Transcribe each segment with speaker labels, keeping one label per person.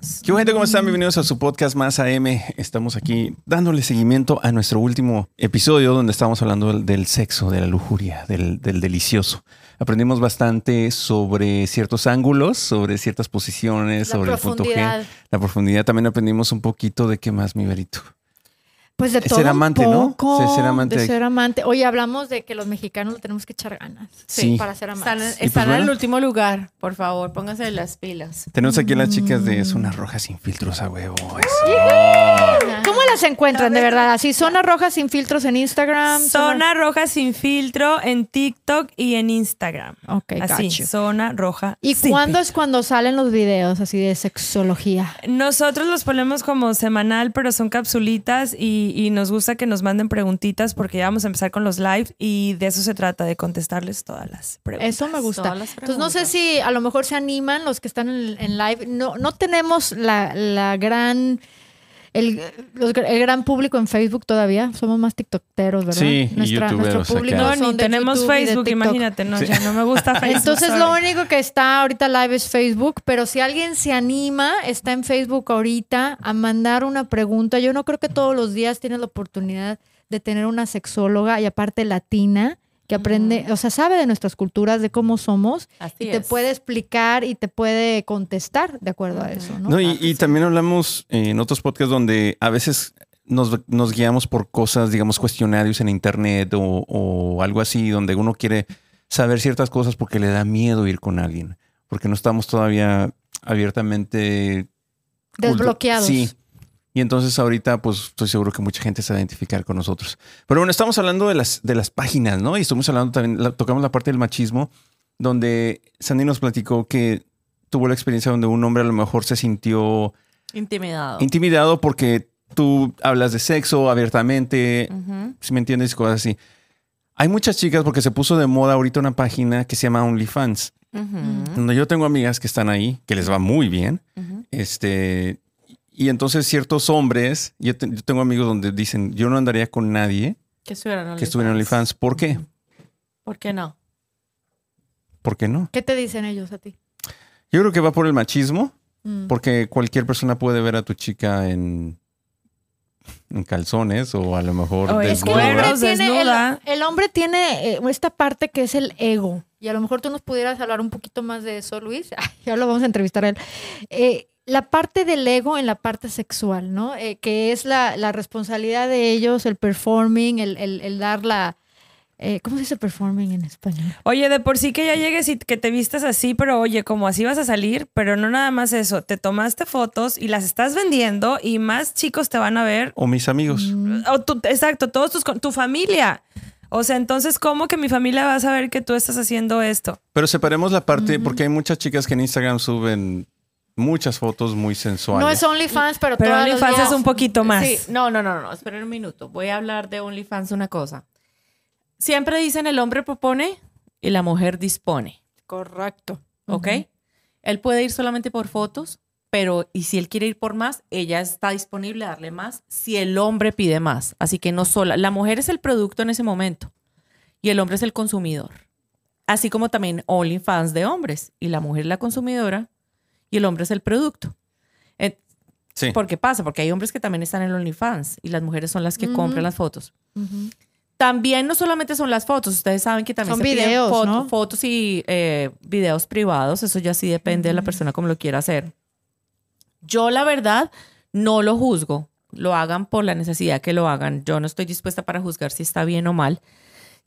Speaker 1: estamos?
Speaker 2: ¿Qué hubo, gente? ¿Cómo
Speaker 1: mm,
Speaker 2: están? Bienvenidos a su podcast Más AM. Estamos aquí dándole seguimiento a nuestro último episodio donde estamos hablando del, del sexo, de la lujuria, del, del delicioso. Aprendimos bastante sobre ciertos ángulos, sobre ciertas posiciones,
Speaker 1: La
Speaker 2: sobre el punto G,
Speaker 1: profundidad.
Speaker 2: la profundidad. También aprendimos un poquito de qué más, mi verito.
Speaker 1: Pues de
Speaker 2: Es
Speaker 1: todo
Speaker 2: ser
Speaker 1: un
Speaker 2: amante, ¿no?
Speaker 1: poco,
Speaker 2: Ser- ser amante.
Speaker 1: De ser amante. Oye, hablamos de que los mexicanos le tenemos que echar ganas
Speaker 2: Sí.
Speaker 1: para ser
Speaker 3: Están,
Speaker 1: amantes.
Speaker 2: pues,
Speaker 3: están en
Speaker 2: bueno.
Speaker 3: el último lugar, por favor, pónganse las pilas.
Speaker 2: Tenemos aquí a las chicas de
Speaker 1: Mm.
Speaker 2: Zonas Rojas sin filtros a huevo. Eso.
Speaker 1: ¿Cómo las encuentran de verdad? Así, Zona Roja sin filtros en Instagram.
Speaker 4: Zona roja sin filtro en TikTok y en Instagram.
Speaker 1: Ok,
Speaker 4: Así,
Speaker 1: got you.
Speaker 4: zona roja.
Speaker 1: ¿Y
Speaker 4: sin
Speaker 1: cuándo es cuando salen los videos así de sexología?
Speaker 4: filtro. Nosotros los ponemos como semanal, pero son capsulitas y, y nos gusta que nos manden preguntitas porque ya vamos a empezar con los live y de eso se trata, de contestarles todas las preguntas.
Speaker 1: Eso me gusta.
Speaker 3: Todas las
Speaker 1: Entonces no sé
Speaker 3: preguntas.
Speaker 1: si a lo mejor se animan los que están en, en live. No, no tenemos la, la gran el, los- el gran público en Facebook todavía. Somos más TikTokeros, ¿verdad?
Speaker 2: Sí, y
Speaker 1: nuestro
Speaker 2: youtuberos
Speaker 1: público.
Speaker 2: acá.
Speaker 4: No,
Speaker 2: Claro.
Speaker 1: son
Speaker 4: ni
Speaker 1: de
Speaker 4: tenemos
Speaker 1: YouTube y de
Speaker 4: Facebook,
Speaker 1: TikTok.
Speaker 4: imagínate, no, ya no me gusta Facebook.
Speaker 1: Entonces
Speaker 4: sorry.
Speaker 1: lo único que está ahorita live es Facebook, pero si alguien se anima, está en Facebook ahorita a mandar una pregunta. Yo no creo que todos los días tienes la oportunidad de tener una sexóloga y aparte latina que aprende, o sea, sabe de nuestras culturas, de cómo somos
Speaker 3: Así
Speaker 1: y te
Speaker 3: es.
Speaker 1: puede explicar y te puede contestar de acuerdo a eso, ¿no?
Speaker 2: No, y, y también hablamos eh, en otros podcasts donde a veces nos, nos guiamos por cosas, digamos, cuestionarios en internet o, o algo así, donde uno quiere saber ciertas cosas porque le da miedo ir con alguien, porque no estamos todavía abiertamente cultu-
Speaker 1: Desbloqueados.
Speaker 2: Sí. Y entonces ahorita, pues estoy seguro que mucha gente se va a identificar con nosotros. Pero bueno, estamos hablando de las, de las páginas, ¿no? Y estamos hablando también, la- tocamos la parte del machismo, donde Sandy nos platicó que tuvo la experiencia donde un hombre a lo mejor se sintió
Speaker 1: Oh.
Speaker 3: Intimidado.
Speaker 2: intimidado porque tú hablas de sexo abiertamente,
Speaker 1: Mm.
Speaker 3: Ujú.
Speaker 2: si me entiendes, y cosas así. Hay muchas chicas porque se puso de moda ahorita una página que se llama OnlyFans,
Speaker 3: Ujú.
Speaker 1: Mm.
Speaker 2: donde yo tengo amigas que están ahí, que les va muy bien.
Speaker 3: Ujú.
Speaker 2: Este, y entonces ciertos hombres, yo, te- yo tengo amigos donde dicen, yo no andaría con nadie
Speaker 3: Que estuvieran en
Speaker 2: que estuviera en OnlyFans. ¿Por qué?
Speaker 3: ¿Por qué no?
Speaker 2: ¿Por qué no?
Speaker 1: ¿Qué te dicen ellos a ti?
Speaker 2: Yo creo que va por el machismo,
Speaker 1: Mm.
Speaker 2: porque cualquier persona puede ver a tu chica en, en calzones o a lo mejor
Speaker 4: O en
Speaker 1: Es que el hombre
Speaker 2: desnuda.
Speaker 4: cueros.
Speaker 1: tiene, el,
Speaker 4: desnuda.
Speaker 1: el hombre tiene eh, esta parte que es el ego. Y a lo mejor tú nos pudieras hablar un poquito más de eso, Luis. Ay, ya lo vamos a entrevistar a él. Eh, la parte del ego en la parte sexual, ¿no? Eh, que es la, la responsabilidad de ellos, el performing, el, el- el dar la... eh, ¿Cómo se dice performing en español?
Speaker 4: Oye, de por sí que ya llegues y que te vistas así, pero oye, como así vas a salir, pero no nada más eso, te tomaste fotos y las estás vendiendo y más chicos te van a ver.
Speaker 2: O mis amigos.
Speaker 1: Mm.
Speaker 4: O tú- exacto, todos tus con- tu familia. O sea, entonces, ¿cómo que mi familia va a saber que tú estás haciendo esto?
Speaker 2: Pero separemos la parte,
Speaker 1: Ujú.
Speaker 2: porque hay muchas chicas que en Instagram suben muchas fotos muy sensuales.
Speaker 1: No es OnlyFans, pero,
Speaker 4: Pero
Speaker 1: todas las
Speaker 4: OnlyFans
Speaker 1: días-
Speaker 4: es un poquito más.
Speaker 3: Sí, no, no, no, no, esperen un minuto. Voy a hablar de OnlyFans una cosa. Siempre dicen el hombre propone y la mujer dispone.
Speaker 1: Correcto.
Speaker 3: ¿ok? Él puede ir solamente por fotos, pero y si él quiere ir por más, ella está disponible a darle más si el hombre pide más. Así que no sola. La mujer es el producto en ese momento y el hombre es el consumidor. Así como también OnlyFans de hombres y la mujer es la consumidora y el hombre es el producto. Eh,
Speaker 2: Sí.
Speaker 3: ¿Por qué pasa? Porque hay hombres que también están en el OnlyFans y las mujeres son las que
Speaker 1: Ujú.
Speaker 3: compran las fotos.
Speaker 1: Ujú.
Speaker 3: También no solamente son las fotos, ustedes saben que también
Speaker 1: Son
Speaker 3: se piden
Speaker 1: videos,
Speaker 3: foto-
Speaker 1: ¿no?
Speaker 3: fotos y eh, videos privados, eso ya sí depende de la persona como lo quiera hacer. Yo la verdad no lo juzgo, lo hagan por la necesidad que lo hagan, yo no estoy dispuesta para juzgar si está bien o mal.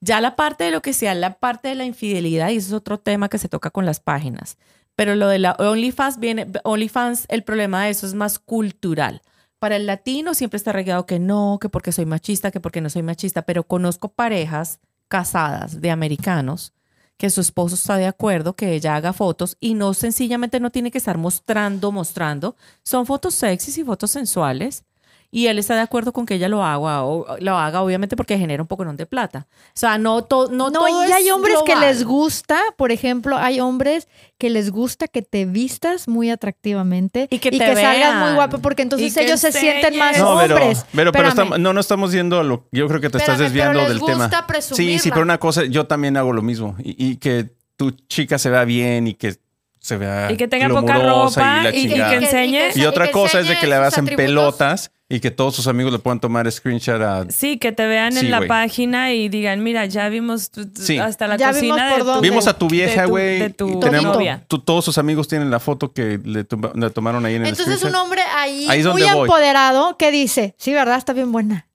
Speaker 3: Ya la parte de lo que sea, la parte de la infidelidad, y eso es otro tema que se toca con las páginas, pero lo de la OnlyFans viene, OnlyFans, el problema de eso es más cultural para el latino siempre está arreglado que no, que porque soy machista, que porque no soy machista, pero conozco parejas casadas de americanos que su esposo está de acuerdo que ella haga fotos y no sencillamente no tiene que estar mostrando, mostrando. Son fotos sexys y fotos sensuales y él está de acuerdo con que ella lo haga, o, lo haga obviamente porque genera un poco de plata. O sea, no, to- no,
Speaker 1: No,
Speaker 3: todo
Speaker 1: y
Speaker 3: es
Speaker 1: hay hombres que
Speaker 3: global.
Speaker 1: les gusta, por ejemplo, hay hombres que les gusta que te vistas muy atractivamente
Speaker 3: Y que te
Speaker 1: salgas
Speaker 3: vean.
Speaker 1: muy guapo, porque entonces
Speaker 4: Y que
Speaker 1: ellos se
Speaker 4: enseñes.
Speaker 1: sienten más
Speaker 2: No, pero,
Speaker 1: hombres.
Speaker 2: pero, pero
Speaker 1: Espérame.
Speaker 2: estamos- no, no estamos yendo a lo. Yo creo que te estás
Speaker 1: Espérame,
Speaker 2: desviando
Speaker 1: pero les
Speaker 2: del tema.
Speaker 1: gusta
Speaker 2: Sí, sí,
Speaker 1: presumirla.
Speaker 2: pero una cosa, yo también hago lo mismo. Y, y que tu chica se vea bien y que se vea
Speaker 4: Y que tenga poca
Speaker 2: glamurosa
Speaker 4: ropa
Speaker 2: y la
Speaker 4: y- y
Speaker 2: chingada.
Speaker 4: que enseñe-
Speaker 2: Y otra cosa es de que la
Speaker 1: veas
Speaker 2: veas en pelotas y que todos sus amigos le puedan tomar screenshot a...
Speaker 4: Sí, que te vean
Speaker 2: Sí,
Speaker 4: en la
Speaker 2: güey.
Speaker 4: página y digan, mira, ya vimos tu- tu-
Speaker 2: Sí.
Speaker 4: hasta la
Speaker 1: Ya vimos
Speaker 4: cocina
Speaker 1: por
Speaker 4: de tu,
Speaker 1: dónde.
Speaker 2: Vimos a tu vieja,
Speaker 4: de tu-
Speaker 2: güey.
Speaker 4: de tu
Speaker 2: y tenemos-
Speaker 4: novia.
Speaker 2: tú- todos sus amigos tienen la foto que le, tumba- le tomaron ahí en el
Speaker 1: Entonces
Speaker 2: screenshot.
Speaker 1: un hombre ahí,
Speaker 2: Ahí es
Speaker 1: muy
Speaker 2: donde voy.
Speaker 1: empoderado que dice, sí, ¿verdad? Está bien buena.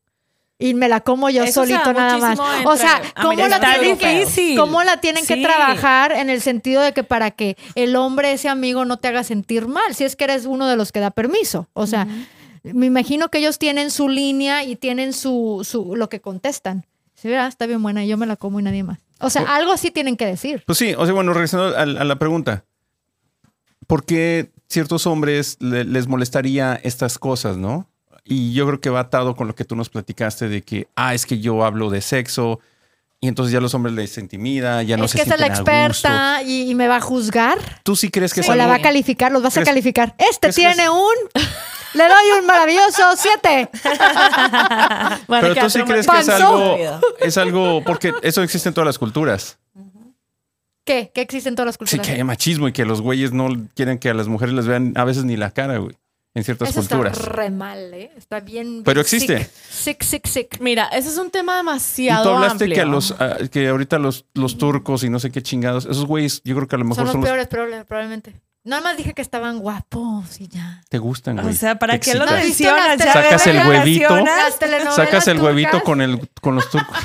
Speaker 1: Y me la como yo
Speaker 3: Eso se da
Speaker 1: solito nada más.
Speaker 3: muchísimo
Speaker 1: O sea,
Speaker 3: entre
Speaker 1: ¿cómo la,
Speaker 4: americanos
Speaker 1: tienen
Speaker 4: y europeos.
Speaker 1: que, cómo la tienen que
Speaker 4: Sí.
Speaker 1: trabajar en el sentido de que para que el hombre, ese amigo, no te haga sentir mal, si es que eres uno de los que da permiso? O sea, me imagino que ellos tienen su línea y tienen su, su lo que contestan. Sí, ¿verdad? Está bien buena, yo me la como y nadie más. O sea,
Speaker 2: Pues-
Speaker 1: algo así tienen que decir.
Speaker 2: Pues sí, o sea, bueno, regresando a, a la pregunta. ¿Por qué ciertos hombres le- les molestaría estas cosas, no? Y yo creo que va atado con lo que tú nos platicaste de que, ah, es que yo hablo de sexo y entonces ya los hombres les intimida, ya no
Speaker 1: es
Speaker 2: se
Speaker 1: que esa es la
Speaker 2: sienten a gusto.
Speaker 1: experta y, y me va a juzgar.
Speaker 2: ¿Tú sí crees que es
Speaker 1: o la
Speaker 2: algo-
Speaker 1: va a calificar, los vas a
Speaker 2: ¿Crees-
Speaker 1: calificar. Este
Speaker 2: crees que es-
Speaker 1: tiene un. Le doy un maravilloso 7.
Speaker 2: Pero tú sí crees que es
Speaker 1: traumatizado.
Speaker 2: algo, es algo, porque eso existe en todas las culturas.
Speaker 1: ¿Qué? ¿Qué existen todas las
Speaker 2: Sí,
Speaker 1: culturas?
Speaker 2: que hay machismo y que los güeyes no quieren que a las mujeres les vean a veces ni la cara, güey, en ciertas
Speaker 1: Eso
Speaker 2: culturas.
Speaker 1: está re mal, ¿eh? Está bien.
Speaker 2: Pero existe.
Speaker 1: Sick, sick, sick. sick.
Speaker 3: Mira, ese es un tema
Speaker 2: Y tú
Speaker 3: demasiado
Speaker 2: hablaste
Speaker 3: amplio.
Speaker 2: que a los a- que ahorita los, los turcos y no sé qué chingados, esos güeyes, yo creo que a lo mejor
Speaker 1: Son
Speaker 2: son,
Speaker 1: los
Speaker 2: los
Speaker 1: peores, proba- probablemente. Nada más dije que estaban guapos y ya.
Speaker 2: te gustan, güey.
Speaker 4: O sea, ¿para
Speaker 2: Te
Speaker 4: qué lo
Speaker 2: excitan.
Speaker 1: excitas.
Speaker 4: mencionas? Ya
Speaker 2: Sacas
Speaker 4: ves,
Speaker 2: el huevito.
Speaker 4: relacionas.
Speaker 1: Las telenovelas
Speaker 2: Sacas el
Speaker 1: turcas.
Speaker 2: huevito con el con los turcos.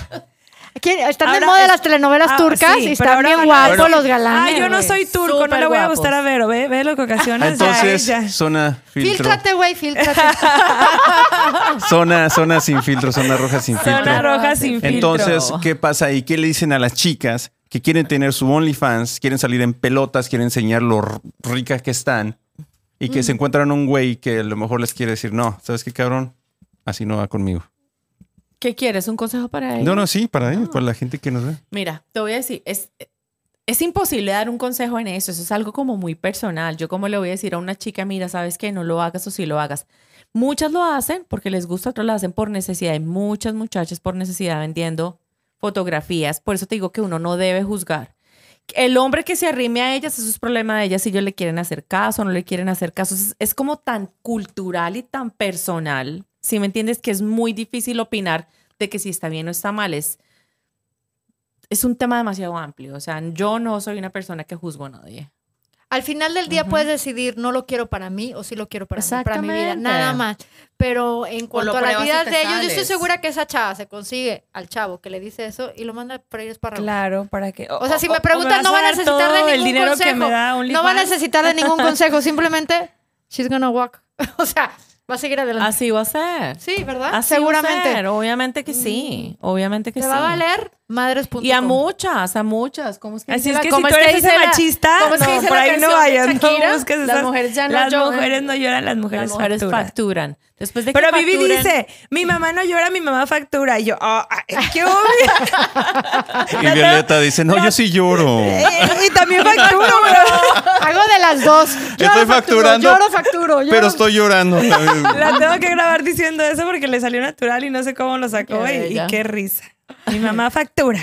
Speaker 1: ¿Quién? Están de
Speaker 4: Ahora
Speaker 1: moda
Speaker 4: es-
Speaker 1: las telenovelas
Speaker 4: Ah,
Speaker 1: turcas
Speaker 4: sí,
Speaker 1: y
Speaker 4: pero
Speaker 1: están
Speaker 4: ahora
Speaker 1: bien
Speaker 4: van a-
Speaker 1: guapos
Speaker 2: Bueno,
Speaker 1: los galanes.
Speaker 4: Ay, yo no
Speaker 1: güey.
Speaker 4: soy turco, no
Speaker 3: Súper
Speaker 4: le voy a
Speaker 3: guapos.
Speaker 4: gustar a Vero. Ve, ve lo que ocasiona.
Speaker 2: Entonces,
Speaker 4: ya, ya.
Speaker 2: zona filtro.
Speaker 1: Fíltrate, güey, fíltrate.
Speaker 2: Zona, zona sin filtro, zona roja sin filtro.
Speaker 4: Zona roja sin filtro.
Speaker 2: Entonces, ¿qué pasa ahí? ¿Qué le dicen a las chicas que quieren tener su OnlyFans, quieren salir en pelotas, quieren enseñar lo r- ricas que están y
Speaker 4: Mm.
Speaker 2: que se encuentran un güey que a lo mejor les quiere decir, no, ¿sabes qué, cabrón? Así no va conmigo.
Speaker 3: ¿Qué quieres? ¿Un consejo para él?
Speaker 2: No, no, sí, para ellos, para la gente que nos ve.
Speaker 3: Mira, te voy a decir, es, es imposible dar un consejo en eso. Eso es algo como muy personal. Yo como le voy a decir a una chica, mira, ¿sabes qué? No lo hagas o sí lo hagas. Muchas lo hacen porque les gusta, otras lo hacen por necesidad. Hay muchas muchachas por necesidad vendiendo fotografías. Por eso te digo que uno no debe juzgar. El hombre que se arrime a ellas, eso es problema de ellas si ellos le quieren hacer caso o no le quieren hacer caso. Es, es como tan cultural y tan personal. Si me entiendes que es muy difícil opinar de que si está bien o está mal. Es, es un tema demasiado amplio. O sea, yo no soy una persona que juzgo a nadie.
Speaker 1: Al final del día puedes decidir, no lo quiero para mí o sí lo quiero para, mí, para mi vida,
Speaker 3: Exactamente.
Speaker 1: nada más. Pero en cuanto a la
Speaker 3: pruebas y
Speaker 1: vida
Speaker 3: te
Speaker 1: de ellos, yo estoy
Speaker 3: sales.
Speaker 1: segura que esa chava se consigue al chavo que le dice eso y lo manda para ellos para
Speaker 4: Claro, ¿para qué?
Speaker 1: O sea, si me preguntan, no va a
Speaker 4: vas dar
Speaker 1: necesitar de
Speaker 4: todo el
Speaker 1: ningún
Speaker 4: dinero
Speaker 1: consejo.
Speaker 4: que me da
Speaker 1: no va a
Speaker 4: OnlyFans?
Speaker 1: necesitar de ningún consejo, simplemente she's gonna walk. O sea, va a seguir adelante.
Speaker 3: Así va a ser.
Speaker 1: sí, ¿verdad?
Speaker 3: Así
Speaker 1: Seguramente.
Speaker 3: va a ser. Mm. Obviamente que sí. Obviamente que
Speaker 1: Te
Speaker 3: sí.
Speaker 1: va a valer madres.com.
Speaker 3: Y a muchas, a muchas. ¿Cómo es que
Speaker 4: Así
Speaker 3: dice
Speaker 4: es
Speaker 3: la-
Speaker 4: que si
Speaker 3: cómo
Speaker 4: tú
Speaker 3: es
Speaker 4: eres
Speaker 3: dice
Speaker 4: ese
Speaker 3: la-
Speaker 4: machista,
Speaker 3: cómo es que
Speaker 4: no,
Speaker 3: dice
Speaker 4: por
Speaker 3: la
Speaker 4: ahí no
Speaker 3: canción de
Speaker 4: vayas.
Speaker 3: Shakira?
Speaker 4: No busques
Speaker 3: Las
Speaker 4: esas-
Speaker 3: mujeres ya no
Speaker 4: Las
Speaker 3: lloran.
Speaker 4: mujeres no lloran, las mujeres,
Speaker 3: Las mujeres
Speaker 4: facturan.
Speaker 3: facturan. Después de que
Speaker 4: Pero Vivi
Speaker 3: facturen-
Speaker 4: dice, mi mamá no llora, mi mamá factura. Y yo, ah, ah, ¿qué obvio?
Speaker 2: Y Violeta dice, no, yo sí lloro.
Speaker 4: y también facturo, bro.
Speaker 1: Hago de las dos. Lloro,
Speaker 2: Estoy
Speaker 1: facturo,
Speaker 2: facturando,
Speaker 1: Lloro, facturo. Lloro.
Speaker 2: Pero estoy llorando. también.
Speaker 4: La tengo que grabar diciendo eso porque le salió natural y no sé cómo lo sacó.
Speaker 3: Qué
Speaker 4: y, y
Speaker 3: bella.
Speaker 4: qué risa. Mi mamá factura.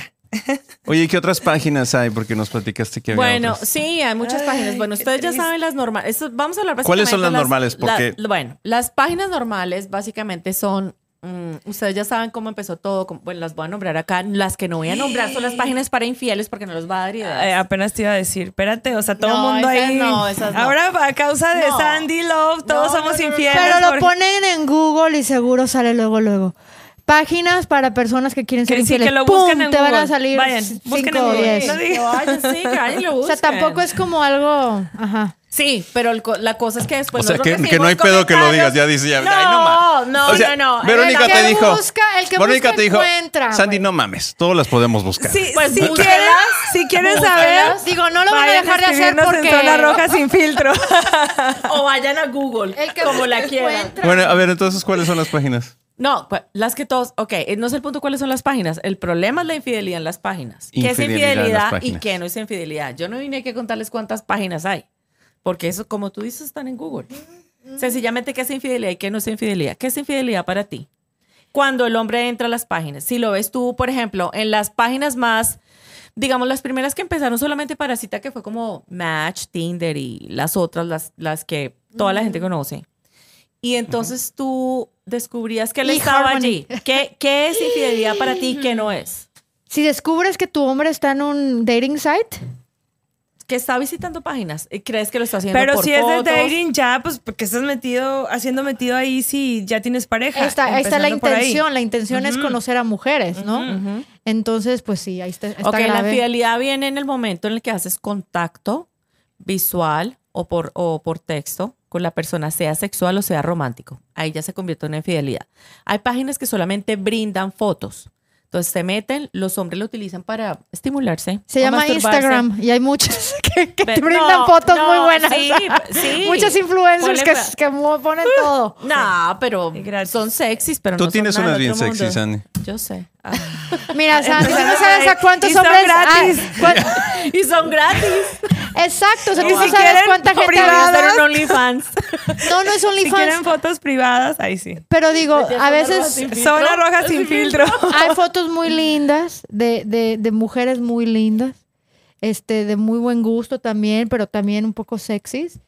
Speaker 2: Oye, ¿y qué otras páginas hay? Porque nos platicaste que había
Speaker 3: Bueno,
Speaker 2: otras.
Speaker 3: sí, hay muchas
Speaker 4: Ay,
Speaker 3: páginas. Bueno,
Speaker 4: qué
Speaker 3: ustedes ya
Speaker 4: triste.
Speaker 3: saben las normales. Vamos a hablar básicamente.
Speaker 2: ¿Cuáles son las
Speaker 3: de
Speaker 2: normales? Porque-
Speaker 3: la- bueno, las páginas normales básicamente son. mm, ustedes ya saben cómo empezó todo. cómo- bueno, las voy a nombrar acá. Las que no voy a nombrar son las páginas para infieles porque no los va a dar ideas.
Speaker 4: Eh, apenas te iba a decir, espérate, o sea, todo el
Speaker 3: No,
Speaker 4: mundo
Speaker 3: esas
Speaker 4: ahí.
Speaker 3: no, esas no.
Speaker 4: Ahora a causa de
Speaker 3: No.
Speaker 4: Sandy Love, todos
Speaker 3: No,
Speaker 4: somos
Speaker 3: no, no, no.
Speaker 4: infieles.
Speaker 1: Pero lo
Speaker 4: porque-
Speaker 1: ponen en Google y seguro sale luego, luego. Páginas para personas que quieren ser
Speaker 4: Que sí,
Speaker 1: infieles.
Speaker 4: que lo
Speaker 1: ¡Pum!
Speaker 4: busquen en
Speaker 1: Te van a
Speaker 4: Google.
Speaker 1: salir
Speaker 4: Vayan, busquen en
Speaker 1: 5 o
Speaker 4: Google.
Speaker 1: 10.
Speaker 4: No digas.
Speaker 3: Que vayan, sí, que vayan y lo
Speaker 1: O sea,
Speaker 3: busquen.
Speaker 1: tampoco es como algo... Ajá.
Speaker 3: Sí, pero el co- la cosa es que
Speaker 2: O
Speaker 3: después.
Speaker 2: sea, que,
Speaker 3: nosotros
Speaker 2: que no hay
Speaker 3: recibimos
Speaker 2: pedo que lo
Speaker 3: comentarios.
Speaker 2: digas. Ya dice, ya.
Speaker 3: No,
Speaker 2: ay, no, ma.
Speaker 3: no,
Speaker 2: O sea,
Speaker 3: no, no.
Speaker 2: Verónica
Speaker 1: El
Speaker 2: te
Speaker 1: que
Speaker 2: dijo.
Speaker 1: busca- el que
Speaker 2: Verónica
Speaker 1: busca
Speaker 2: te dijo.
Speaker 1: encuentra,
Speaker 2: Sandy,
Speaker 1: güey.
Speaker 2: no mames. Todos las podemos buscar.
Speaker 4: Sí,
Speaker 3: Pues
Speaker 4: si
Speaker 3: búsquelas,
Speaker 4: quieren, si quieren saber,
Speaker 1: Digo, no lo van a
Speaker 4: vayan
Speaker 1: dejar de hacer
Speaker 4: escribirnos
Speaker 1: porque...
Speaker 4: en zona roja sin filtro.
Speaker 3: O vayan a Google,
Speaker 1: El que
Speaker 3: como la
Speaker 1: busca
Speaker 3: quieran.
Speaker 1: encuentra.
Speaker 2: Bueno, a ver, entonces, ¿cuáles son las páginas?
Speaker 3: No, pues, las que todos, ok, eh, no es el punto cuáles son las páginas. El problema es la infidelidad en las páginas. ¿Qué
Speaker 2: Infidelidad
Speaker 3: es
Speaker 2: en las
Speaker 3: infidelidad y
Speaker 2: páginas.
Speaker 3: qué no es infidelidad? Yo no vine aquí a contarles cuántas páginas hay, porque eso, como tú dices, están en Google. Sencillamente, ¿qué es infidelidad y qué no es infidelidad? ¿Qué es infidelidad para ti? Cuando el hombre entra a las páginas, si lo ves tú, por ejemplo, en las páginas más digamos, las primeras que empezaron solamente para cita, que fue como Match, Tinder y las otras, las, las que toda la gente conoce. Y entonces tú descubrías que él
Speaker 1: Y
Speaker 3: estaba
Speaker 1: Harmony.
Speaker 3: allí. ¿Qué, ¿Qué es infidelidad para ti y qué no es?
Speaker 1: Si descubres que tu hombre está en un dating site,
Speaker 3: Que está visitando páginas. y ¿Crees que lo está haciendo
Speaker 4: Pero
Speaker 3: por
Speaker 4: si es de
Speaker 3: fotos?
Speaker 4: dating, ya, pues, ¿por qué estás metido, haciendo metido ahí si ya tienes pareja?
Speaker 1: ahí está, ahí está la
Speaker 4: Empezando por ahí.
Speaker 1: intención. La intención es conocer a mujeres, ¿no?
Speaker 3: Ujú.
Speaker 1: Entonces, pues sí, ahí está. está
Speaker 3: Ok, la
Speaker 1: grave.
Speaker 3: fidelidad viene en el momento en el que haces contacto visual o por, o por texto con la persona, sea sexual o sea romántico. Ahí ya se convierte en una infidelidad. Hay páginas que solamente brindan fotos. Entonces se meten, los hombres lo utilizan para estimularse.
Speaker 1: Se
Speaker 3: o
Speaker 1: llama
Speaker 3: masturbarse.
Speaker 1: Instagram y hay muchas que, que te
Speaker 3: Pero-
Speaker 1: brindan
Speaker 3: no,
Speaker 1: fotos
Speaker 3: no,
Speaker 1: muy buenas.
Speaker 3: Sí, sí.
Speaker 1: Muchas influencers
Speaker 3: Ponle
Speaker 1: que,
Speaker 3: pa-
Speaker 1: que mo- ponen
Speaker 4: Uh.
Speaker 1: todo.
Speaker 3: No, pero
Speaker 4: Y gratis.
Speaker 3: son sexys, pero
Speaker 2: Tú
Speaker 3: no son
Speaker 2: tienes
Speaker 3: nada
Speaker 2: unas
Speaker 3: del
Speaker 2: bien
Speaker 3: otro
Speaker 2: sexy,
Speaker 3: mundo.
Speaker 2: Sandy.
Speaker 3: Yo sé. Ah.
Speaker 1: Mira, Sandy, tú no
Speaker 4: Ay,
Speaker 1: sabes a cuántos
Speaker 4: y son
Speaker 1: hombres.
Speaker 4: gratis.
Speaker 1: ah, cuán-
Speaker 3: y son gratis.
Speaker 1: exacto, o sea,
Speaker 4: Y
Speaker 1: tú no
Speaker 4: si
Speaker 1: sabes
Speaker 4: quieren,
Speaker 1: cuánta gente.
Speaker 4: privadas.
Speaker 3: Deberías ser un OnlyFans.
Speaker 1: No, no es
Speaker 4: Si quieren
Speaker 1: OnlyFans.
Speaker 4: fotos privadas, ahí sí.
Speaker 1: pero digo, a veces
Speaker 3: sin filtro.
Speaker 4: Zona roja sin filtro.
Speaker 1: hay fotos muy lindas de, de, de mujeres muy lindas, este, de muy buen gusto también, pero también un poco sexys.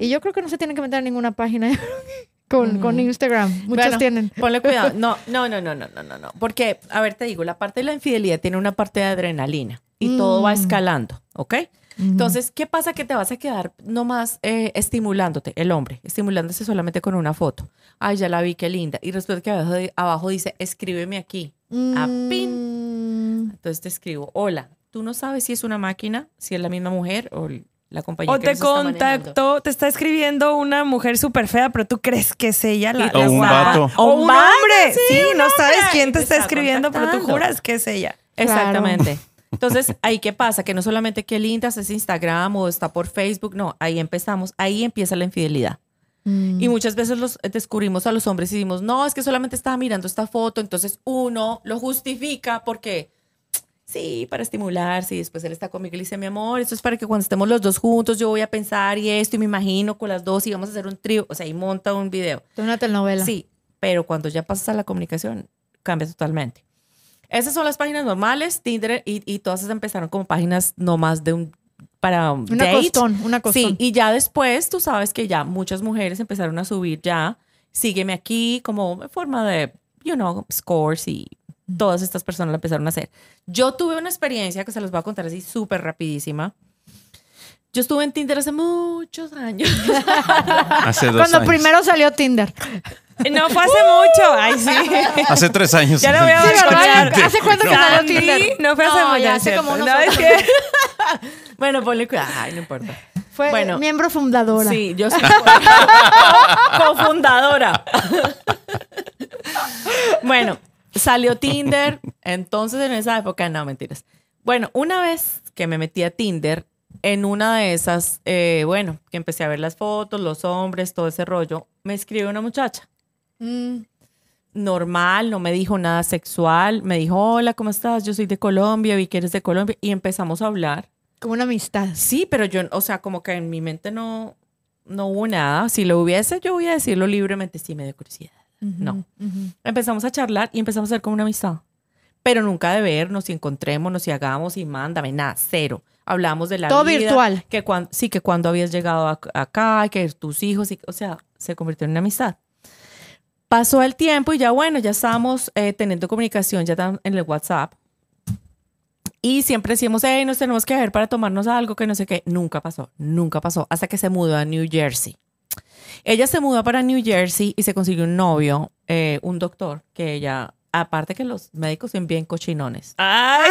Speaker 1: Y yo creo que no se tienen que meter en ninguna página con, con Instagram. Muchas
Speaker 3: Bueno,
Speaker 1: tienen.
Speaker 3: Ponle cuidado. No, no, no, no, no, no, no, no. Porque, a ver, te digo, la parte de la infidelidad tiene una parte de adrenalina y todo va
Speaker 1: Mm.
Speaker 3: escalando, ¿ok? Entonces, ¿qué pasa? Que te vas a quedar nomás eh, estimulándote, el hombre, estimulándose solamente con una foto. Ay, ya la vi, qué linda. Y resulta que abajo, de- abajo dice, escríbeme aquí. a pin.
Speaker 1: Mm.
Speaker 3: Entonces te escribo, hola, tú no sabes si es una máquina, si es la misma mujer o l- la compañía
Speaker 4: O
Speaker 3: que
Speaker 4: te
Speaker 3: nos está manejando.
Speaker 4: contactó, te está escribiendo una mujer súper fea, pero tú crees que es ella la
Speaker 2: O
Speaker 4: la
Speaker 2: un
Speaker 4: guapa.
Speaker 2: vato.
Speaker 4: O,
Speaker 3: O
Speaker 4: un
Speaker 3: un vato,
Speaker 4: hombre.
Speaker 3: sí,
Speaker 4: Sí,
Speaker 3: un
Speaker 4: no
Speaker 3: hombre.
Speaker 4: sabes quién te
Speaker 3: Te
Speaker 4: está
Speaker 3: está
Speaker 4: escribiendo, pero tú
Speaker 3: contactando.
Speaker 4: juras que es ella.
Speaker 3: Exactamente. Entonces, ahí qué pasa, que no solamente que linda es Instagram o está por Facebook, no, ahí empezamos, ahí empieza la infidelidad.
Speaker 1: Mm.
Speaker 3: Y muchas veces los eh, descubrimos a los hombres y decimos, no, es que solamente estaba mirando esta foto, entonces uno lo justifica porque sí, para estimularse y después él está conmigo y le dice, mi amor, esto es para que cuando estemos los dos juntos yo voy a pensar y esto y me imagino con las dos y vamos a hacer un trío, o sea, y monta un video.
Speaker 1: De una telenovela.
Speaker 3: Sí, pero cuando ya pasas a la comunicación, cambia totalmente. Esas son las páginas normales, Tinder y, y todas esas empezaron como páginas nomás de un para un
Speaker 1: Una
Speaker 3: date.
Speaker 1: costón, una costón.
Speaker 3: Sí, y ya después tú sabes que ya muchas mujeres empezaron a subir ya, sígueme aquí como en forma de, you know, scores y todas estas personas lo empezaron a hacer. Yo tuve una experiencia que se los voy a contar así súper rapidísima. Yo estuve en Tinder hace muchos años.
Speaker 2: Hace dos
Speaker 1: Cuando
Speaker 2: años.
Speaker 1: primero salió Tinder.
Speaker 4: Eh, No fue hace mucho. Ay, sí.
Speaker 2: Hace tres años.
Speaker 4: Ya lo veo
Speaker 1: Sí, ¿verdad?
Speaker 4: encontrar.
Speaker 1: ¿Hace cuánto que salió
Speaker 4: Sandy,
Speaker 1: Tinder?
Speaker 4: No fue hace
Speaker 3: No,
Speaker 4: mucho.
Speaker 3: ya hace como
Speaker 4: ¿cierto?
Speaker 3: unos
Speaker 4: No, es
Speaker 3: ocho
Speaker 4: que
Speaker 3: bueno, ponle cuidado. Ay, no importa.
Speaker 1: Fue
Speaker 3: Bueno.
Speaker 1: miembro fundadora.
Speaker 3: Sí, yo soy co- cofundadora. bueno, salió Tinder, entonces en esa época, no, mentiras. Bueno, una vez que me metí a Tinder, en una de esas, eh, bueno, que empecé a ver las fotos, los hombres, todo ese rollo, me escribe una muchacha
Speaker 1: Mm.
Speaker 3: normal, no me dijo nada sexual, me dijo, hola, ¿cómo estás? Yo soy de Colombia, vi que eres de Colombia, y empezamos a hablar.
Speaker 1: Como una amistad.
Speaker 3: Sí, pero yo, o sea, como que en mi mente no, no hubo nada. Si lo hubiese, yo voy a decirlo libremente, sí me dio curiosidad. No.
Speaker 1: Ujú.
Speaker 3: Empezamos a charlar y empezamos a hacer como una amistad. Pero nunca de vernos, si encontrémonos, si hagamos, y mándame, nada, cero. Hablamos de la
Speaker 1: Todo
Speaker 3: vida,
Speaker 1: virtual.
Speaker 3: Que cuan- sí, que cuando habías llegado a- acá, que tus hijos, y- o sea, se convirtió en una amistad. Pasó el tiempo y ya bueno, ya estábamos eh, teniendo comunicación ya tan- en el WhatsApp. Y siempre decíamos, hey, nos tenemos que ver para tomarnos algo, que no sé qué. Nunca pasó, nunca pasó, hasta que se mudó a New Jersey. Ella se mudó para New Jersey y se consiguió un novio, eh, un doctor, que ella, aparte que los médicos son bien cochinones.
Speaker 4: Ay,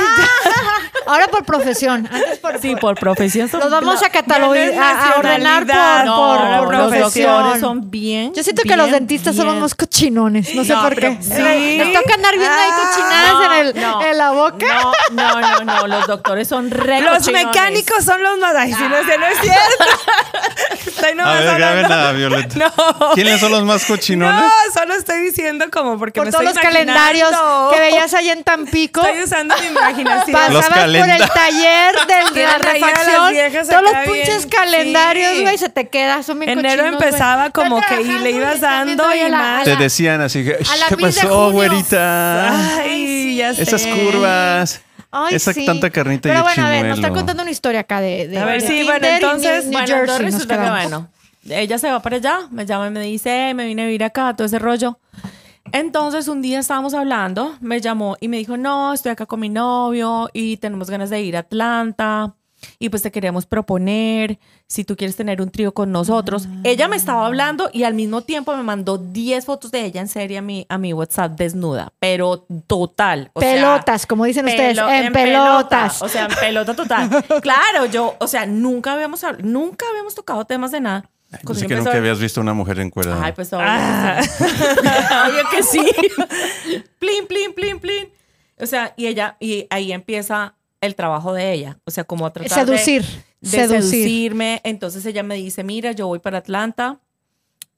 Speaker 1: Ahora por profesión. Antes por,
Speaker 3: Sí, por profesión son
Speaker 1: Los vamos a
Speaker 4: Ya
Speaker 1: catalogar,
Speaker 4: no es
Speaker 1: a, a ordenar por,
Speaker 4: nacionalidad.
Speaker 1: por-
Speaker 4: No,
Speaker 1: por
Speaker 4: no,
Speaker 3: los
Speaker 1: profesión.
Speaker 3: doctores son bien.
Speaker 1: Yo siento que los
Speaker 3: bien,
Speaker 1: dentistas
Speaker 3: bien.
Speaker 1: somos más cochinones. No sé
Speaker 3: No,
Speaker 1: por
Speaker 3: pero
Speaker 1: qué.
Speaker 3: sí. Ah,
Speaker 1: Nos toca andar viendo ahí
Speaker 4: Ah,
Speaker 1: cochinadas en, el-
Speaker 3: No, no.
Speaker 1: en la boca.
Speaker 3: No, no, no, no, los doctores son re
Speaker 4: los
Speaker 3: cochinones.
Speaker 4: mecánicos son los más. Ay, sí, no sé, no es cierto. Estoy
Speaker 2: A
Speaker 4: nomás
Speaker 2: ver, graben
Speaker 4: hablando.
Speaker 2: a Violeta.
Speaker 4: No.
Speaker 2: ¿Quiénes son los más cochinones?
Speaker 4: No, solo estoy diciendo como porque
Speaker 1: por
Speaker 4: me
Speaker 1: todos los
Speaker 4: estoy imaginando.
Speaker 1: calendarios que veías allá en Tampico.
Speaker 4: Estoy usando mi imaginación.
Speaker 1: Pasabas
Speaker 2: Los
Speaker 1: por el
Speaker 2: calendarios.
Speaker 1: taller del- de
Speaker 4: Tienen
Speaker 1: la
Speaker 4: ahí a las
Speaker 1: refacción.
Speaker 4: viejas
Speaker 1: Todos los
Speaker 4: acá bien.
Speaker 1: pinches calendarios,
Speaker 4: Sí.
Speaker 1: güey, se te queda. Son bien
Speaker 4: Enero
Speaker 1: cochinos, güey.
Speaker 4: empezaba
Speaker 1: Están
Speaker 4: como que y
Speaker 1: trabajando
Speaker 4: le ibas
Speaker 1: están viendo
Speaker 4: dando
Speaker 1: ahí
Speaker 4: y
Speaker 1: a la-
Speaker 4: más.
Speaker 1: a
Speaker 2: Te
Speaker 1: la-
Speaker 2: decían así que,
Speaker 1: a la
Speaker 2: ¿qué
Speaker 1: mil de
Speaker 2: pasó,
Speaker 4: Ah,
Speaker 1: junio".
Speaker 2: güerita?
Speaker 4: Ay, ya sé.
Speaker 2: Esas curvas.
Speaker 1: Ay,
Speaker 2: Esa
Speaker 1: sí.
Speaker 2: tanta carnita y
Speaker 1: Pero
Speaker 2: el
Speaker 1: bueno, a ver, nos está
Speaker 2: chimuelo.
Speaker 1: contando una historia acá de. de
Speaker 4: A ver,
Speaker 1: de
Speaker 4: sí,
Speaker 1: Tinder
Speaker 4: bueno,
Speaker 1: y New-
Speaker 4: entonces,
Speaker 1: New
Speaker 3: Bueno,
Speaker 1: Jersey
Speaker 3: entonces
Speaker 1: nos
Speaker 3: resulta que,
Speaker 1: quedamos.
Speaker 3: bueno, ella se va para allá, me llama y me dice, "Ey, me vine a vivir acá, todo ese rollo. Entonces un día estábamos hablando, me llamó y me dijo, no, estoy acá con mi novio y tenemos ganas de ir a Atlanta y pues te queremos proponer si tú quieres tener un trío con nosotros.
Speaker 1: Ah.
Speaker 3: Ella me estaba hablando y al mismo tiempo me mandó 10 fotos de ella en serie a mi, a mi WhatsApp desnuda, pero total. o sea,
Speaker 1: pelotas, como dicen ustedes,
Speaker 3: Pelo-
Speaker 1: en, pelotas.
Speaker 3: pelota, o sea, en pelota total. claro, yo, o sea, nunca habíamos habl- nunca habíamos tocado temas de nada. Cuando
Speaker 2: Así Pues
Speaker 3: yo
Speaker 2: que
Speaker 3: empecé
Speaker 2: nunca
Speaker 3: a-
Speaker 2: habías visto una mujer encuerada.
Speaker 3: Ay, pues obvio.
Speaker 1: Ah.
Speaker 4: Ah,
Speaker 3: obvio que sí. plin, plin, plin, plin. O sea, y ella, y ahí empieza el trabajo de ella. O sea, como a tratar de-
Speaker 1: seducir,
Speaker 3: de
Speaker 1: seducir.
Speaker 3: seducirme. Entonces ella me dice, mira, yo voy para Atlanta.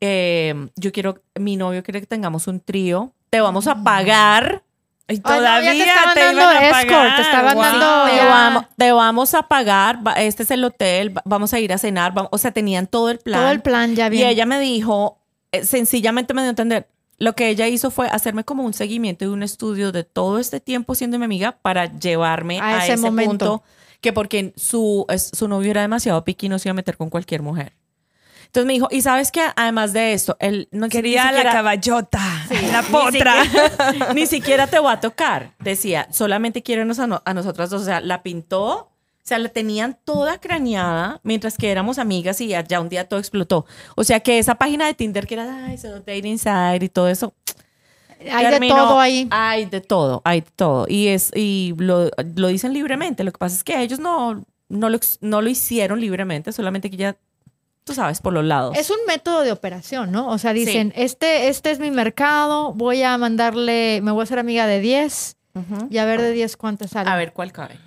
Speaker 3: Eh, yo quiero, mi novio quiere que tengamos un trío. Te vamos a pagar.
Speaker 4: Y
Speaker 1: Ah. Ay, no, ya
Speaker 4: todavía
Speaker 1: te
Speaker 4: te,
Speaker 1: estaban
Speaker 4: iban
Speaker 1: dando
Speaker 4: a
Speaker 1: escort,
Speaker 4: pagar.
Speaker 1: te estaban
Speaker 4: Guau.
Speaker 1: dando-
Speaker 3: Sí, te,
Speaker 1: ya.
Speaker 3: vamos, te vamos a pagar, va- este es el hotel, va- vamos a ir a cenar, vamos- o sea, tenían todo el plan.
Speaker 1: Todo el plan ya
Speaker 3: Y
Speaker 1: bien.
Speaker 3: ella me dijo, eh, sencillamente me dio a entender, lo que ella hizo fue hacerme como un seguimiento y un estudio de todo este tiempo siendo mi amiga para llevarme
Speaker 1: A
Speaker 3: a,
Speaker 1: ese
Speaker 3: ese,
Speaker 1: momento.
Speaker 3: punto que porque su, es- su novio era demasiado piqui y no se iba a meter con cualquier mujer. Entonces me dijo, y sabes que además de esto, él no
Speaker 4: Quería
Speaker 3: ni
Speaker 4: la
Speaker 3: siquiera-
Speaker 4: caballota, la
Speaker 3: ni
Speaker 4: potra.
Speaker 3: siquiera- ni siquiera te va a tocar. Decía, solamente quiérenos a, no- a nosotras dos. O sea, la pintó. O sea, la tenían toda craneada mientras que éramos amigas y ya, ya un día todo explotó. O sea, que esa página de Tinder que era, ay, solo dating inside y todo eso.
Speaker 1: Hay de
Speaker 3: terminó-
Speaker 1: todo ahí.
Speaker 3: Hay de todo, hay de todo. Y, es, y lo, lo dicen libremente. Lo que pasa es que ellos no, no, lo, ex- no lo hicieron libremente, solamente que ya, tú sabes, por los lados.
Speaker 1: Es un método de operación, ¿no? O sea, dicen, este, este es mi mercado, voy a mandarle, me voy a hacer amiga de 10
Speaker 3: Ujú.
Speaker 1: y a ver de 10 cuántas salen.
Speaker 3: A ver cuál cabe.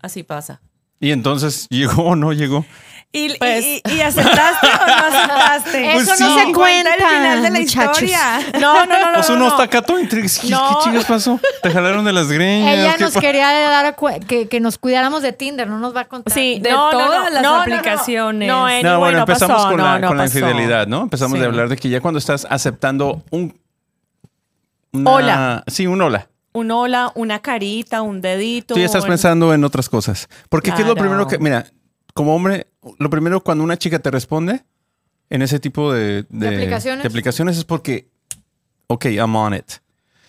Speaker 3: Así pasa.
Speaker 2: Y entonces, ¿llegó o no llegó?
Speaker 4: Y, y-
Speaker 3: Pues-
Speaker 4: y- y aceptaste o no aceptaste?
Speaker 1: Eso
Speaker 2: Pues
Speaker 1: no
Speaker 2: sí.
Speaker 1: se cuenta,
Speaker 4: el final de la
Speaker 1: muchachos.
Speaker 4: historia.
Speaker 3: No, no, no, no.
Speaker 2: Pues
Speaker 3: no,
Speaker 2: uno
Speaker 3: no.
Speaker 2: está acá todo intrigado. ¿Qué,
Speaker 3: No.
Speaker 2: qué chingas pasó? Te jalaron de las greñas.
Speaker 1: Ella
Speaker 2: ¿Qué
Speaker 1: nos
Speaker 2: pa-
Speaker 1: quería dar cu- que, que nos cuidáramos de Tinder, no nos va a contar.
Speaker 3: Sí,
Speaker 4: De
Speaker 3: no, no,
Speaker 4: todas
Speaker 3: no,
Speaker 4: las
Speaker 3: no, no, no.
Speaker 4: aplicaciones.
Speaker 3: No, anyway,
Speaker 2: No, bueno,
Speaker 3: no
Speaker 2: empezamos
Speaker 3: pasó,
Speaker 2: con, la,
Speaker 3: no, no
Speaker 2: con la
Speaker 3: pasó.
Speaker 2: infidelidad, ¿no? Empezamos
Speaker 4: Sí.
Speaker 2: de hablar de que ya cuando estás aceptando un... una-
Speaker 3: Hola.
Speaker 2: Sí, un hola.
Speaker 3: Un hola, una carita, un dedito.
Speaker 2: Tú ya estás
Speaker 3: un-
Speaker 2: pensando en otras cosas. Porque ¿qué es lo
Speaker 3: Claro.
Speaker 2: primero que... Mira, como hombre, lo primero cuando una chica te responde en ese tipo de...
Speaker 1: ¿De aplicaciones?
Speaker 2: de aplicaciones es porque, ok, I'm on it.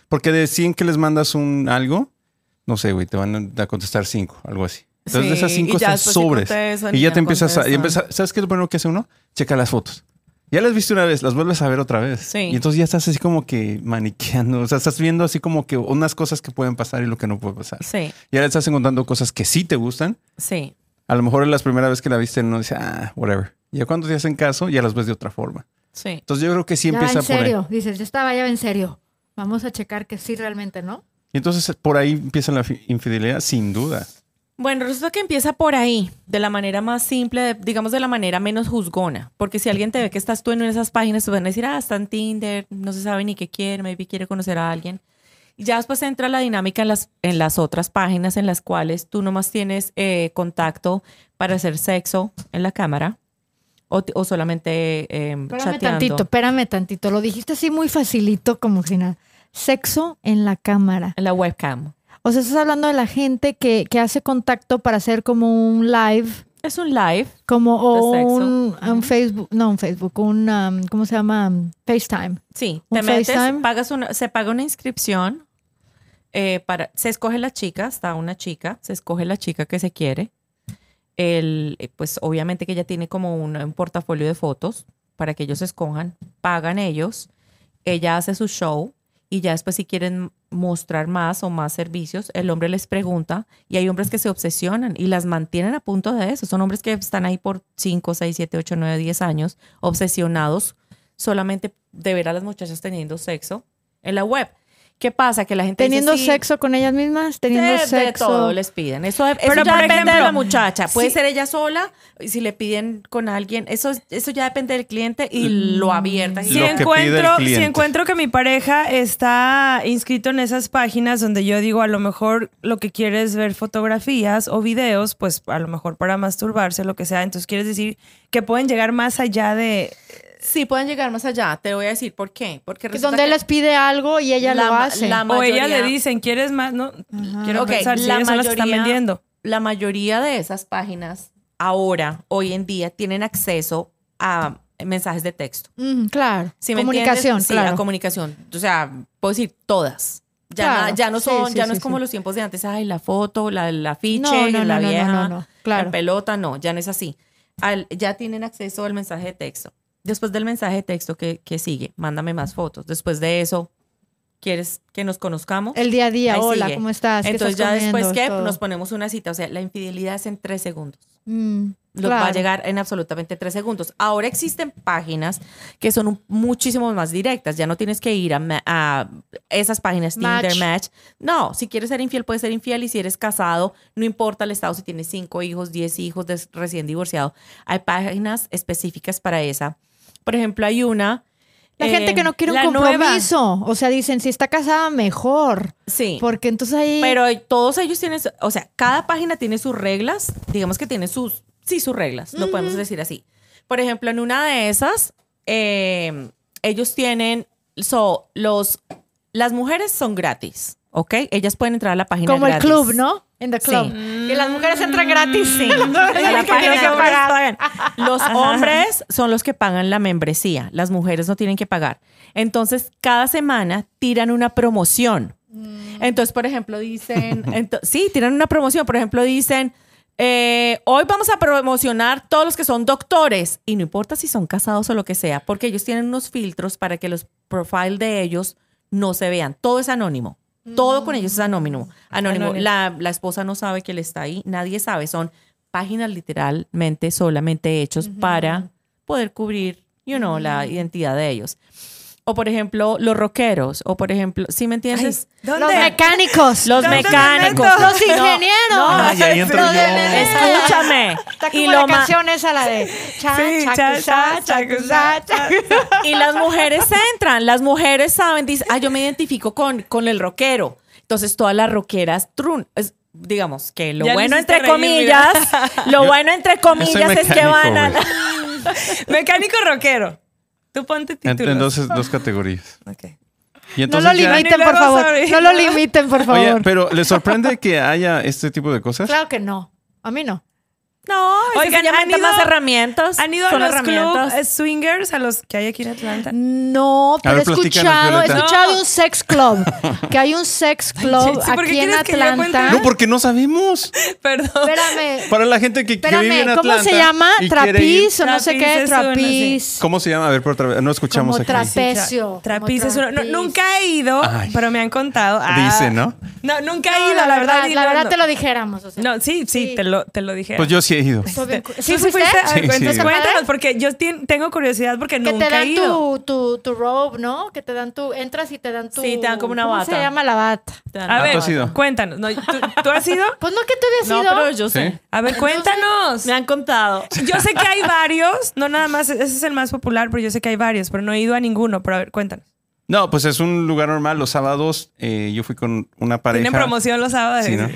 Speaker 2: Porque de 100 que les mandas un algo, no sé, güey, te van a contestar 5, algo así. Entonces de esas
Speaker 3: Sí,
Speaker 2: 5
Speaker 3: y ya
Speaker 2: estás
Speaker 3: después sí
Speaker 2: sobres.
Speaker 3: contestan
Speaker 2: y
Speaker 3: y
Speaker 2: ya
Speaker 3: ya
Speaker 2: te empiezas a... y
Speaker 3: contestan.
Speaker 2: empieza- ¿Sabes qué es lo primero que hace uno? Checa las fotos. Ya las viste una vez, las vuelves a ver otra vez.
Speaker 3: Sí.
Speaker 2: Y entonces ya estás así como que maniqueando. O sea, estás viendo así como que unas cosas que pueden pasar y lo que no puede pasar.
Speaker 3: Sí,
Speaker 2: Y ahora estás encontrando cosas que sí te gustan.
Speaker 3: sí.
Speaker 2: A lo mejor las primera vez que la viste no dice, ah, whatever. Ya cuando te hacen caso, ya las ves de otra forma.
Speaker 3: Sí.
Speaker 2: Entonces yo creo que sí
Speaker 1: ya va
Speaker 2: empieza
Speaker 1: en
Speaker 2: por ahí.
Speaker 1: serio, dices, yo estaba ya va en serio. Vamos a checar que sí realmente, ¿no?
Speaker 2: Y entonces por ahí empieza la fi- infidelidad, sin duda.
Speaker 3: Bueno, resulta que empieza por ahí, de la manera más simple, de- digamos de la manera menos juzgona. Porque si alguien te ve que estás tú en esas páginas, te van a decir, ah, está en Tinder, no se sabe ni qué quiere, maybe quiere conocer a alguien. Y ya después entra la dinámica en las, en las otras páginas en las cuales tú nomás tienes eh, contacto para hacer sexo en la cámara o, t- o solamente eh,
Speaker 1: Espérame
Speaker 3: chateando.
Speaker 1: tantito, espérame tantito. Lo dijiste así muy facilito, como si nada. Sexo en la cámara.
Speaker 3: En la webcam.
Speaker 1: O sea, estás hablando de la gente que, que hace contacto para hacer como un live,
Speaker 3: Es un live.
Speaker 1: como o
Speaker 3: De sexo.
Speaker 1: un, un Facebook, no un Facebook, un, um, ¿cómo se llama? Um, FaceTime.
Speaker 3: Sí,
Speaker 1: ¿Un
Speaker 3: te metes,
Speaker 1: FaceTime?
Speaker 3: pagas una, se paga una inscripción. eh, para, se escoge la chica, está una chica, se escoge la chica que se quiere. El, eh, pues obviamente que ella tiene como un, un portafolio de fotos para que ellos escojan, pagan ellos, ella hace su show y ya después si quieren mostrar más o más servicios, el hombre les pregunta y hay hombres que se obsesionan y las mantienen a punto de eso. Son hombres que están ahí por 5, 6, 7, 8, 9, 10 años obsesionados solamente de ver a las muchachas teniendo sexo en la web. ¿Qué pasa? Que la gente dice,
Speaker 1: Teniendo
Speaker 3: sí,
Speaker 1: sexo con ellas mismas,
Speaker 3: de,
Speaker 1: teniendo
Speaker 3: de
Speaker 1: sexo.
Speaker 3: todo les piden. Eso, eso
Speaker 4: Pero,
Speaker 3: ya
Speaker 4: por
Speaker 3: depende de
Speaker 4: ejemplo,
Speaker 3: la muchacha. Puede
Speaker 4: sí.
Speaker 3: ser ella sola, y si le piden con alguien. Eso, es- eso ya depende del cliente y lo abierta.
Speaker 4: Si
Speaker 2: Lo que pide el
Speaker 4: encuentro, si
Speaker 2: cliente.
Speaker 4: encuentro que mi pareja está inscrito en esas páginas donde yo digo, a lo mejor lo que quieres ver fotografías o videos, pues a lo mejor para masturbarse, lo que sea. Entonces quieres decir que pueden llegar más allá de,
Speaker 3: Sí, pueden llegar más allá. Te voy a decir por qué. Porque
Speaker 1: Que
Speaker 3: resulta
Speaker 1: donde él
Speaker 3: que
Speaker 1: les pide algo y ella
Speaker 3: la
Speaker 1: lo
Speaker 3: ma-
Speaker 1: hace.
Speaker 3: la
Speaker 4: O ella le
Speaker 3: mayoría-
Speaker 4: dicen, ¿quieres más? No,
Speaker 1: Ajá.
Speaker 4: quiero
Speaker 3: Ok,
Speaker 4: pensar si
Speaker 3: la
Speaker 4: ellas son las que están
Speaker 3: mayoría-
Speaker 4: vendiendo.
Speaker 3: la mayoría de esas páginas ahora, hoy en día, tienen acceso a mensajes de texto.
Speaker 1: Mm, claro.
Speaker 3: ¿Sí me entiendes?
Speaker 1: Comunicación,
Speaker 3: Sí,
Speaker 1: claro.
Speaker 3: a comunicación. O sea, puedo decir todas. Ya,
Speaker 1: Claro.
Speaker 3: na- ya no
Speaker 1: Sí,
Speaker 3: son,
Speaker 1: sí,
Speaker 3: ya no
Speaker 1: sí,
Speaker 3: es como
Speaker 1: sí.
Speaker 3: los tiempos de antes, ay, la foto, la, la afiche,
Speaker 1: no, no, no,
Speaker 3: la
Speaker 1: no, no,
Speaker 3: vieja,
Speaker 1: no, no, claro.
Speaker 3: la pelota, no, ya no es así. Al- ya tienen acceso al mensaje de texto. Después del mensaje de texto que, que sigue, mándame más fotos. Después de eso, ¿quieres que nos conozcamos?
Speaker 1: El día a día,
Speaker 3: Ahí
Speaker 1: hola,
Speaker 3: sigue.
Speaker 1: ¿cómo estás? ¿Qué
Speaker 3: Entonces
Speaker 1: estás
Speaker 3: ya después
Speaker 1: comiendo?
Speaker 3: que
Speaker 1: Todo.
Speaker 3: nos ponemos una cita, o sea, la infidelidad es en tres segundos.
Speaker 1: Mm,
Speaker 3: Lo va a
Speaker 1: claro.
Speaker 3: llegar en absolutamente tres segundos. Ahora existen páginas que son un- muchísimo más directas. Ya no tienes que ir a, ma- a esas páginas
Speaker 1: Match.
Speaker 3: Tinder Match. No, si quieres ser infiel, puedes ser infiel. Y si eres casado, no importa el estado, si tienes cinco hijos, diez hijos, des- recién divorciado. Hay páginas específicas para esa. Por ejemplo, hay una.
Speaker 1: La
Speaker 3: eh,
Speaker 1: gente que no quiere un
Speaker 4: la nueva.
Speaker 1: compromiso. O sea, dicen, si está casada, mejor.
Speaker 3: Sí.
Speaker 1: Porque entonces ahí.
Speaker 3: Pero todos ellos tienen, su- o sea, cada página tiene sus reglas, digamos que tiene sus, sí, sus reglas, lo podemos decir así. Por ejemplo, en una de esas, eh, ellos tienen, so, los, las mujeres son gratis, ¿ok? Ellas pueden entrar a la página
Speaker 1: como el
Speaker 3: gratis.
Speaker 1: club, ¿no? En the
Speaker 3: Sí.
Speaker 1: club. Que las mujeres entran gratis.
Speaker 3: Sí.
Speaker 1: Las mujeres son
Speaker 3: En la
Speaker 1: las que
Speaker 3: página
Speaker 1: tienen que
Speaker 3: de hombres
Speaker 1: pagar.
Speaker 3: pagan. Los hombres son los que pagan la membresía, las mujeres no tienen que pagar. Entonces, cada semana tiran una promoción. Entonces, por ejemplo, dicen, ento- sí, tiran una promoción, por ejemplo, dicen, eh, hoy vamos a promocionar todos los que son doctores, y no importa si son casados o lo que sea, porque ellos tienen unos filtros para que los profile de ellos no se vean. Todo es anónimo. Todo con ellos es anónimo. Anónimo.
Speaker 4: Anónimo.
Speaker 3: La, la esposa no sabe que él está ahí, nadie sabe. Son páginas literalmente solamente hechos para poder cubrir, you know, la identidad de ellos. O por ejemplo, los rockeros, o por ejemplo, ¿sí me entiendes?
Speaker 1: Los mecánicos.
Speaker 3: Los
Speaker 4: ¿Dónde
Speaker 3: mecánicos.
Speaker 4: meto?
Speaker 1: Los ingenieros.
Speaker 3: No, no.
Speaker 2: Ay, ahí entro
Speaker 1: Los
Speaker 2: yo.
Speaker 1: de-
Speaker 3: Escúchame.
Speaker 1: Está como
Speaker 3: Y,
Speaker 1: la
Speaker 3: lo ma-
Speaker 1: canción esa, la de cha,
Speaker 4: Sí,
Speaker 1: cha,
Speaker 4: cha, cha,
Speaker 1: cha, cha, cha, cha.
Speaker 3: y las mujeres entran, las mujeres saben, dicen, ah, yo me identifico con, con el rockero. Entonces todas las rockeras, trun, es- digamos que lo
Speaker 4: Ya me
Speaker 3: bueno
Speaker 4: hiciste
Speaker 3: entre
Speaker 4: reír,
Speaker 3: comillas,
Speaker 4: mira.
Speaker 3: lo bueno entre comillas
Speaker 2: Yo soy
Speaker 3: es que
Speaker 2: mecánico,
Speaker 3: van a...
Speaker 2: güey.
Speaker 4: Mecánico rockero. Tú ponte
Speaker 2: Ent-
Speaker 4: títulos.
Speaker 2: Entonces, dos categorías.
Speaker 4: Ok.
Speaker 2: Y
Speaker 1: No
Speaker 2: entonces
Speaker 1: lo
Speaker 2: ya-
Speaker 1: limiten, por
Speaker 4: Ni luego,
Speaker 1: favor.
Speaker 4: sorry.
Speaker 1: No lo limiten, por
Speaker 2: Oye,
Speaker 1: favor.
Speaker 2: pero ¿les sorprende que haya este tipo de cosas?
Speaker 1: Claro que no. A mí no.
Speaker 3: No,
Speaker 4: Oigan,
Speaker 3: Oigan,
Speaker 4: ¿han ido-
Speaker 3: más herramientas.
Speaker 4: ¿Han ido a
Speaker 3: son
Speaker 4: los
Speaker 3: herramientas.
Speaker 4: club eh, swingers, a los que hay aquí en Atlanta?
Speaker 1: No, pero he
Speaker 2: ver, platícanos,
Speaker 1: escuchado, he
Speaker 2: Violeta.
Speaker 1: escuchado de un sex club. Que hay un sex club
Speaker 4: Jessy, ¿por qué
Speaker 1: aquí en
Speaker 4: quieres que yo
Speaker 1: Atlanta.
Speaker 4: cuente?
Speaker 2: No, porque no sabemos.
Speaker 4: Perdón.
Speaker 1: Espérame,
Speaker 2: Para la gente que, que vive
Speaker 1: espérame.
Speaker 2: en Atlanta.
Speaker 1: ¿Cómo se llama?
Speaker 2: y quiere ir-
Speaker 1: Trapiz o no sé
Speaker 4: Trapiz
Speaker 1: qué.
Speaker 4: es una, sí.
Speaker 1: Trapiz.
Speaker 2: ¿Cómo se llama? A ver, por otra vez. No escuchamos
Speaker 1: Como
Speaker 2: aquí.
Speaker 1: trapiz.
Speaker 4: Sí, tra-
Speaker 1: Trapecio,
Speaker 4: trapiz
Speaker 1: como
Speaker 4: es uno- no,
Speaker 1: trapiz.
Speaker 4: nunca he ido,
Speaker 2: Ay.
Speaker 4: pero me han contado. Ah.
Speaker 2: Dice, ¿no?
Speaker 4: No, nunca he
Speaker 1: No,
Speaker 4: ido, la, verdad. y
Speaker 1: la
Speaker 4: no,
Speaker 1: verdad
Speaker 4: no.
Speaker 1: te lo dijéramos. o sea.
Speaker 4: No, sí, sí,
Speaker 1: Sí.
Speaker 4: te lo, te lo dije.
Speaker 2: Pues yo sí he ido.
Speaker 1: Estuvo bien cu-
Speaker 4: ¿Tú
Speaker 1: Este, ¿Sí
Speaker 4: sí
Speaker 1: fuiste?
Speaker 4: A ver,
Speaker 2: Sí,
Speaker 4: cuéntanos,
Speaker 2: sí.
Speaker 4: cuéntanos, porque yo tien- tengo curiosidad porque
Speaker 1: Que te
Speaker 4: nunca he
Speaker 1: dan
Speaker 4: ido.
Speaker 1: tu, tu, tu robe, ¿no? Que te dan tu. Entras y te dan tu.
Speaker 3: Sí, te dan como una
Speaker 1: ¿Cómo
Speaker 3: bata.
Speaker 1: se llama la bata?
Speaker 4: A
Speaker 2: Ah, tú
Speaker 4: ver,
Speaker 2: has ido.
Speaker 4: cuéntanos. No, ¿tú, tú has ido?
Speaker 1: Pues no, que tú habías
Speaker 3: No,
Speaker 1: ido.
Speaker 3: pero yo
Speaker 2: Sí.
Speaker 3: sé.
Speaker 4: A ver, cuéntanos.
Speaker 3: Me han contado.
Speaker 4: Yo sé que hay varios, no nada más, ese es el más popular, pero yo sé que hay varios, pero no he ido a ninguno. Pero a ver, cuéntanos.
Speaker 2: No, pues es un lugar normal. Los sábados eh, yo fui con una pareja.
Speaker 4: Tienen promoción los sábados.
Speaker 2: Sí, ¿no?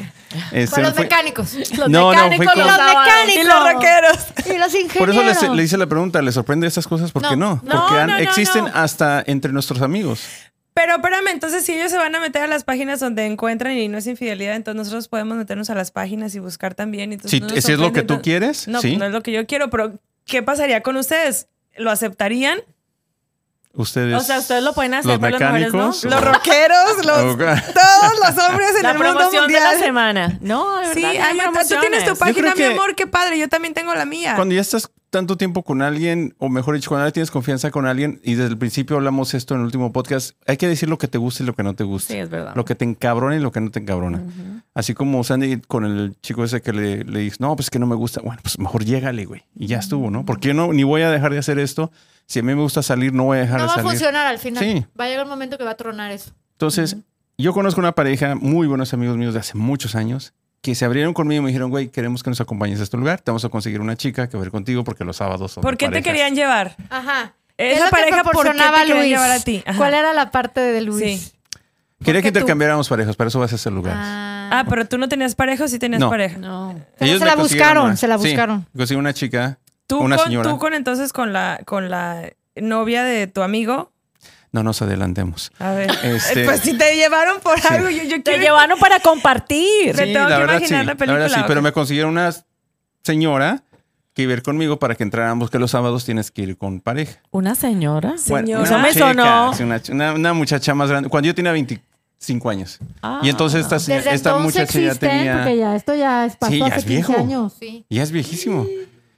Speaker 2: Este,
Speaker 1: Con los
Speaker 2: fue-
Speaker 1: mecánicos.
Speaker 2: No,
Speaker 3: Los
Speaker 2: no, fue
Speaker 3: mecánicos,
Speaker 2: con-
Speaker 3: los
Speaker 1: Los
Speaker 3: sábados.
Speaker 1: mecánicos.
Speaker 4: Y los rockeros.
Speaker 1: Y los ingenieros.
Speaker 2: Por eso les- le hice la pregunta, ¿les sorprende estas cosas? ¿Por qué no?
Speaker 1: No.
Speaker 3: No,
Speaker 2: Porque han-
Speaker 3: no, no,
Speaker 2: existen
Speaker 3: no.
Speaker 2: hasta entre nuestros amigos.
Speaker 4: Pero espérame, entonces si ellos se van a meter a las páginas donde encuentran y no es infidelidad, entonces nosotros podemos meternos a las páginas y buscar también. entonces
Speaker 2: Si,
Speaker 4: no nos
Speaker 2: si es lo
Speaker 4: ofende,
Speaker 2: que tú
Speaker 4: entonces-
Speaker 2: quieres,
Speaker 4: No,
Speaker 2: sí.
Speaker 4: no es lo que yo quiero, pero ¿qué pasaría con ustedes? ¿Lo aceptarían?
Speaker 2: Ustedes.
Speaker 3: O sea, ustedes lo pueden hacer,
Speaker 2: los
Speaker 3: pero las mujeres no.
Speaker 2: mecánicos.
Speaker 4: Los rockeros, los,
Speaker 2: Ok.
Speaker 4: todos los hombres en
Speaker 3: La
Speaker 4: el mundo
Speaker 3: promoción de la
Speaker 4: mundial.
Speaker 3: semana. No, de
Speaker 4: sí,
Speaker 3: verdad, hay
Speaker 4: hay tú tienes tu
Speaker 3: promociones.
Speaker 2: creo
Speaker 4: página, mi
Speaker 2: que-
Speaker 4: amor, qué padre, yo también tengo la mía.
Speaker 2: Cuando ya estás tanto tiempo con alguien, o mejor dicho, cuando ya tienes confianza con alguien, y desde el principio hablamos esto en el último podcast, hay que decir lo que te gusta y lo que no te gusta.
Speaker 3: Sí, es
Speaker 1: Ah.
Speaker 3: verdad.
Speaker 2: Lo que te encabrona y lo que no te encabrona. Así como Sandy con el chico ese que le, le dice, no, pues que no me gusta. Bueno, pues mejor llégale, güey. Y ya estuvo, ¿no? Porque yo no, ni voy a dejar de hacer esto. Si a mí me gusta salir, no voy a dejar
Speaker 1: No
Speaker 2: de
Speaker 1: va a
Speaker 2: salir.
Speaker 1: funcionar al final.
Speaker 2: Sí.
Speaker 1: Va a llegar un momento que va a tronar eso.
Speaker 2: Entonces, yo conozco una pareja, muy buenos amigos míos de hace muchos años, que se abrieron conmigo y me dijeron, güey, queremos que nos acompañes a este lugar. Te vamos a conseguir una chica que va a ir contigo porque los sábados son.
Speaker 4: ¿Por
Speaker 2: de
Speaker 4: qué te
Speaker 2: parejas".
Speaker 4: querían llevar?
Speaker 1: Ajá.
Speaker 4: Esa
Speaker 1: Es lo
Speaker 4: pareja,
Speaker 1: que
Speaker 4: ¿por qué te
Speaker 1: proporcionaba
Speaker 4: quería
Speaker 1: Luis?
Speaker 4: llevar a ti? Ajá.
Speaker 1: ¿Cuál era la parte de Luis?
Speaker 4: Sí.
Speaker 2: Quería que
Speaker 1: Porque tú-
Speaker 2: intercambiáramos parejas, para eso vas a ese lugar.
Speaker 4: Ah, pero tú no tenías pareja o sí tenías
Speaker 2: No.
Speaker 4: pareja.
Speaker 3: No.
Speaker 1: Pero se
Speaker 2: me
Speaker 1: la
Speaker 2: consiguieron
Speaker 1: buscaron,
Speaker 2: una-
Speaker 1: se la
Speaker 2: sí,
Speaker 1: buscaron.
Speaker 2: Conseguí una chica,
Speaker 4: Tú
Speaker 2: una
Speaker 4: con,
Speaker 2: señora.
Speaker 4: tú con entonces con la con la novia de tu amigo.
Speaker 2: No nos adelantemos.
Speaker 4: A ver.
Speaker 2: Este-
Speaker 4: Pues si te llevaron por
Speaker 2: Sí.
Speaker 4: algo, yo, yo
Speaker 3: Te
Speaker 4: quiero-
Speaker 3: llevaron para compartir.
Speaker 4: Me tengo que imaginar la película,
Speaker 2: sí,
Speaker 4: ¿o
Speaker 2: pero
Speaker 4: qué?
Speaker 2: me consiguieron una señora que iba a ir conmigo para que entráramos, que los sábados tienes que ir con pareja.
Speaker 3: Una señora.
Speaker 4: Señora.
Speaker 2: Bueno,
Speaker 3: Eso me
Speaker 2: chica,
Speaker 3: sonó.
Speaker 2: sí, Una, una- una muchacha más grande. Cuando yo tenía 25 años.
Speaker 3: Ah.
Speaker 2: y entonces esta, señora-
Speaker 1: Desde
Speaker 2: esta
Speaker 1: entonces
Speaker 2: muchacha ya
Speaker 1: existen, porque
Speaker 2: tenía...
Speaker 1: ya esto ya es- pasó
Speaker 2: ya
Speaker 1: hace
Speaker 2: es
Speaker 1: 15
Speaker 2: viejo.
Speaker 1: años. Sí.
Speaker 2: Ya es viejísimo.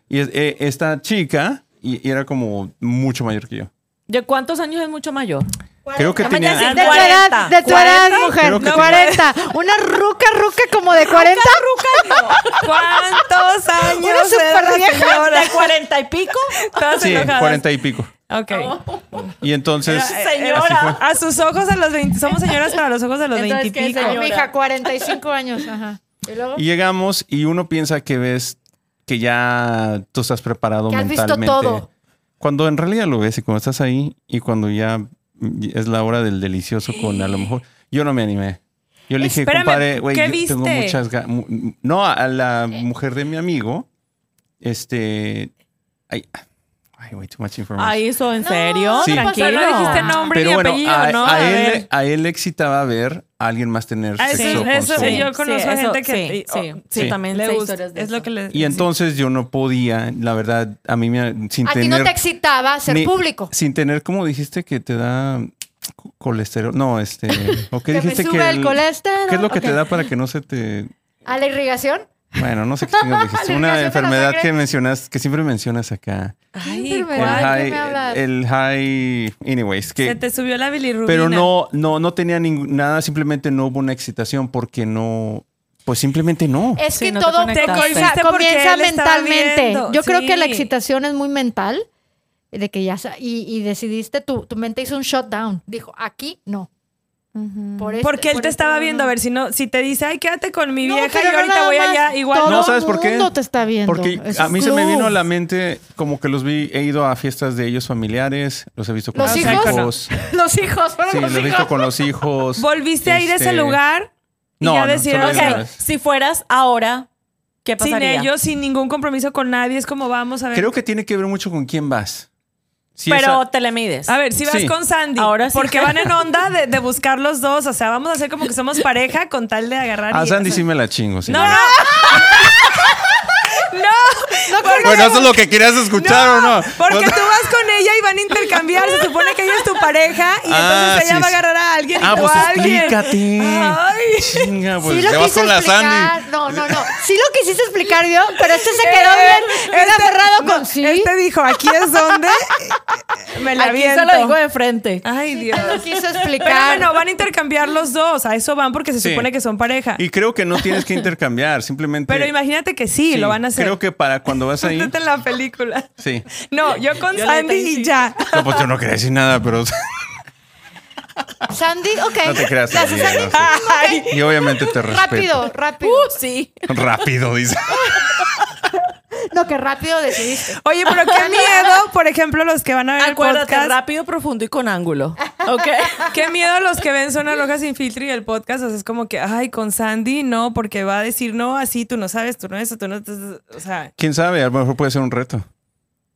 Speaker 2: Y es- eh, esta chica y, y era como mucho mayor que yo.
Speaker 3: ¿De cuántos años es mucho mayor?
Speaker 2: Creo que
Speaker 3: Tamaño
Speaker 2: tenía...
Speaker 3: así
Speaker 1: De tu edad,
Speaker 3: 40.
Speaker 1: de tu edad,
Speaker 4: ¿Cuarenta?
Speaker 1: mujer,
Speaker 2: Creo que
Speaker 1: 40. Una ruca, ruca como de 40.
Speaker 4: ¿Cuántos años?
Speaker 1: Una supervieja.
Speaker 3: ¿De cuarenta y pico?
Speaker 4: Todas
Speaker 2: Sí,
Speaker 4: enojadas.
Speaker 2: 40 y pico.
Speaker 4: Ok.
Speaker 2: Y entonces...
Speaker 4: Era-
Speaker 2: así
Speaker 3: Señora.
Speaker 2: fue.
Speaker 4: A sus ojos a los 20. Somos señoras, pero a los ojos de los
Speaker 3: Entonces,
Speaker 4: 20 y
Speaker 3: ¿qué
Speaker 4: pico.
Speaker 3: señor?
Speaker 1: Mi hija, 45 años. Ajá. Y luego,
Speaker 2: Y llegamos y uno piensa que ves que ya tú estás preparado
Speaker 1: Que has visto
Speaker 2: mentalmente.
Speaker 1: todo.
Speaker 2: Cuando en realidad lo ves y cuando estás ahí y cuando ya es la hora del delicioso con a lo mejor yo no me animé. Yo le dije,
Speaker 4: Espérame,
Speaker 2: compadre, güey,
Speaker 4: ¿qué
Speaker 2: yo tengo
Speaker 4: viste?
Speaker 2: muchas ga- mu- mu- No, a la mujer de mi amigo, este. Ay, ay, güey, too much information.
Speaker 3: Ay, eso, ¿en serio?
Speaker 2: Sí.
Speaker 3: Tranquilo.
Speaker 4: Pero no dijiste nombre
Speaker 2: Pero
Speaker 4: y
Speaker 2: bueno,
Speaker 4: apellido,
Speaker 2: a,
Speaker 4: ¿no?
Speaker 2: a
Speaker 4: A
Speaker 2: él,
Speaker 4: ver.
Speaker 2: a él le excitaba ver a alguien más tener
Speaker 4: Ah, eso-
Speaker 2: sexo con
Speaker 4: eso-
Speaker 2: su-
Speaker 4: sí, yo
Speaker 3: Sí,
Speaker 4: conozco
Speaker 3: eso,
Speaker 4: gente que-
Speaker 3: sí,
Speaker 4: y-
Speaker 3: sí,
Speaker 4: oh,
Speaker 3: sí,
Speaker 2: sí.
Speaker 3: también
Speaker 4: Le
Speaker 3: sé
Speaker 4: gusta.
Speaker 3: historias de
Speaker 4: Es
Speaker 3: eso.
Speaker 4: lo que le.
Speaker 2: Y entonces yo no podía, la verdad, a mí me, sin
Speaker 1: a ti
Speaker 2: tener
Speaker 1: no te excitaba ser
Speaker 2: ni-
Speaker 1: público.
Speaker 2: Sin tener, como dijiste, que te da co- colesterol. No, este. ¿O qué
Speaker 1: Que me
Speaker 2: dijiste
Speaker 1: sube
Speaker 2: que
Speaker 1: el colesterol.
Speaker 2: ¿Qué es lo que
Speaker 1: Ok.
Speaker 2: te da para que no se te.
Speaker 1: ¿A la irrigación?
Speaker 2: Bueno, no sé qué chingados dijiste.
Speaker 1: La
Speaker 2: Una
Speaker 1: irrigación de la
Speaker 2: enfermedad que
Speaker 1: sangre.
Speaker 2: mencionas, que siempre mencionas acá.
Speaker 4: Ay,
Speaker 1: Enfermedad.
Speaker 2: El
Speaker 1: ¿cuál?
Speaker 4: ¿cuál?
Speaker 1: ¿De qué
Speaker 2: high.
Speaker 1: me hablas?
Speaker 2: El high. Anyways,
Speaker 4: Se
Speaker 2: que.
Speaker 4: te subió la bilirrubina.
Speaker 2: Pero no, no, no tenía ningún- nada, simplemente no hubo una excitación porque no. Pues simplemente no.
Speaker 1: Es
Speaker 3: Sí,
Speaker 1: que
Speaker 3: no te
Speaker 1: todo
Speaker 3: conectaste.
Speaker 1: comienza,
Speaker 4: Te cogiste porque
Speaker 1: comienza
Speaker 4: él estaba
Speaker 1: mentalmente.
Speaker 4: viendo,
Speaker 1: Yo creo que la
Speaker 4: sí.
Speaker 1: excitación es muy mental. De que ya sa- y, y decidiste, tu, tu mente hizo un shutdown. Dijo, aquí no. Por este-
Speaker 4: Porque él
Speaker 1: por
Speaker 4: te
Speaker 1: este
Speaker 4: estaba
Speaker 1: no,
Speaker 4: viendo, a
Speaker 1: no.
Speaker 4: ver si no, si te dice, ay, quédate con mi
Speaker 1: No,
Speaker 4: vieja
Speaker 1: pero
Speaker 4: y
Speaker 1: no
Speaker 4: ahorita
Speaker 1: nada
Speaker 4: voy
Speaker 1: más.
Speaker 4: allá, igual
Speaker 1: Todo
Speaker 2: No, ¿sabes por qué?
Speaker 1: el mundo te está viendo.
Speaker 2: Porque
Speaker 1: Es
Speaker 2: a mí se me
Speaker 1: club.
Speaker 2: vino a la mente como que los vi, he ido a fiestas de ellos familiares, los he visto con
Speaker 1: ¿Los
Speaker 2: los
Speaker 1: hijos?
Speaker 2: hijos.
Speaker 1: Los hijos, fueron
Speaker 2: Sí,
Speaker 1: los
Speaker 2: los he visto
Speaker 1: hijos.
Speaker 2: con los hijos.
Speaker 4: Volviste a ir a ese
Speaker 2: Este,
Speaker 4: lugar y
Speaker 2: No,
Speaker 4: ya
Speaker 2: no,
Speaker 4: decir,
Speaker 2: solo
Speaker 4: "Ok,
Speaker 2: de una
Speaker 3: Ok,
Speaker 2: vez.
Speaker 3: si fueras ahora, ¿qué
Speaker 4: sin
Speaker 3: pasaría?
Speaker 4: ellos, sin ningún compromiso con nadie, es como vamos a ver.
Speaker 2: Creo que tiene que ver mucho con quién vas. Si
Speaker 3: Pero
Speaker 2: esa-
Speaker 3: te le mides.
Speaker 4: A ver, si vas
Speaker 2: Sí.
Speaker 4: con Sandy,
Speaker 3: Ahora sí.
Speaker 4: porque van en onda de, de buscar los dos, o sea, vamos a hacer como que somos pareja con tal de agarrar.
Speaker 2: a
Speaker 4: y-
Speaker 2: Sandy sí me la chingo. sí.
Speaker 4: No, no. no,
Speaker 2: Bueno, eso es lo que querías escuchar o no.
Speaker 4: Porque
Speaker 2: Bueno,
Speaker 4: tú vas con ella y van a intercambiar. Se supone que ella es tu pareja y
Speaker 2: Ah,
Speaker 4: entonces ella
Speaker 2: sí,
Speaker 4: va a
Speaker 2: sí.
Speaker 4: agarrar a alguien. y
Speaker 2: Ah,
Speaker 4: tú
Speaker 2: pues
Speaker 4: a alguien.
Speaker 2: explícate.
Speaker 4: Ay.
Speaker 2: Chinga, pues
Speaker 1: sí lo
Speaker 2: te vas
Speaker 1: quise
Speaker 2: con la
Speaker 1: explicar.
Speaker 2: Sandy.
Speaker 1: No, no, no. Sí lo quisiste explicar, yo, pero este se quedó bien, bien
Speaker 4: Este-
Speaker 1: aferrado
Speaker 4: no,
Speaker 1: con sí.
Speaker 4: Este dijo, aquí es donde Ah, me la
Speaker 3: Aquí
Speaker 4: viento.
Speaker 3: se lo digo de frente.
Speaker 4: Ay, Dios.
Speaker 1: No lo quiso
Speaker 4: Pero
Speaker 1: explicar.
Speaker 4: bueno, van a intercambiar los dos. A eso van porque se
Speaker 2: Sí.
Speaker 4: supone que son pareja.
Speaker 2: Y creo que no tienes que intercambiar, simplemente.
Speaker 4: Pero imagínate que sí,
Speaker 2: Sí,
Speaker 4: lo van a hacer.
Speaker 2: Creo que para cuando vas ahí.
Speaker 4: Ponte en la película.
Speaker 2: Sí.
Speaker 4: No, yo con
Speaker 3: Yo la
Speaker 4: Sandy
Speaker 3: tengo, sí.
Speaker 4: y ya.
Speaker 2: No, pues yo no quería decir nada, pero no
Speaker 1: Sandy, ok.
Speaker 2: te creas.
Speaker 1: Las
Speaker 2: Sandy,
Speaker 1: Sandy,
Speaker 2: no sé. Y obviamente te
Speaker 1: rápido,
Speaker 2: respeto.
Speaker 1: rápido.
Speaker 3: Uh, Ah, sí.
Speaker 2: Rápido, dice.
Speaker 1: No, que rápido decidiste.
Speaker 4: Oye, pero qué miedo, por ejemplo, los que van a ver el
Speaker 3: Acuérdate,
Speaker 4: podcast.
Speaker 3: rápido, profundo y con ángulo. ¿Ok?
Speaker 4: Qué miedo los que ven Zona Roja sin filtro y el podcast. O sea, es como que, ay, con Sandy no, porque va a decir no así, tú no sabes, tú no eso, tú no. O sea,
Speaker 2: Quién sabe, a lo mejor puede ser un reto.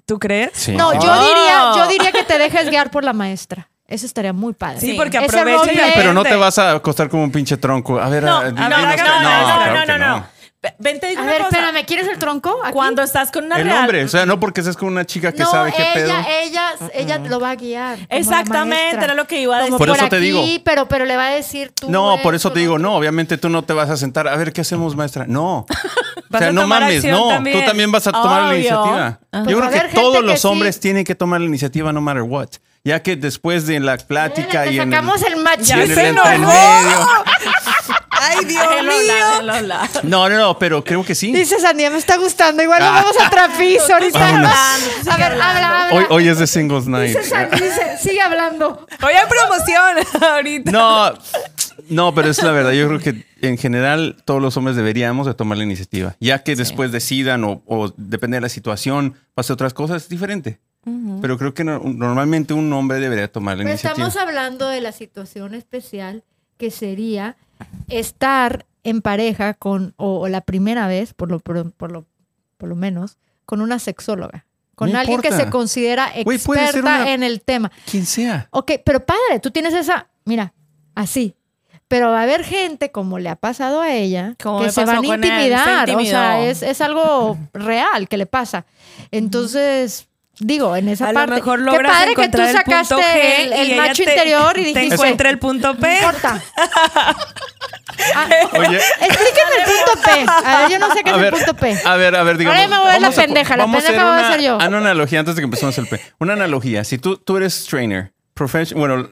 Speaker 4: ¿tú crees?
Speaker 2: Sí.
Speaker 1: No, yo
Speaker 3: Oh.
Speaker 1: diría, yo diría que te dejes guiar por la maestra. Eso estaría muy padre.
Speaker 4: Sí,
Speaker 3: Sí.
Speaker 4: porque
Speaker 1: Ese
Speaker 4: aprovecha y
Speaker 1: roleplay-
Speaker 2: Pero no te
Speaker 4: aprende.
Speaker 2: vas a acostar como un pinche tronco. A ver,
Speaker 3: No,
Speaker 2: a-
Speaker 3: no,
Speaker 2: dinos
Speaker 3: no,
Speaker 2: que-
Speaker 3: no,
Speaker 2: claro
Speaker 3: no,
Speaker 2: que
Speaker 3: no, no, no. Ve- Ven, te digo
Speaker 1: A
Speaker 3: una
Speaker 1: ver,
Speaker 3: cosa.
Speaker 1: espérame, ¿quieres el tronco? aquí?
Speaker 3: Cuando estás con una
Speaker 2: El
Speaker 3: real-
Speaker 2: hombre, o sea, no porque seas con una chica que
Speaker 1: no,
Speaker 2: sabe qué
Speaker 1: ella,
Speaker 2: pedo.
Speaker 1: ella, ella lo va a guiar. como la
Speaker 3: Exactamente,
Speaker 1: maestra.
Speaker 3: era lo que iba a decir.
Speaker 1: Como
Speaker 2: Por eso te
Speaker 1: aquí,
Speaker 2: digo.
Speaker 1: Pero, pero le va a decir tú.
Speaker 2: No, por eso
Speaker 1: esto,
Speaker 2: te digo,
Speaker 1: lo
Speaker 2: no, obviamente tú no te vas a sentar. A ver, ¿qué hacemos, maestra? No. O
Speaker 4: Vas a
Speaker 2: sea, no
Speaker 4: tomar
Speaker 2: mames,
Speaker 4: acción
Speaker 2: no.
Speaker 4: también.
Speaker 2: Tú también vas a tomar la
Speaker 3: Obvio.
Speaker 2: iniciativa.
Speaker 3: Ajá.
Speaker 2: Yo
Speaker 1: Pues va
Speaker 2: creo
Speaker 1: a
Speaker 2: que
Speaker 1: haber gente
Speaker 2: todos
Speaker 1: que
Speaker 2: los
Speaker 1: sí.
Speaker 2: hombres tienen que tomar la iniciativa no matter what. Ya que después de la
Speaker 1: otro.
Speaker 2: plática
Speaker 1: Le
Speaker 2: y en el,
Speaker 1: sacamos el
Speaker 2: y en
Speaker 1: machismo.
Speaker 2: el
Speaker 4: se enojó.
Speaker 2: entremedio.
Speaker 4: Ay, Dios
Speaker 3: Déjenlo hablar,
Speaker 4: mío.
Speaker 3: déjenlo hablar.
Speaker 2: No, no, no, pero creo que sí.
Speaker 1: Dice Sandía, me está gustando. Igual nos
Speaker 2: Ah.
Speaker 1: vamos a trapizo ahorita.
Speaker 2: Vámonos.
Speaker 1: A ver, habla, habla.
Speaker 2: Hoy, hoy es de singles night.
Speaker 1: Dice Sandy, dice, sigue hablando.
Speaker 4: Hoy hay promoción ahorita.
Speaker 2: No, no, pero es la verdad. Yo creo que en general todos los hombres deberíamos de tomar la iniciativa, ya que después decidan o, o depende de la situación, pase otras cosas, es diferente. Pero creo que no- normalmente un hombre debería tomar la
Speaker 1: Pero
Speaker 2: iniciativa.
Speaker 1: estamos hablando de la situación especial que sería estar en pareja con, o, o la primera vez, por lo, por, por lo, por lo menos, con una sexóloga, con
Speaker 2: No
Speaker 1: alguien que
Speaker 2: importa.
Speaker 1: se considera
Speaker 2: Güey, puede ser
Speaker 1: experta
Speaker 2: una-
Speaker 1: en el tema.
Speaker 2: Quien sea.
Speaker 1: Ok, pero padre, tú tienes esa, mira, así. Pero va a haber gente, como le ha pasado a ella,
Speaker 3: Como
Speaker 1: que
Speaker 3: me
Speaker 1: se van a
Speaker 3: pasó con él, se
Speaker 1: intimidar. o sea,
Speaker 3: intimidó.
Speaker 1: es, es algo real que le pasa. Entonces, digo, en esa
Speaker 4: a
Speaker 1: parte.
Speaker 4: lo mejor
Speaker 1: qué
Speaker 4: logras
Speaker 1: padre que tú
Speaker 4: encontrar el
Speaker 1: sacaste
Speaker 4: punto G
Speaker 1: el, el
Speaker 4: y ella
Speaker 1: macho
Speaker 4: te-
Speaker 1: interior y
Speaker 4: te
Speaker 1: dijiste.
Speaker 4: encuentra el punto P.
Speaker 1: No importa. Ah,
Speaker 2: Oye,
Speaker 1: explíquenme el punto P. A ver, yo no sé qué es
Speaker 2: a ver,
Speaker 1: el punto P.
Speaker 2: a ver, a ver, digamos.
Speaker 1: Ahora me voy a la
Speaker 2: vamos
Speaker 1: pendeja, la
Speaker 2: vamos
Speaker 1: pendeja
Speaker 2: hacer
Speaker 1: voy a
Speaker 2: una-
Speaker 1: ser yo.
Speaker 2: ah, no, una analogía antes de que empecemos el P. Una analogía. Si tú, tú eres trainer, profession, bueno,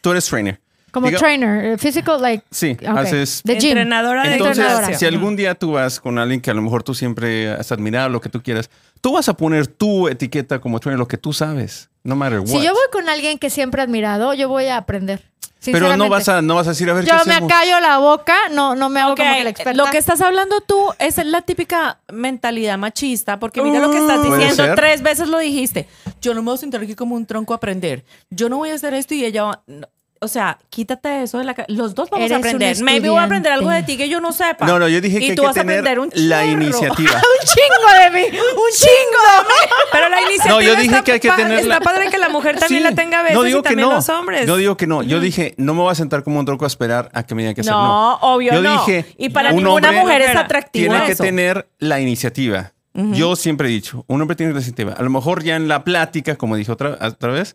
Speaker 2: tú eres trainer.
Speaker 1: Como
Speaker 2: Diga-
Speaker 1: trainer, eh, physical, like.
Speaker 2: Sí,
Speaker 1: ok,
Speaker 2: haces
Speaker 1: de gym.
Speaker 4: Entrenadora de
Speaker 2: Entonces,
Speaker 1: Entrenadora.
Speaker 2: si algún día tú vas con alguien que a lo mejor tú siempre has admirado, lo que tú quieras, tú vas a poner tu etiqueta como trainer, lo que tú sabes. No matter what.
Speaker 1: Si yo voy con alguien que siempre he admirado, yo voy a aprender.
Speaker 2: Pero no
Speaker 1: sinceramente.
Speaker 2: vas a, no vas a decir a ver qué
Speaker 1: Yo me
Speaker 2: hacemos.
Speaker 1: callo la boca, no, no me hago como que la
Speaker 3: Ok,
Speaker 1: experta.
Speaker 3: Lo que estás hablando tú es la típica mentalidad machista, porque mira lo que estás
Speaker 2: Uh, ¿Puede
Speaker 3: diciendo,
Speaker 2: ser?
Speaker 3: tres veces lo dijiste. Yo no me voy a sentar aquí como un tronco a aprender. Yo no voy a hacer esto y ella va... no. O sea, quítate eso de la ca- Los dos vamos a
Speaker 1: Eres un
Speaker 3: aprender. Maybe voy a aprender algo de
Speaker 1: estudiante.
Speaker 3: ti que yo no sepa.
Speaker 2: No, no, yo dije
Speaker 3: Y
Speaker 2: que hay
Speaker 3: tú
Speaker 2: que
Speaker 3: vas a
Speaker 2: tener
Speaker 3: aprender un
Speaker 2: la
Speaker 3: chorro.
Speaker 2: iniciativa.
Speaker 1: un chingo de mí, un chingo de mí.
Speaker 4: Pero la iniciativa
Speaker 2: No, yo dije
Speaker 4: está
Speaker 2: que hay que
Speaker 4: pa-
Speaker 2: tenerla.
Speaker 4: Está padre que la mujer también
Speaker 2: Sí.
Speaker 4: la tenga a veces y también los hombres.
Speaker 2: No digo que no. Yo dije, no me voy a sentar como un tronco a esperar a que me digan que hacer.
Speaker 3: No,
Speaker 2: No,
Speaker 3: obvio
Speaker 2: Yo
Speaker 3: no.
Speaker 2: dije,
Speaker 3: Y para
Speaker 2: un
Speaker 3: ninguna
Speaker 2: hombre
Speaker 3: mujer es
Speaker 4: Espera,
Speaker 3: atractivo
Speaker 2: tiene que
Speaker 3: eso.
Speaker 2: tener la iniciativa. Yo siempre he dicho, un hombre tiene la iniciativa. A lo mejor ya en la plática, como dije otra, otra vez,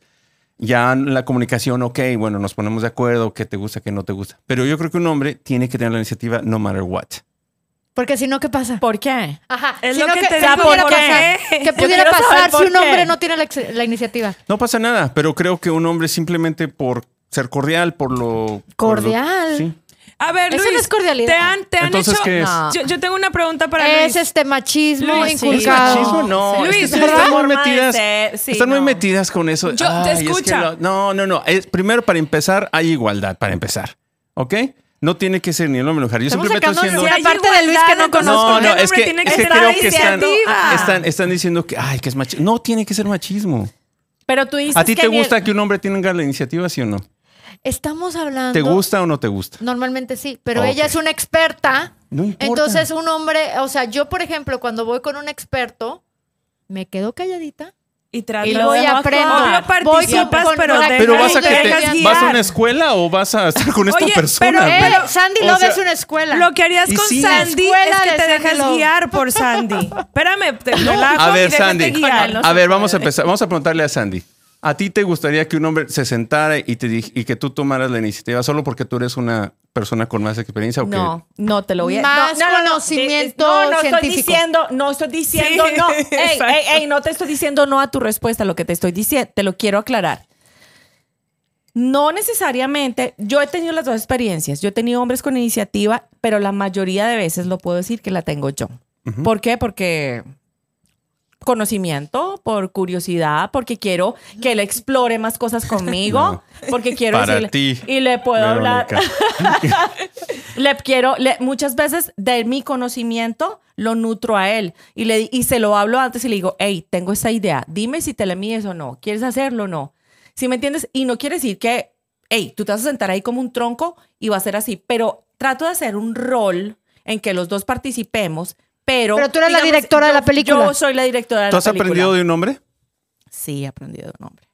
Speaker 2: ya en la comunicación, ok, bueno, nos ponemos de acuerdo, qué te gusta, qué no te gusta. Pero yo creo que un hombre tiene que tener la iniciativa no matter what.
Speaker 1: Porque si no, ¿qué pasa?
Speaker 3: ¿Por qué?
Speaker 1: Ajá,
Speaker 4: Es
Speaker 1: si
Speaker 4: lo
Speaker 1: no,
Speaker 4: que
Speaker 1: ¿qué-
Speaker 4: te
Speaker 1: qué
Speaker 3: digo,
Speaker 1: pudiera
Speaker 3: ¿por qué?
Speaker 1: pasar? ¿Qué
Speaker 3: Yo
Speaker 1: pudiera
Speaker 3: quiero
Speaker 1: pasar
Speaker 3: saber
Speaker 1: si
Speaker 3: por
Speaker 1: un hombre
Speaker 3: qué.
Speaker 1: no tiene la, ex- la iniciativa?
Speaker 2: No pasa nada, pero creo que un hombre simplemente por ser cordial, por lo... por lo-
Speaker 1: Cordial.
Speaker 2: sí.
Speaker 4: A ver,
Speaker 1: Eso no
Speaker 4: Luis,
Speaker 1: es cordialidad.
Speaker 4: Te han, te han
Speaker 2: Entonces,
Speaker 4: hecho...
Speaker 2: ¿qué es?
Speaker 3: No.
Speaker 4: Yo, yo tengo una pregunta para
Speaker 1: Es
Speaker 4: Luis.
Speaker 1: este machismo
Speaker 4: Luis, sí.
Speaker 2: ¿Es
Speaker 1: inculcado.
Speaker 2: machismo? No,
Speaker 4: Luis,
Speaker 2: es que
Speaker 4: ¿verdad?
Speaker 2: están muy
Speaker 3: Forma de
Speaker 2: metidas.
Speaker 3: ser, sí,
Speaker 2: están muy
Speaker 3: no.
Speaker 2: metidas con eso.
Speaker 4: Yo-
Speaker 2: Ay, es que
Speaker 4: escucha.
Speaker 2: lo- no, no, no. Es, primero, para empezar, hay igualdad, para empezar. ¿Ok? No tiene que ser ni el hombre ni la mujer. Yo
Speaker 1: Estamos
Speaker 2: simplemente estoy
Speaker 1: sacando
Speaker 2: diciendo.
Speaker 1: una parte de Luis que no
Speaker 4: entonces,
Speaker 1: conozco.
Speaker 2: No,
Speaker 4: ¿por qué
Speaker 2: no,
Speaker 4: el
Speaker 2: es
Speaker 4: hombre
Speaker 2: que,
Speaker 4: tiene
Speaker 2: es que
Speaker 4: ser
Speaker 2: creo que están,
Speaker 4: iniciativa?
Speaker 2: están, están diciendo que, ay, que es machismo. No, tiene que ser machismo.
Speaker 3: Pero tú dices
Speaker 2: ¿A ti
Speaker 3: que
Speaker 2: te
Speaker 3: ni el-
Speaker 2: gusta que un hombre tenga la iniciativa, sí o no?
Speaker 1: Estamos hablando.
Speaker 2: ¿Te gusta o no te gusta?
Speaker 1: Normalmente sí, pero
Speaker 2: Ok.
Speaker 1: ella es una experta.
Speaker 2: No importa.
Speaker 1: Entonces un hombre, o sea, yo por ejemplo, cuando voy con un experto, me quedo calladita
Speaker 4: Y, trato
Speaker 1: y
Speaker 3: lo
Speaker 1: voy
Speaker 3: demás,
Speaker 1: a aprender.
Speaker 3: claro.
Speaker 4: Obvio participas, pero dejas-
Speaker 2: Pero vas a que
Speaker 4: Déjalo,
Speaker 2: te,
Speaker 4: déjalo
Speaker 2: vas a una
Speaker 4: guiar.
Speaker 2: escuela o vas a estar con esta
Speaker 4: Oye,
Speaker 2: persona.
Speaker 4: pero-
Speaker 2: güey?
Speaker 1: Eh, Sandy
Speaker 2: Ah, O
Speaker 1: Love
Speaker 2: sea,
Speaker 1: es una escuela.
Speaker 4: Lo que harías
Speaker 2: Y
Speaker 4: con
Speaker 2: sí.
Speaker 4: Sandy es
Speaker 1: Escuela
Speaker 4: que
Speaker 1: de
Speaker 4: te
Speaker 1: Sandy
Speaker 4: dejas
Speaker 1: Love.
Speaker 4: guiar por Sandy. Espérame, te relajo
Speaker 2: A
Speaker 4: y
Speaker 2: ver,
Speaker 4: déjate
Speaker 2: Sandy.
Speaker 4: guiar.
Speaker 2: A ver, vamos a empezar. Vamos a preguntarle a Sandy. ¿A ti te gustaría que un hombre se sentara y, te dij- y que tú tomaras la iniciativa solo porque tú eres una persona con más experiencia? ¿o qué?
Speaker 3: No, no te lo voy a
Speaker 1: Más
Speaker 3: no, no, no,
Speaker 1: conocimiento
Speaker 3: no, no estoy
Speaker 1: científico.
Speaker 3: diciendo, no estoy diciendo
Speaker 4: Sí,
Speaker 3: no. Ey,
Speaker 4: exacto.
Speaker 3: ey, ey, no te estoy diciendo no a tu respuesta, lo que te estoy diciendo, te lo quiero aclarar. No necesariamente, yo he tenido las dos experiencias. Yo he tenido hombres con iniciativa, pero la mayoría de veces lo puedo decir que la tengo yo. ¿Por qué? Porque conocimiento, por curiosidad, porque quiero que él explore más cosas conmigo,
Speaker 2: No.
Speaker 3: porque quiero
Speaker 2: Para
Speaker 3: decirle-
Speaker 2: ti,
Speaker 3: y le puedo hablar
Speaker 2: Verónica.
Speaker 3: le quiero, le- muchas veces de mi conocimiento lo nutro a él y, le, y se lo hablo antes y le digo, hey, tengo esta idea, dime si te la mides o no, quieres hacerlo o no. Si me entiendes? Y no quiere decir que, hey, tú te vas a sentar ahí como un tronco y va a ser así, pero trato de hacer un rol en que los dos participemos, pero...
Speaker 1: Pero tú eres la directora de la
Speaker 3: yo-
Speaker 1: película.
Speaker 3: Yo soy la directora de
Speaker 2: ¿Tú
Speaker 3: la
Speaker 2: has
Speaker 3: película.
Speaker 2: aprendido de un hombre?
Speaker 3: Sí, he aprendido de un hombre.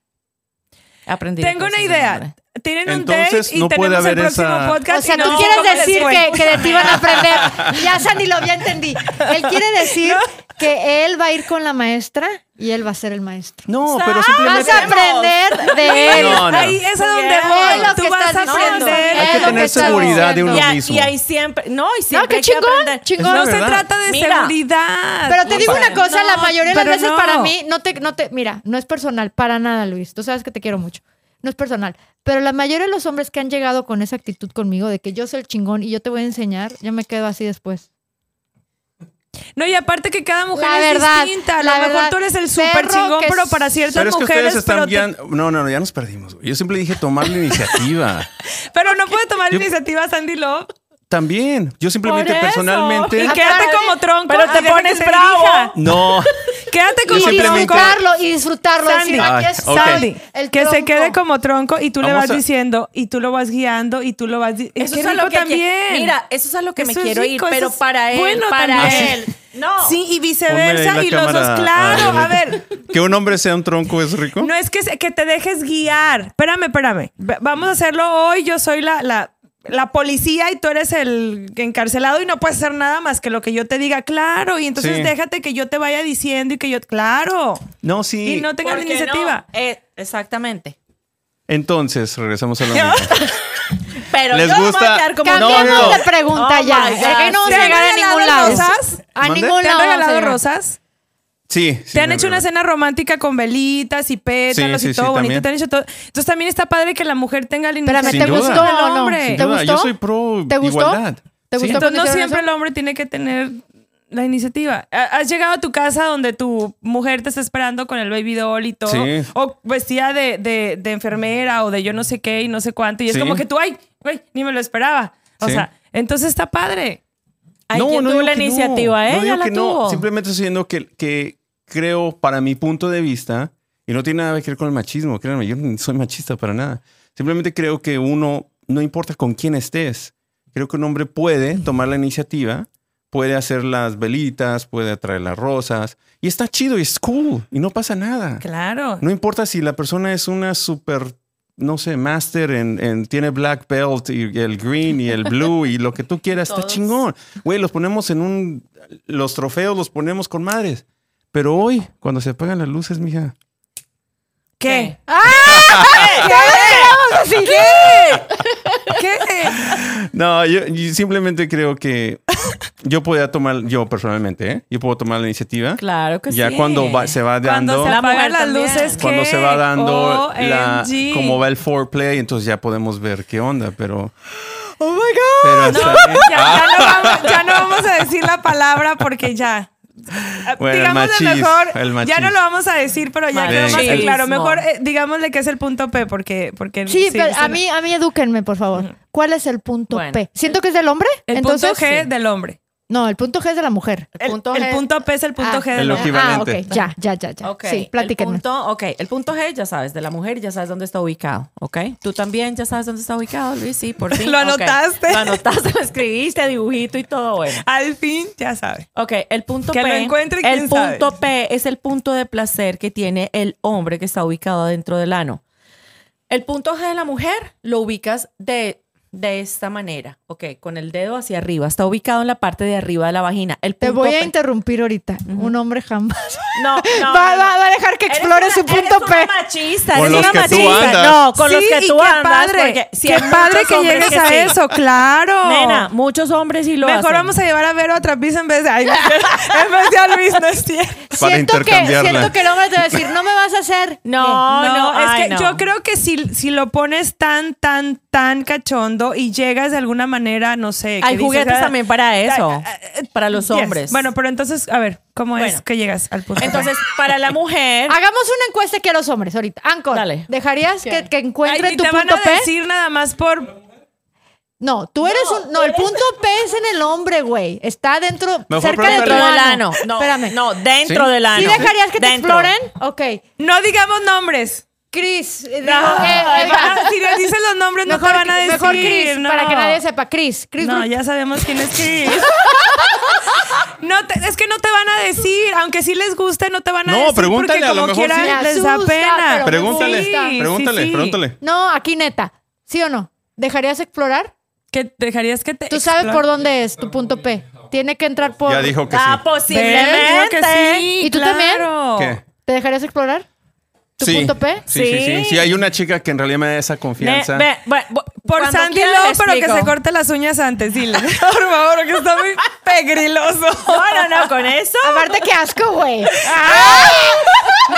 Speaker 3: He aprendido
Speaker 4: Tengo una
Speaker 3: cosas de un hombre.
Speaker 4: idea. Tienen
Speaker 2: Entonces,
Speaker 4: un date y
Speaker 2: no puede
Speaker 4: tenemos el
Speaker 2: haber
Speaker 4: próximo
Speaker 2: esa-
Speaker 4: podcast.
Speaker 1: o sea,
Speaker 4: y no
Speaker 1: tú
Speaker 4: sé cómo
Speaker 1: quieres
Speaker 4: les
Speaker 1: decir
Speaker 4: fue.
Speaker 1: que, que de ti van a aprender. Ya, Sandy Love, ya entendí. Él quiere decir que él va a ir con la maestra y él va a ser el maestro.
Speaker 2: No, pero
Speaker 1: Vas
Speaker 2: simplemente
Speaker 1: a aprender de él.
Speaker 2: No, no.
Speaker 4: Ahí es a donde
Speaker 3: Bien.
Speaker 1: Es lo
Speaker 4: voy.
Speaker 1: que
Speaker 4: Tú vas a
Speaker 1: estás diciendo.
Speaker 4: aprender.
Speaker 1: Es
Speaker 2: Hay que
Speaker 1: lo
Speaker 2: tener
Speaker 1: estás
Speaker 2: seguridad de uno
Speaker 3: y,
Speaker 1: diciendo.
Speaker 3: a-
Speaker 2: mismo.
Speaker 3: y ahí siempre, no, y siempre
Speaker 1: No, qué
Speaker 3: hay que
Speaker 1: chingón,
Speaker 3: aprender.
Speaker 1: chingón.
Speaker 4: No se
Speaker 2: ¿verdad?
Speaker 4: trata de
Speaker 3: Mira.
Speaker 4: seguridad.
Speaker 1: Pero te digo una cosa, la
Speaker 4: No,
Speaker 1: mayoría de las
Speaker 4: pero
Speaker 1: veces
Speaker 4: no.
Speaker 1: para mí, no te, no te, mira, no es personal, para nada, Luis. Tú sabes que te quiero mucho. No es personal. Pero la mayoría de los hombres que han llegado con esa actitud conmigo de que yo soy el chingón y yo te voy a enseñar, yo me quedo así después.
Speaker 4: No, y aparte que cada mujer
Speaker 1: La
Speaker 4: es
Speaker 1: verdad,
Speaker 4: distinta. A
Speaker 1: la
Speaker 4: lo mejor
Speaker 1: verdad.
Speaker 4: tú eres el
Speaker 1: Perro
Speaker 4: súper chingón,
Speaker 1: que
Speaker 4: pero
Speaker 1: es-
Speaker 4: para ciertas
Speaker 2: Pero es que
Speaker 4: mujeres.
Speaker 2: ustedes están
Speaker 4: pero, te-
Speaker 2: bien. No, no, no, ya nos perdimos. güey. Yo siempre dije tomar la iniciativa.
Speaker 4: pero no puede tomar
Speaker 2: Yo-
Speaker 4: iniciativa Sandy Love.
Speaker 2: También. Yo simplemente
Speaker 3: Por eso.
Speaker 2: personalmente.
Speaker 4: Y quédate como tronco.
Speaker 3: Pero te
Speaker 4: y deja
Speaker 3: pones
Speaker 4: que
Speaker 3: bravo.
Speaker 4: elija.
Speaker 2: No,
Speaker 4: Quédate
Speaker 1: Y
Speaker 4: como
Speaker 2: siempre me
Speaker 4: tronco.
Speaker 1: disfrutarlo, y disfrutarlo.
Speaker 4: Sandy.
Speaker 1: así, aquí
Speaker 2: Ay,
Speaker 1: estoy,
Speaker 2: ok.
Speaker 4: Sandy,
Speaker 1: el
Speaker 4: que se
Speaker 1: tronco.
Speaker 4: quede como tronco y tú le
Speaker 2: Vamos
Speaker 4: vas
Speaker 2: a-
Speaker 4: diciendo y tú lo vas guiando y tú lo vas. di-
Speaker 3: Eso
Speaker 4: Qué
Speaker 3: es a lo
Speaker 4: rico
Speaker 3: que
Speaker 4: también.
Speaker 3: que- mira, eso es a lo que
Speaker 4: Eso es
Speaker 3: me quiero ir,
Speaker 4: rico, eso
Speaker 3: pero
Speaker 4: es
Speaker 3: para él,
Speaker 4: bueno
Speaker 3: para
Speaker 4: también.
Speaker 3: él. No.
Speaker 4: Sí, y
Speaker 2: Ponme ahí
Speaker 4: viceversa
Speaker 2: la
Speaker 4: y los
Speaker 2: cámara
Speaker 4: dos. Claro,
Speaker 2: a-
Speaker 4: a ver.
Speaker 2: ¿Que un hombre sea un tronco es rico?
Speaker 4: No es que, se- que te dejes guiar. Espérame, espérame. Ve- Vamos a hacerlo hoy. Yo soy la, la, la policía y tú eres el encarcelado y no puedes hacer nada más que lo que yo te diga. Claro. Y entonces
Speaker 2: Sí.
Speaker 4: déjate que yo te vaya diciendo y que yo. Claro.
Speaker 2: No, sí.
Speaker 4: Y no tengas la
Speaker 3: ¿Por qué
Speaker 4: iniciativa.
Speaker 3: no? Eh, exactamente.
Speaker 2: Entonces, regresamos a lo mismo.
Speaker 3: Pero
Speaker 2: ¿Les
Speaker 3: yo no me
Speaker 2: gusta?
Speaker 3: voy a quedar como
Speaker 2: No,
Speaker 1: Cambiemos
Speaker 2: no.
Speaker 1: de pregunta
Speaker 3: Oh
Speaker 1: ya.
Speaker 3: my
Speaker 1: Es que no
Speaker 3: God.
Speaker 1: vamos a
Speaker 4: ¿Te han
Speaker 1: llegar a
Speaker 4: regalado
Speaker 1: ningún lado.
Speaker 4: rosas?
Speaker 1: A
Speaker 2: ¿Mande?
Speaker 1: ningún
Speaker 4: ¿Te han
Speaker 1: lado.
Speaker 4: regalado
Speaker 1: señora.
Speaker 4: rosas?
Speaker 2: Sí.
Speaker 4: Te han hecho una cena romántica con velitas y pétalos
Speaker 2: Sí, sí,
Speaker 4: y todo
Speaker 2: sí,
Speaker 4: bonito.
Speaker 2: también.
Speaker 4: Te han hecho todo. Entonces también está padre que la mujer tenga la
Speaker 1: Espérame,
Speaker 4: iniciativa.
Speaker 2: Sin
Speaker 1: ¿te
Speaker 2: duda.
Speaker 1: gustó
Speaker 4: Del
Speaker 1: o no?
Speaker 4: hombre.
Speaker 1: ¿Te
Speaker 2: duda,
Speaker 1: gustó?
Speaker 2: yo soy pro
Speaker 1: ¿Te gustó?
Speaker 2: igualdad.
Speaker 1: ¿Te
Speaker 2: Sí.
Speaker 1: gustó
Speaker 2: Entonces,
Speaker 1: cuando
Speaker 4: Entonces no
Speaker 1: hicieron
Speaker 4: siempre
Speaker 1: eso?
Speaker 4: el hombre tiene que tener la iniciativa. Ha- Has llegado a tu casa donde tu mujer te está esperando con el baby doll y todo.
Speaker 2: Sí.
Speaker 4: O vestida de, de- de enfermera o de yo no sé qué y no sé cuánto. Y es
Speaker 2: Sí.
Speaker 4: como que tú, ay, güey, ni me lo esperaba. O
Speaker 2: Sí.
Speaker 4: sea, entonces está padre.
Speaker 3: Ay, ¿quién tuvo
Speaker 2: digo
Speaker 3: la
Speaker 2: que no.
Speaker 3: iniciativa?
Speaker 2: No
Speaker 3: Ella
Speaker 2: digo
Speaker 3: la
Speaker 2: que
Speaker 3: tuvo.
Speaker 2: no. Simplemente estoy diciendo que, que creo, para mi punto de vista, y no tiene nada que ver con el machismo, créanme, yo no soy machista para nada. Simplemente creo que uno, no importa con quién estés, creo que un hombre puede tomar la iniciativa, puede hacer las velitas, puede atraer las rosas, y está chido y es cool, y no pasa nada.
Speaker 4: Claro.
Speaker 2: No importa si la persona es una super, no sé, master en, en- tiene black belt y el green y el blue y lo que tú quieras, está
Speaker 3: Todos.
Speaker 2: chingón. Güey, los ponemos en un, los trofeos los ponemos con madres. Pero hoy, cuando se apagan las luces, mija.
Speaker 4: ¿Qué? ¿Qué?
Speaker 2: No, yo, yo simplemente creo que yo podía tomar, yo personalmente, ¿eh? yo puedo tomar la iniciativa.
Speaker 3: Claro que
Speaker 2: ya
Speaker 3: sí.
Speaker 2: cuando va- se va dando.
Speaker 4: Cuando se
Speaker 3: La
Speaker 4: apagan
Speaker 3: mujer
Speaker 4: las
Speaker 3: también.
Speaker 4: luces, ¿qué?
Speaker 2: cuando se va dando la,
Speaker 4: OMG.
Speaker 2: cómo va el foreplay, entonces ya podemos ver qué onda, pero...
Speaker 4: ¡Oh, my God!
Speaker 2: pero hasta ahí-
Speaker 4: Ya, ya no
Speaker 2: Ah.
Speaker 4: vamos, ya no vamos a decir la palabra porque ya.
Speaker 2: Bueno, el
Speaker 4: digámosle
Speaker 2: machismo,
Speaker 4: mejor.
Speaker 2: el
Speaker 4: ya
Speaker 2: machismo.
Speaker 4: no lo vamos a decir, pero ya quedó más que
Speaker 2: Machismo.
Speaker 4: claro. Mejor eh, digámosle que es el punto P porque. porque
Speaker 1: Sí, pero
Speaker 4: se lo-
Speaker 1: a mí, a mí edúquenme, por favor. ¿Cuál es el punto
Speaker 3: Bueno.
Speaker 1: P? ¿Siento que es del hombre?
Speaker 4: El
Speaker 1: Entonces,
Speaker 4: punto G
Speaker 1: sí.
Speaker 4: del hombre.
Speaker 1: No, el punto G es de la mujer.
Speaker 4: El, el punto, P es el punto
Speaker 1: Ah.
Speaker 4: G del
Speaker 2: El
Speaker 4: hombre.
Speaker 1: Ah, ok.
Speaker 2: equivalente.
Speaker 1: Ya, ya, ya, ya.
Speaker 3: Ok,
Speaker 1: Sí, platíquenme.
Speaker 3: El punto, ok, el punto G ya sabes, de la mujer ya sabes dónde está ubicado, ¿ok? Tú también ya sabes dónde está ubicado, Luis, sí, por fin.
Speaker 4: Lo
Speaker 3: ok.
Speaker 4: anotaste.
Speaker 3: Lo anotaste, lo escribiste, dibujito y todo, bueno.
Speaker 4: Ah, Al fin, ya sabe.
Speaker 3: Ok, el punto
Speaker 4: Que
Speaker 3: P.
Speaker 4: lo encuentre,
Speaker 3: el
Speaker 4: quién sabe.
Speaker 3: punto P es el punto de placer que tiene el hombre que está ubicado dentro del ano. El punto G de la mujer lo ubicas de, de esta manera, ok, con el dedo hacia arriba. Está ubicado en la parte de arriba de la vagina. El
Speaker 1: Te
Speaker 3: punto
Speaker 1: voy a
Speaker 3: P-
Speaker 1: interrumpir ahorita. Un hombre jamás
Speaker 3: No, no,
Speaker 1: va,
Speaker 3: no, no.
Speaker 1: va- va a dejar que
Speaker 3: Eres
Speaker 1: explore
Speaker 3: una-
Speaker 1: su punto
Speaker 3: eres
Speaker 1: P.
Speaker 3: Una machista,
Speaker 2: Con
Speaker 3: eres
Speaker 2: los
Speaker 3: una
Speaker 2: que tú
Speaker 3: machista.
Speaker 2: andas.
Speaker 3: No, con los
Speaker 4: Sí,
Speaker 3: que
Speaker 4: y
Speaker 3: tú
Speaker 4: qué
Speaker 3: andas.
Speaker 4: Padre,
Speaker 3: porque si
Speaker 4: qué
Speaker 3: hay
Speaker 4: padre
Speaker 3: muchos
Speaker 4: que
Speaker 3: hombres
Speaker 4: llegues
Speaker 3: que
Speaker 4: a
Speaker 3: sí.
Speaker 4: eso, claro.
Speaker 3: Nena, muchos hombres y lo
Speaker 4: Mejor
Speaker 3: hacen.
Speaker 4: vamos a llevar a Vero a Trapiz en vez de, ay, en vez de a Luis, no es cierto.
Speaker 2: Para
Speaker 1: siento, que,
Speaker 2: intercambiarla.
Speaker 1: siento que el hombre te va a decir, no me vas a hacer. ¿Qué?
Speaker 3: No, no,
Speaker 4: No, es
Speaker 3: ay,
Speaker 4: que
Speaker 3: no.
Speaker 4: yo creo que si, si lo pones tan, tan, tan cachondo y llegas de alguna manera, no sé. que
Speaker 3: Hay
Speaker 4: dices,
Speaker 3: juguetes
Speaker 4: ah,
Speaker 3: también para eso,
Speaker 4: ah, ah,
Speaker 3: para los
Speaker 4: yes.
Speaker 3: hombres.
Speaker 4: Bueno, pero entonces, a ver, ¿cómo es
Speaker 3: Bueno.
Speaker 4: que llegas al punto?
Speaker 3: entonces para la mujer,
Speaker 1: Hagamos una encuesta aquí a los hombres ahorita. Ancor,
Speaker 3: Dale.
Speaker 1: ¿dejarías que, que encuentre
Speaker 4: Ay, ni
Speaker 1: tu
Speaker 4: te
Speaker 1: punto
Speaker 4: van a
Speaker 1: P?
Speaker 4: decir nada más por...
Speaker 1: No, tú eres un. No, el punto P es en el hombre, güey. Está dentro.
Speaker 2: Mejor
Speaker 1: cerca de tu
Speaker 3: dentro
Speaker 2: pregúntale.
Speaker 3: del ano. No,
Speaker 1: Espérame.
Speaker 3: no, dentro
Speaker 2: ¿Sí?
Speaker 3: del ano.
Speaker 1: ¿Sí dejarías que te
Speaker 3: Dentro.
Speaker 1: exploren? Ok.
Speaker 4: No digamos nombres.
Speaker 1: Chris. eh, digo, eh, eh,
Speaker 4: Ah, si les dicen los nombres no te van a decir.
Speaker 1: mejor Chris,
Speaker 4: no.
Speaker 1: para que nadie sepa. Chris. Chris
Speaker 4: No,
Speaker 1: Brook.
Speaker 4: ya sabemos quién es Chris. No te- es que no te van a decir, aunque sí les guste, no te van a
Speaker 2: No,
Speaker 4: decir.
Speaker 2: pregúntale,
Speaker 4: porque
Speaker 2: a lo
Speaker 4: como
Speaker 2: mejor
Speaker 4: quiera,
Speaker 1: sí. Me
Speaker 4: les da
Speaker 1: asusta,
Speaker 4: pena.
Speaker 1: pero me
Speaker 2: Pregúntale,
Speaker 1: gusta.
Speaker 4: Sí,
Speaker 2: pregúntale,
Speaker 4: sí, sí.
Speaker 2: pregúntale.
Speaker 1: No, aquí neta. ¿Sí o no? ¿Dejarías explorar?
Speaker 4: ¿Qué dejarías que te
Speaker 1: Tú sabes
Speaker 4: explore?
Speaker 1: por dónde es tu punto P. Tiene que entrar por.
Speaker 2: Ya dijo que sí.
Speaker 3: Ah,
Speaker 4: Ve, digo
Speaker 3: posiblemente.
Speaker 4: que sí,
Speaker 1: ¿Y tú
Speaker 4: claro.
Speaker 2: ¿Qué?
Speaker 1: ¿Te dejarías explorar? ¿Tu
Speaker 2: Sí.
Speaker 1: punto P?
Speaker 2: Sí, sí, sí.
Speaker 3: Sí.
Speaker 2: Si hay una chica que en realidad me da esa confianza.
Speaker 3: Ve- ve- bu-
Speaker 4: Por
Speaker 3: cuando
Speaker 4: Sandy
Speaker 3: quiera
Speaker 4: Lowe,
Speaker 3: les
Speaker 4: pero que
Speaker 3: explico.
Speaker 4: se corte las uñas antes, dile. Por favor, que está muy pegriloso.
Speaker 3: No, no, no, con eso.
Speaker 1: Aparte, qué asco, güey.
Speaker 4: No, no,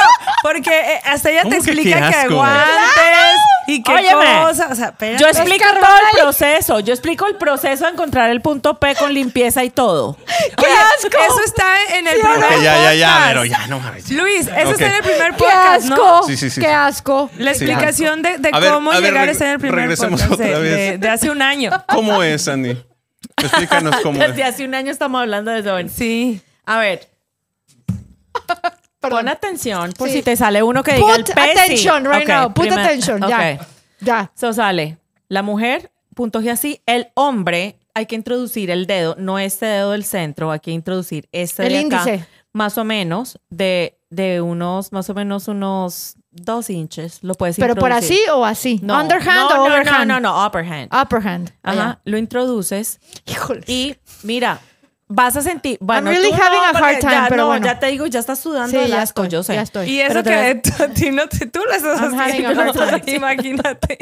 Speaker 4: no. Porque eh, hasta ella te
Speaker 2: ¿Cómo que
Speaker 4: explica
Speaker 2: qué
Speaker 4: que,
Speaker 2: asco?
Speaker 4: guantes y que
Speaker 3: Óyeme,
Speaker 4: cosas. O sea, espérate.
Speaker 3: Yo explico
Speaker 1: Escarbar
Speaker 3: todo
Speaker 1: ahí.
Speaker 3: el proceso. Yo explico el proceso de encontrar el punto P con limpieza y todo.
Speaker 4: ¡Qué asco! Eso está en el primer
Speaker 2: Ok, ya, ya, ya,
Speaker 4: podcast.
Speaker 2: pero ya, no mames.
Speaker 4: Luis, eso
Speaker 2: Ok.
Speaker 4: está en el primer
Speaker 1: ¡Qué
Speaker 4: podcast,
Speaker 1: asco!
Speaker 4: ¿no?
Speaker 2: Sí, sí, sí.
Speaker 1: ¡Qué asco!
Speaker 4: La
Speaker 2: Sí.
Speaker 4: explicación de, de
Speaker 2: A ver,
Speaker 4: cómo
Speaker 2: a ver,
Speaker 4: llegar
Speaker 2: reg-
Speaker 4: está en el primer
Speaker 2: regresemos
Speaker 4: podcast de,
Speaker 2: otra vez.
Speaker 4: de- de hace un año.
Speaker 2: ¿Cómo es, Andy? Explícanos cómo
Speaker 3: Desde
Speaker 2: es.
Speaker 3: hace un año estamos hablando de eso.
Speaker 4: Sí.
Speaker 3: A ver. Pon atención por si te sale uno que diga el
Speaker 1: Put
Speaker 3: pesi.
Speaker 1: attention right
Speaker 3: Ok,
Speaker 1: now. Put
Speaker 3: primer-
Speaker 1: attention. Ya.
Speaker 3: ok.
Speaker 1: Ya.
Speaker 3: So sale la mujer, punto G así. El hombre, hay que introducir el dedo, no este dedo del centro, hay que introducir este
Speaker 1: El
Speaker 3: de acá,
Speaker 1: índice.
Speaker 3: Más o menos, de, de unos, más o menos unos dos inches. Lo puedes
Speaker 1: Pero por
Speaker 3: introducir.
Speaker 1: así o así.
Speaker 3: No,
Speaker 1: Underhand
Speaker 3: no,
Speaker 1: o
Speaker 3: no, no,
Speaker 1: overhand. Ah,
Speaker 3: No, no, upper hand.
Speaker 1: Upper hand.
Speaker 3: Ajá, lo introduces
Speaker 1: Híjole.
Speaker 3: y mira, vas a sentir. Bueno,
Speaker 1: really
Speaker 3: tú
Speaker 1: having a
Speaker 3: porque
Speaker 1: hard time,
Speaker 3: ya,
Speaker 1: pero
Speaker 3: no,
Speaker 1: bueno.
Speaker 3: ya te digo, ya estás sudando
Speaker 1: Sí,
Speaker 3: de
Speaker 1: ya
Speaker 3: asco,
Speaker 1: estoy,
Speaker 3: yo sé.
Speaker 1: ya estoy.
Speaker 4: Y eso
Speaker 3: Pero te
Speaker 4: que
Speaker 3: ves-
Speaker 4: a ti no te- tú lo estás
Speaker 1: I'm having a hard
Speaker 4: haciendo. Imagínate.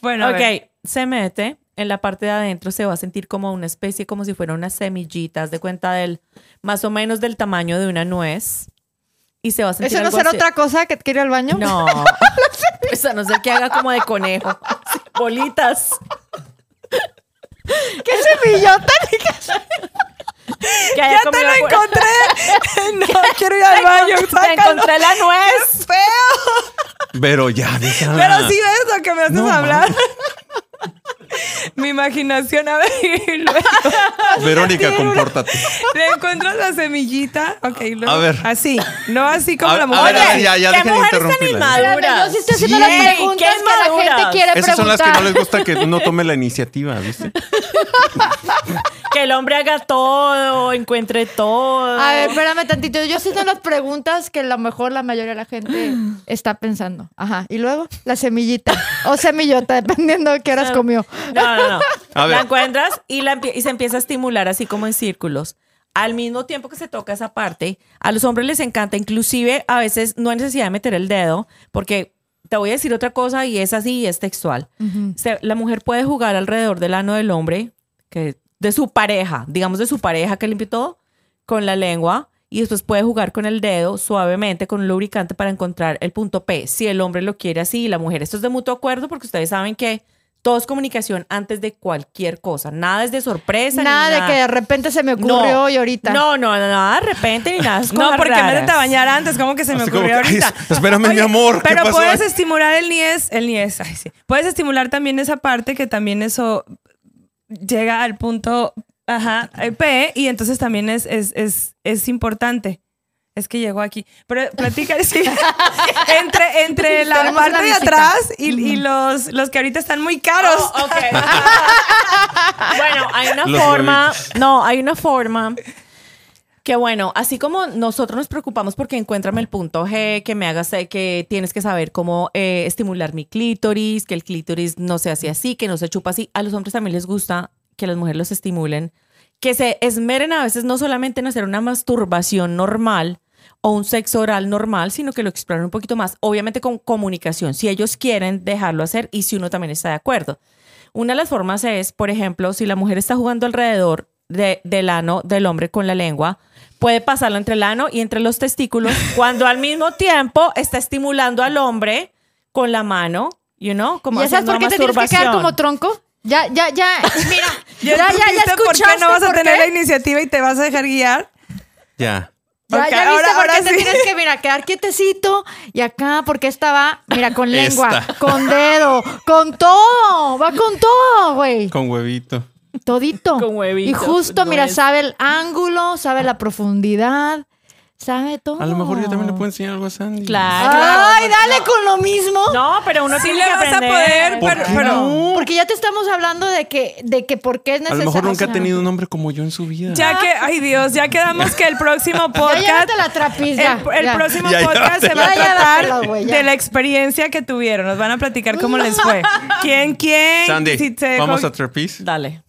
Speaker 4: Bueno, a ver.
Speaker 3: ok, se mete en la parte de adentro, se va a sentir como una especie, como si fuera unas semillitas, de cuenta del, más o menos del tamaño de una nuez. Y se va a sentir.
Speaker 1: ¿Eso no
Speaker 3: algo
Speaker 1: será
Speaker 3: así-
Speaker 1: otra cosa que quiere ir al baño?
Speaker 3: No. Pues a no ser que haga como de conejo. Así, Bolitas.
Speaker 1: ¿Qué semillota? ni qué-
Speaker 3: Que haya
Speaker 4: Ya te
Speaker 3: comido
Speaker 4: lo
Speaker 3: por-
Speaker 4: encontré. No quiero ir al baño.
Speaker 3: Te
Speaker 4: sácalo.
Speaker 3: encontré la nuez.
Speaker 4: ¡Qué feo!
Speaker 2: Pero ya, déjala.
Speaker 4: Pero sí ves lo que me haces
Speaker 2: No,
Speaker 4: hablar. Mi imaginación, a ver, y luego
Speaker 2: Verónica, compórtate.
Speaker 4: le encuentras la semillita. Ok, y luego,
Speaker 2: A ver.
Speaker 4: Así, no así como
Speaker 2: A-
Speaker 4: la
Speaker 2: a
Speaker 4: mujer.
Speaker 2: ver, a ver, ya, ya,
Speaker 3: ¿qué
Speaker 2: dejen de
Speaker 3: mujeres tan
Speaker 2: interrumpirla.
Speaker 3: inmaduras?
Speaker 1: Espérame, Yo sí estoy haciendo
Speaker 2: Sí.
Speaker 1: las
Speaker 3: Ey,
Speaker 1: preguntas
Speaker 3: ¿qué
Speaker 1: que la
Speaker 3: maduras?
Speaker 1: gente quiere
Speaker 2: Esas son las que
Speaker 1: preguntar.
Speaker 2: no les gusta que no tome la iniciativa, ¿viste?
Speaker 3: Que el hombre haga todo, encuentre todo.
Speaker 1: A ver, espérame tantito. Yo sí tengo las preguntas que a lo mejor la mayoría de la gente está pensando. Ajá. Y luego, la semillita o semillota, dependiendo de qué horas comió.
Speaker 3: No, no, no.
Speaker 2: A ver.
Speaker 3: La encuentras y, la empie- y se empieza a estimular así como en círculos. Al mismo tiempo que se toca esa parte, a los hombres les encanta, inclusive a veces no hay necesidad de meter el dedo, porque te voy a decir otra cosa y es así y es textual. Se- la mujer puede jugar alrededor del ano del hombre, que de su pareja, digamos de su pareja que limpió todo, con la lengua y después puede jugar con el dedo suavemente con un lubricante para encontrar el punto P. Si el hombre lo quiere así y la mujer, esto es de mutuo acuerdo porque ustedes saben que todo es comunicación antes de cualquier cosa. Nada es de sorpresa. ni
Speaker 1: Nada de que de repente se me ocurrió y ahorita.
Speaker 3: No, no, nada de repente ni nada. es
Speaker 4: No,
Speaker 3: cosas
Speaker 4: porque
Speaker 3: raras.
Speaker 4: métete a bañar antes, como que se me
Speaker 2: Así como
Speaker 4: ocurrió
Speaker 2: que, ay,
Speaker 4: ahorita.
Speaker 2: espérame, mi amor, ¿qué
Speaker 4: Pero
Speaker 2: pasó?
Speaker 4: puedes estimular el niés, el niés, ay, sí. Puedes estimular también esa parte que también eso llega al punto, ajá, el P, y entonces también es, es, es, es importante. Es que llegó aquí. Pero platica, sí. entre, entre la
Speaker 1: Tenemos una
Speaker 4: parte de
Speaker 1: visita.
Speaker 4: atrás y, y los, los que ahorita están muy caros.
Speaker 3: Oh, ok. bueno, hay una
Speaker 2: Los
Speaker 3: forma. No, hay una forma. Que bueno, así como nosotros nos preocupamos porque encuéntrame el punto G, que me hagas, eh, que tienes que saber cómo eh, estimular mi clítoris, que el clítoris no se hace así, que no se chupa así. A los hombres también les gusta que las mujeres los estimulen, que se esmeren a veces no solamente en hacer una masturbación normal o un sexo oral normal, sino que lo exploren un poquito más, obviamente con comunicación, si ellos quieren dejarlo hacer y si uno también está de acuerdo. Una de las formas es, por ejemplo, si la mujer está jugando alrededor de- del ano del hombre con la lengua, puede pasarlo entre el ano y entre los testículos, cuando al mismo tiempo está estimulando al hombre con la mano, you know, como
Speaker 1: ¿Ya sabes
Speaker 3: haciendo
Speaker 1: por qué
Speaker 3: una
Speaker 1: te tienes que quedar
Speaker 3: masturbación.
Speaker 1: como tronco? Ya, ya, ya. Mira,
Speaker 4: ¿Ya
Speaker 1: ya, ya, ya
Speaker 4: entendiste por
Speaker 1: escuchaste.
Speaker 4: qué no vas a
Speaker 1: por
Speaker 4: tener
Speaker 1: qué?
Speaker 4: la iniciativa y te vas a dejar guiar?
Speaker 2: Ya.
Speaker 1: Ya,
Speaker 4: Ok,
Speaker 1: ya
Speaker 4: ahora-
Speaker 1: viste por
Speaker 4: ahora
Speaker 1: qué te
Speaker 4: sí.
Speaker 1: tienes que, mira, quedar quietecito y acá, porque esta va, mira, con lengua,
Speaker 2: Esta.
Speaker 1: con dedo, con todo, va con todo, güey.
Speaker 2: Con huevito.
Speaker 1: Todito.
Speaker 3: Con huevito,
Speaker 1: Y justo,
Speaker 3: no
Speaker 1: mira,
Speaker 3: es-
Speaker 1: sabe el ángulo, sabe la profundidad, sabe todo.
Speaker 2: A lo mejor yo también
Speaker 4: Oh.
Speaker 2: le puedo enseñar algo a Sandy.
Speaker 3: Claro.
Speaker 4: Ah,
Speaker 1: Ay, dale con lo mismo.
Speaker 3: No, pero uno
Speaker 4: Sí
Speaker 3: tiene
Speaker 4: le
Speaker 3: que
Speaker 4: vas a
Speaker 3: aprender.
Speaker 4: poder,
Speaker 2: ¿Por
Speaker 4: pero-
Speaker 2: qué
Speaker 4: pero-
Speaker 2: no?
Speaker 1: Porque ya te estamos hablando de que, de que por qué es
Speaker 2: A
Speaker 1: necesario.
Speaker 2: lo mejor nunca
Speaker 1: o
Speaker 2: ha
Speaker 1: sea,
Speaker 2: tenido un hombre como yo en su vida.
Speaker 4: Ya que, ay Dios, ya quedamos que el próximo
Speaker 1: Ya
Speaker 4: podcast.
Speaker 1: llévate la trapiz,
Speaker 4: El,
Speaker 1: ya,
Speaker 4: el
Speaker 1: ya.
Speaker 4: próximo
Speaker 2: Ya,
Speaker 4: podcast se
Speaker 2: llévatela.
Speaker 4: va a
Speaker 1: Ya,
Speaker 4: tratar
Speaker 1: llévatela, güey, ya.
Speaker 4: de la experiencia que tuvieron. Nos van a platicar cómo les fue. ¿Quién, quién?
Speaker 2: Sandy,
Speaker 4: Si se dejó-
Speaker 2: vamos a Trapeze.
Speaker 3: Dale.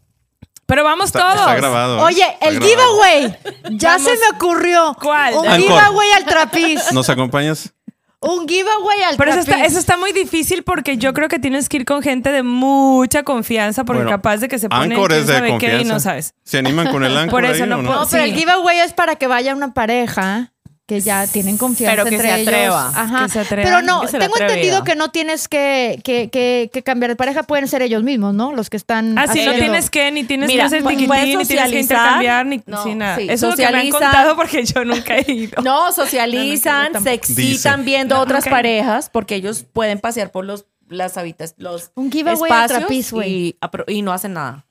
Speaker 4: Pero vamos
Speaker 2: Está,
Speaker 4: todos.
Speaker 2: está grabado. ¿eh?
Speaker 1: Oye,
Speaker 2: Está
Speaker 1: el
Speaker 2: grabado.
Speaker 1: giveaway. Ya
Speaker 4: Vamos.
Speaker 1: se me ocurrió.
Speaker 4: ¿Cuál?
Speaker 1: Un
Speaker 2: Anchor.
Speaker 1: giveaway al trapiz.
Speaker 2: ¿Nos acompañas?
Speaker 1: Un giveaway al
Speaker 4: Pero eso
Speaker 1: trapiz.
Speaker 4: está, eso está muy difícil porque yo creo que tienes que ir con gente de mucha confianza porque
Speaker 2: Bueno,
Speaker 4: capaz de que se ponen
Speaker 2: Anchor
Speaker 4: quién
Speaker 2: es de
Speaker 4: sabe qué y
Speaker 2: confianza.
Speaker 4: no sabes.
Speaker 2: ¿Se animan con el Anchor
Speaker 4: Por eso
Speaker 2: ahí
Speaker 4: no
Speaker 2: o
Speaker 4: puedo-
Speaker 1: No, pero el
Speaker 4: Sí.
Speaker 1: giveaway es para que vaya una pareja que ya tienen confianza
Speaker 3: Pero que
Speaker 1: entre
Speaker 3: se
Speaker 1: ellos.
Speaker 3: atreva.
Speaker 1: Ajá.
Speaker 4: Que se atrevan,
Speaker 1: pero no,
Speaker 3: que se le
Speaker 1: tengo
Speaker 3: atreve,
Speaker 1: entendido
Speaker 3: ¿no?
Speaker 1: que no tienes que, que, que, que cambiar de pareja, pueden ser ellos mismos, ¿no? Los que están
Speaker 3: Ah,
Speaker 4: Así Ah, no
Speaker 1: haciendo-
Speaker 4: tienes que, ni tienes
Speaker 3: Mira,
Speaker 4: que hacer
Speaker 3: pu-
Speaker 4: tiquitín,
Speaker 3: puedes
Speaker 4: ni tienes que
Speaker 3: socializar.
Speaker 4: intercambiar, ni
Speaker 3: No,
Speaker 4: sin nada.
Speaker 3: sí,
Speaker 4: Eso es lo que me han
Speaker 3: socializa.
Speaker 4: contado porque yo nunca he ido.
Speaker 3: No, socializan,
Speaker 4: No, no,
Speaker 3: se
Speaker 4: yo
Speaker 3: excitan
Speaker 2: Dice.
Speaker 3: viendo
Speaker 4: No,
Speaker 3: otras
Speaker 4: ok.
Speaker 3: parejas porque ellos pueden pasear por los las habitas, los
Speaker 1: Un giveaway a trapiz,
Speaker 3: espacios
Speaker 1: güey.
Speaker 3: y, apro- y no hacen nada.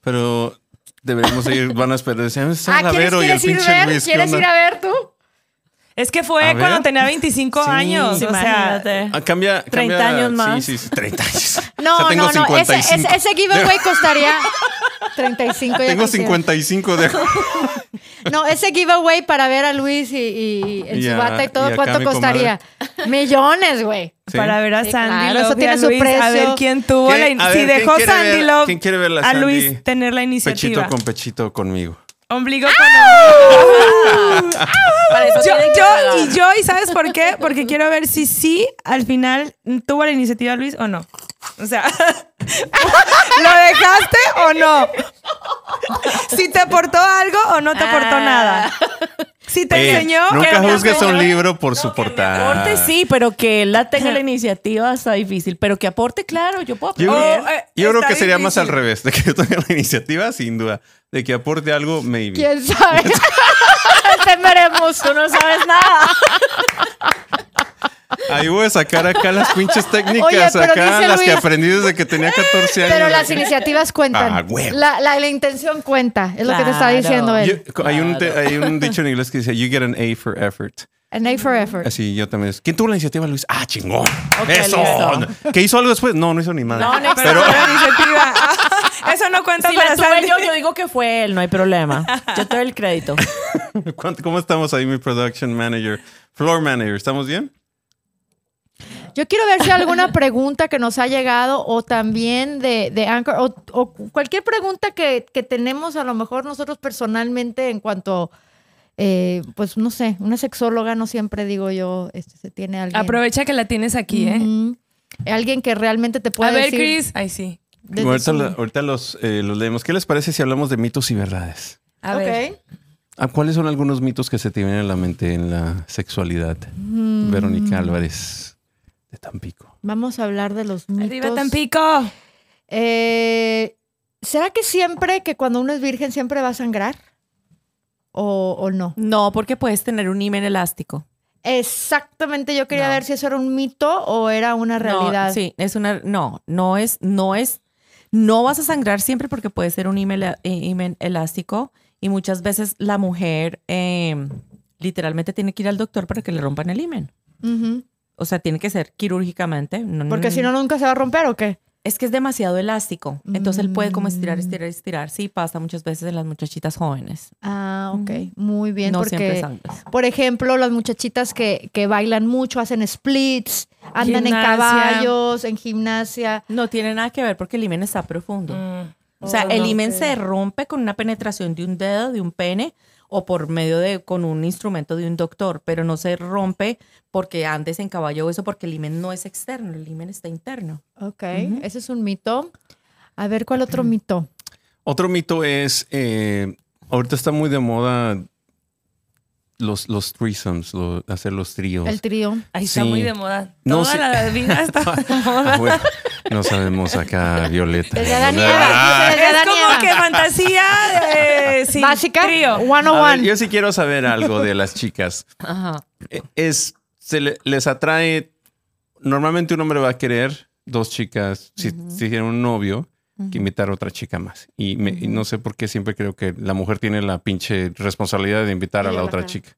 Speaker 2: Pero deberíamos ir, van a esperar. Decían, está
Speaker 1: Ah,
Speaker 2: la
Speaker 1: ¿quieres,
Speaker 2: Vero y el
Speaker 1: quieres ir
Speaker 2: pinche
Speaker 1: a ver?
Speaker 2: Luis. ¿qué
Speaker 1: ¿Quieres
Speaker 2: onda?
Speaker 1: ir a ver tú?
Speaker 4: Es que fue
Speaker 2: A ver.
Speaker 4: cuando tenía 25
Speaker 2: Sí.
Speaker 4: años. O sea,
Speaker 3: Imagínate.
Speaker 2: Ah, cambia,
Speaker 3: 30
Speaker 2: cambia-
Speaker 3: años
Speaker 2: sí,
Speaker 3: más.
Speaker 2: Sí, sí, 30 años.
Speaker 1: No,
Speaker 2: O sea, tengo
Speaker 1: no, no. Ese,
Speaker 2: 55.
Speaker 1: ese, ese giveaway costaría 35. ya
Speaker 2: Tengo
Speaker 1: quisiera.
Speaker 2: 55 de...
Speaker 1: No, ese giveaway para ver a Luis y, y- y en
Speaker 2: Y
Speaker 1: su
Speaker 2: a-
Speaker 1: bata y
Speaker 2: y
Speaker 1: todo,
Speaker 2: acá
Speaker 1: ¿cuánto
Speaker 2: mi
Speaker 1: costaría? Millones, güey.
Speaker 2: Sí.
Speaker 4: para ver a
Speaker 1: Sí,
Speaker 4: Sandy
Speaker 1: claro, eso
Speaker 4: Love y
Speaker 1: tiene
Speaker 4: a
Speaker 1: su
Speaker 4: Luis, a ver
Speaker 1: precio.
Speaker 4: quién tuvo
Speaker 2: ¿Quién-
Speaker 4: la
Speaker 2: a
Speaker 4: in-
Speaker 2: ver,
Speaker 4: si
Speaker 2: quién
Speaker 4: dejó
Speaker 2: quiere
Speaker 4: Sandy
Speaker 2: ver-
Speaker 4: Love
Speaker 2: quién quiere ver la
Speaker 4: a
Speaker 2: Sandy?
Speaker 4: Luis tener la
Speaker 2: Pechito
Speaker 4: iniciativa.
Speaker 2: con pechito conmigo.
Speaker 4: Ombligo
Speaker 3: ¡Ah!
Speaker 4: con ombligo.
Speaker 3: Para eso
Speaker 4: Yo,
Speaker 3: tienen que pagar.
Speaker 4: yo y yo, ¿y sabes por qué? Porque quiero ver si sí al final tuvo la iniciativa Luis o no. O sea, ¿lo dejaste o no? Si te aportó algo o no te aportó
Speaker 3: Ah.
Speaker 4: nada. Si te
Speaker 2: Eh,
Speaker 4: enseñó.
Speaker 2: nunca
Speaker 4: que-
Speaker 2: juzgues a un libro por su portada.
Speaker 3: Aporte sí, pero que él la tenga la iniciativa está difícil. Pero que aporte, claro, yo puedo
Speaker 2: Yo,
Speaker 3: aprender.
Speaker 4: Oh, eh,
Speaker 2: yo creo
Speaker 4: está
Speaker 2: que sería más al
Speaker 4: difícil.
Speaker 2: revés, de que yo tenga la iniciativa, sin duda. De que aporte algo, maybe.
Speaker 1: ¿Quién sabe? Te veremos. Tú no sabes nada.
Speaker 2: Ahí voy a sacar acá las pinches técnicas,
Speaker 1: Oye, pero
Speaker 2: acá
Speaker 1: dice
Speaker 2: las que
Speaker 1: Luis-
Speaker 2: aprendí desde que tenía 14 años.
Speaker 1: Pero las iniciativas cuentan.
Speaker 2: Ah, huevo.
Speaker 1: la, la, la intención cuenta, es lo que te estaba
Speaker 3: Claro.
Speaker 1: diciendo él.
Speaker 2: Yo- hay, un te-
Speaker 3: Claro.
Speaker 2: hay un dicho en inglés que dice, you get an A for effort.
Speaker 1: An A for effort.
Speaker 2: Así yo también. ¿Quién tuvo la iniciativa, Luis? Ah, chingón.
Speaker 3: Ok,
Speaker 2: Eso.
Speaker 3: listo.
Speaker 2: ¿Qué hizo algo después? No, no hizo ni madre.
Speaker 3: No, no hizo
Speaker 2: pero,
Speaker 4: pero la iniciativa. Eso no cuenta
Speaker 3: Si la
Speaker 4: para
Speaker 3: tuve
Speaker 4: Sandy.
Speaker 3: yo, yo digo que fue él, no hay problema. Yo te doy el crédito.
Speaker 2: ¿cuánto- ¿Cómo estamos ahí, mi production manager? Floor manager, ¿estamos bien?
Speaker 1: Yo quiero ver si hay alguna pregunta que nos ha llegado o también de, de Anchor o, o cualquier pregunta que, que tenemos a lo mejor nosotros personalmente en cuanto, eh, pues no sé, una sexóloga no siempre digo yo, este, se tiene alguien.
Speaker 4: Aprovecha que la tienes aquí, ¿eh?
Speaker 1: Ujú. Alguien que realmente te pueda
Speaker 4: A ver,
Speaker 1: decir
Speaker 4: Chris. Ay, sí.
Speaker 1: desde
Speaker 2: ahorita
Speaker 1: su-
Speaker 2: la- ahorita los, eh, los leemos. ¿Qué les parece si hablamos de mitos y verdades?
Speaker 4: A
Speaker 1: Ok.
Speaker 4: ver.
Speaker 2: ¿A ¿Cuáles son algunos mitos que se te vienen a la mente en la sexualidad?
Speaker 1: Mm.
Speaker 2: Verónica Álvarez de Tampico.
Speaker 1: Vamos a hablar de los mitos.
Speaker 4: Arriba Tampico.
Speaker 1: Eh, ¿Será que siempre que cuando uno es virgen siempre va a sangrar? ¿O, o no?
Speaker 3: No, porque puedes tener un himen elástico.
Speaker 1: Exactamente, yo quería
Speaker 3: No.
Speaker 1: ver si eso era un mito o era una realidad.
Speaker 3: No, sí, es una. No, no es, no es. No vas a sangrar siempre porque puede ser un himen, ela- eh, himen elástico y muchas veces la mujer eh, literalmente tiene que ir al doctor para que le rompan el himen.
Speaker 1: Ujú.
Speaker 3: O sea, tiene que ser quirúrgicamente. No,
Speaker 1: Porque si no, nunca se va a romper o qué.
Speaker 3: Es que es demasiado elástico. Entonces él puede como estirar,
Speaker 1: Mm.
Speaker 3: estirar, estirar. Sí, pasa muchas veces en las muchachitas jóvenes.
Speaker 1: Ah, ok,
Speaker 3: Ujú.
Speaker 1: muy bien.
Speaker 3: no siempre
Speaker 1: porque,
Speaker 3: sangras.
Speaker 1: por ejemplo, las muchachitas que, que bailan mucho, hacen splits, andan
Speaker 4: Gimnasia.
Speaker 1: en caballos, en gimnasia.
Speaker 3: No tiene nada que ver porque el himen está profundo.
Speaker 4: Mm,
Speaker 3: O sea,
Speaker 1: Oh,
Speaker 3: el
Speaker 1: no,
Speaker 3: himen
Speaker 1: ok.
Speaker 3: se rompe con una penetración de un dedo, de un pene o por medio de con un instrumento de un doctor, pero no se rompe porque andes en caballo o eso porque el himen no es externo, el himen está interno.
Speaker 1: Ok, ese es un mito. A ver, ¿cuál otro mito?
Speaker 2: Otro mito es, eh, ahorita está muy de moda los, los threesomes, lo- hacer los tríos.
Speaker 1: El trío.
Speaker 4: Ahí está
Speaker 2: Sí.
Speaker 4: muy de moda.
Speaker 2: No
Speaker 4: Toda
Speaker 2: sé.
Speaker 4: la vida está de moda.
Speaker 2: Ah, bueno, no sabemos acá, Violeta.
Speaker 1: Desde Adán y Eva.
Speaker 2: Ah.
Speaker 1: Desde
Speaker 4: Es
Speaker 1: Adán y
Speaker 4: como
Speaker 1: Eva.
Speaker 4: que fantasía eh, sin
Speaker 1: Básica,
Speaker 4: trío.
Speaker 1: 101.
Speaker 2: A ver, yo sí quiero saber algo de las chicas.
Speaker 3: Ajá.
Speaker 2: Eh, Es, se le- les atrae, normalmente un hombre va a querer dos chicas, si, si tiene un novio, que invitar a otra chica más. Y, me- y no sé por qué siempre creo que la mujer tiene la pinche responsabilidad de invitar a
Speaker 1: Sí,
Speaker 2: la otra
Speaker 1: ajá.
Speaker 2: chica.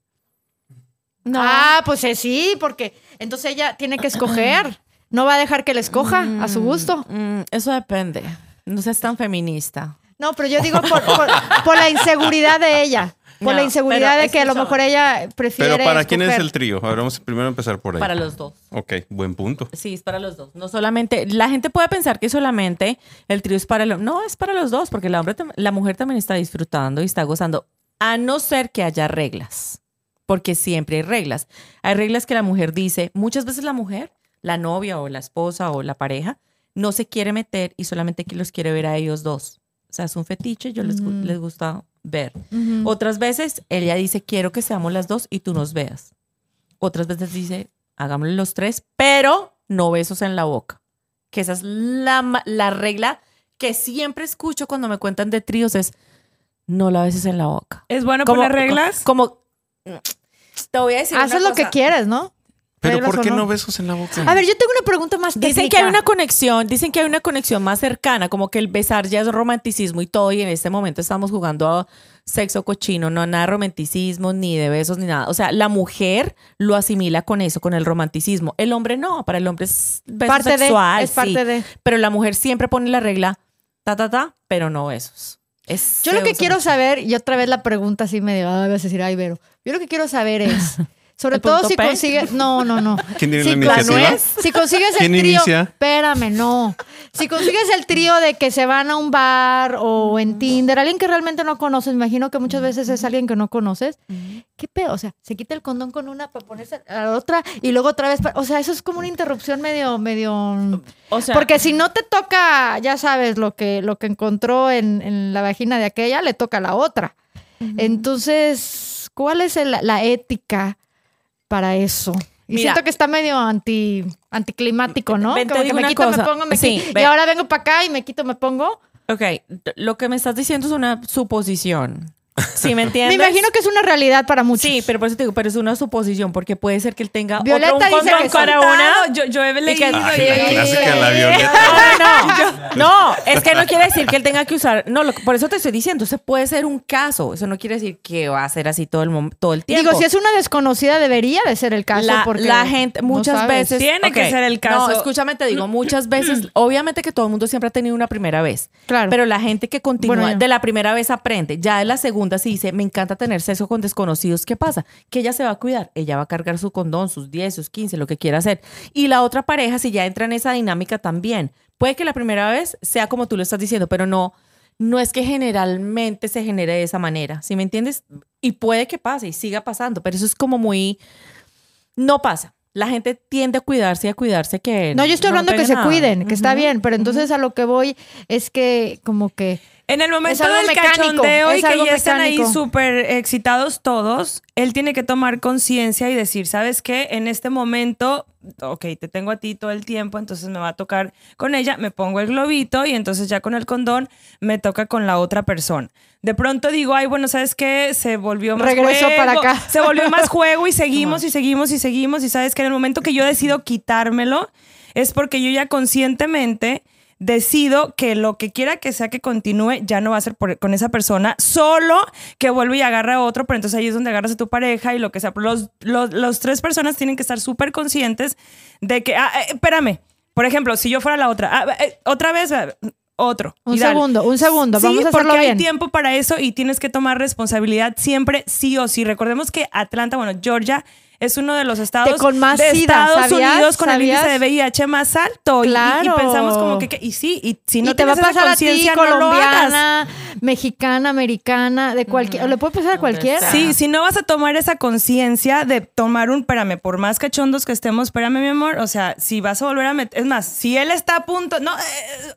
Speaker 3: No.
Speaker 1: Ah, pues eh, sí, porque entonces ella tiene que escoger. No va a dejar que le escoja a su gusto.
Speaker 3: Mm, eso depende. No seas tan feminista.
Speaker 1: No, pero yo digo por, por- por la inseguridad de ella. Por la
Speaker 3: No,
Speaker 1: inseguridad
Speaker 3: pero
Speaker 1: de que a lo
Speaker 3: escucha.
Speaker 1: mejor ella prefiere.
Speaker 2: Pero ¿para quién es
Speaker 1: escoger.
Speaker 2: el trío? A ver, vamos primero a empezar por ahí.
Speaker 3: Para los dos.
Speaker 2: Ok, buen punto.
Speaker 3: Sí, es para los dos. No solamente, la gente puede pensar que solamente el trío es para el No, es para los dos, porque la, hombre tam- la mujer también está disfrutando y está gozando, a no ser que haya reglas, porque siempre hay reglas. Hay reglas que la mujer dice, muchas veces la mujer, la novia o la esposa o la pareja, no se quiere meter y solamente que los quiere ver a ellos dos. O sea, es un fetiche, yo les, gu-
Speaker 1: Mm.
Speaker 3: les gusta ver.
Speaker 1: Ujú.
Speaker 3: Otras veces ella dice, quiero que seamos las dos y tú nos veas. Otras veces dice, hagámoslo los tres, pero no besos en la boca. Que esa es la, ma- la regla que siempre escucho cuando me cuentan de tríos es, no la beses en la boca.
Speaker 4: ¿Es bueno poner reglas?
Speaker 3: Como, te voy a decir
Speaker 1: Haces
Speaker 3: una
Speaker 1: lo que
Speaker 3: cosa.
Speaker 1: quieres, ¿no?
Speaker 2: Pero
Speaker 1: reglas
Speaker 2: ¿por
Speaker 1: o
Speaker 2: qué
Speaker 1: no?
Speaker 2: no besos en la boca?
Speaker 1: A ver, yo tengo una pregunta más técnica.
Speaker 3: Dicen que hay una conexión, dicen que hay una conexión más cercana, como que el besar ya es romanticismo y todo, y en este momento estamos jugando a sexo cochino, no nada de romanticismo, ni de besos, ni nada. O sea, la mujer lo asimila con eso, con el romanticismo. El hombre no, para el hombre es beso
Speaker 1: Parte de,
Speaker 3: sexual,
Speaker 1: es parte
Speaker 3: sí.
Speaker 1: de.
Speaker 3: Pero la mujer siempre pone la regla, ta, ta, ta, pero no besos. Es-
Speaker 1: Yo
Speaker 3: se
Speaker 1: lo que
Speaker 3: usa
Speaker 1: quiero
Speaker 3: mucho.
Speaker 1: saber, y otra vez la pregunta así medio, ah, vas a decir, ay, Vero. Yo lo que quiero saber es, sobre
Speaker 3: ¿El
Speaker 1: todo
Speaker 3: punto
Speaker 1: si
Speaker 3: P?
Speaker 1: consigues. No, no, no.
Speaker 2: ¿Quién tiene la
Speaker 1: Si con-
Speaker 2: iniciativa?
Speaker 1: Si consigues el
Speaker 2: ¿Quién
Speaker 1: trío.
Speaker 2: inicia?
Speaker 1: Espérame, no. Si consigues el trío de que se van a un bar o en Tinder, alguien que realmente no conoces, me imagino que muchas veces es alguien que no conoces. ¿Qué pedo? O sea, se quita el condón con una para ponerse a la otra y luego otra vez. pa- O sea, eso es como una interrupción medio, medio.
Speaker 3: O sea,
Speaker 1: Porque si no te toca, ya sabes, lo que, lo que encontró en, en la vagina de aquella, le toca a la otra. Entonces, ¿cuál es el- la ética para eso? Y
Speaker 3: Mira.
Speaker 1: siento que está medio anti, anticlimático, ¿no?
Speaker 3: Ven, te
Speaker 1: Como que
Speaker 3: digo
Speaker 1: me
Speaker 3: una
Speaker 1: quito, me
Speaker 3: cosa.
Speaker 1: pongo, me
Speaker 3: Sí,
Speaker 1: quito. Y
Speaker 3: ve.
Speaker 1: ahora vengo para acá y me quito, me pongo.
Speaker 3: ok, lo que me estás diciendo es una suposición. ¿Sí me
Speaker 1: Me
Speaker 3: entiendes?
Speaker 1: imagino que es una realidad para muchos.
Speaker 3: Sí, pero por eso te digo, pero es una suposición, porque puede ser que él tenga
Speaker 1: Violeta
Speaker 3: otro un
Speaker 1: dice
Speaker 3: condón
Speaker 1: que son-
Speaker 3: para una.
Speaker 4: Contado, Yo, yo he leído. y-
Speaker 3: Ay,
Speaker 2: la clásica, la violeta.
Speaker 3: No, no, no, es que no quiere decir que él tenga que usar. No, lo- por eso te estoy diciendo, ese puede ser un caso. Eso no quiere decir que va a ser así todo el, mom- todo el tiempo.
Speaker 1: Digo, si es una desconocida, debería de ser el caso.
Speaker 3: la,
Speaker 1: porque
Speaker 3: la gente
Speaker 1: no
Speaker 3: muchas
Speaker 1: sabes.
Speaker 3: veces
Speaker 4: Tiene que
Speaker 3: ok,
Speaker 4: ser el caso.
Speaker 3: No, escúchame, te digo, muchas veces, obviamente que todo el mundo siempre ha tenido una primera vez.
Speaker 1: Claro.
Speaker 3: Pero la gente que continúa
Speaker 1: Bueno, yo.
Speaker 3: de la primera vez aprende, ya de la segunda se dice, me encanta tener sexo con desconocidos, ¿qué pasa? Que ella se va a cuidar, ella va a cargar su condón, sus 10, sus 15, lo que quiera hacer. Y la otra pareja, si ya entra en esa dinámica también, puede que la primera vez sea como tú lo estás diciendo, pero no, no es que generalmente se genere de esa manera, ¿sí me entiendes? Y puede que pase y siga pasando, pero eso es como muy, no pasa. La gente tiende a cuidarse y a cuidarse que...
Speaker 1: No, yo estoy hablando que
Speaker 3: pegue
Speaker 1: se
Speaker 3: nada.
Speaker 1: cuiden, que está
Speaker 3: Ujú.
Speaker 1: bien, pero entonces a lo que voy es que como que...
Speaker 4: En el momento
Speaker 1: algo
Speaker 4: del
Speaker 1: mecánico,
Speaker 4: cachondeo
Speaker 1: es
Speaker 4: y que
Speaker 1: algo
Speaker 4: ya están ahí
Speaker 1: mecánico.
Speaker 4: súper excitados todos, él tiene que tomar conciencia y decir, ¿sabes qué? En este momento, ok, te tengo a ti todo el tiempo, entonces me va a tocar con ella, me pongo el globito y entonces ya con el condón me toca con la otra persona. De pronto digo, ay, bueno, ¿sabes qué? Se volvió más
Speaker 1: Regreso
Speaker 4: juego,
Speaker 1: para acá.
Speaker 4: Se volvió más juego y seguimos y seguimos y seguimos y sabes que en el momento que yo decido quitármelo es porque yo ya conscientemente decido que lo que quiera que sea que continúe ya no va a ser por- con esa persona, solo que vuelve y agarra a otro, pero entonces ahí es donde agarras a tu pareja y lo que sea. Pero Los, los, los tres personas tienen que estar súper conscientes de que, ah, eh, espérame, por ejemplo, si yo fuera la otra, ah, eh, otra vez, ah, otro.
Speaker 1: Un
Speaker 4: y dale.
Speaker 1: segundo, un segundo,
Speaker 4: Sí,
Speaker 1: vamos a hacerlo
Speaker 4: porque
Speaker 1: bien.
Speaker 4: hay tiempo para eso y tienes que tomar responsabilidad siempre sí o sí. Recordemos que Atlanta, bueno, Georgia es uno de los estados
Speaker 1: De- con más
Speaker 4: de
Speaker 1: sida,
Speaker 4: Estados
Speaker 1: ¿sabías?
Speaker 4: Unidos con el
Speaker 1: ¿Sabías?
Speaker 4: índice de VIH más alto y- y- y,
Speaker 1: Claro.
Speaker 4: pensamos como que, que- y sí, y si no
Speaker 1: y te va a
Speaker 4: tienes esa
Speaker 1: pasar a ti,
Speaker 4: conciencia no lo hagas.
Speaker 1: colombiana, mexicana, americana, de cualquier... ¿Le puede pasar a cualquiera?
Speaker 4: Sí, si no vas a tomar esa conciencia de tomar un, espérame, por más cachondos que estemos, espérame, mi amor, o sea, si vas a volver a meter, es más, si él está a punto, no, eh,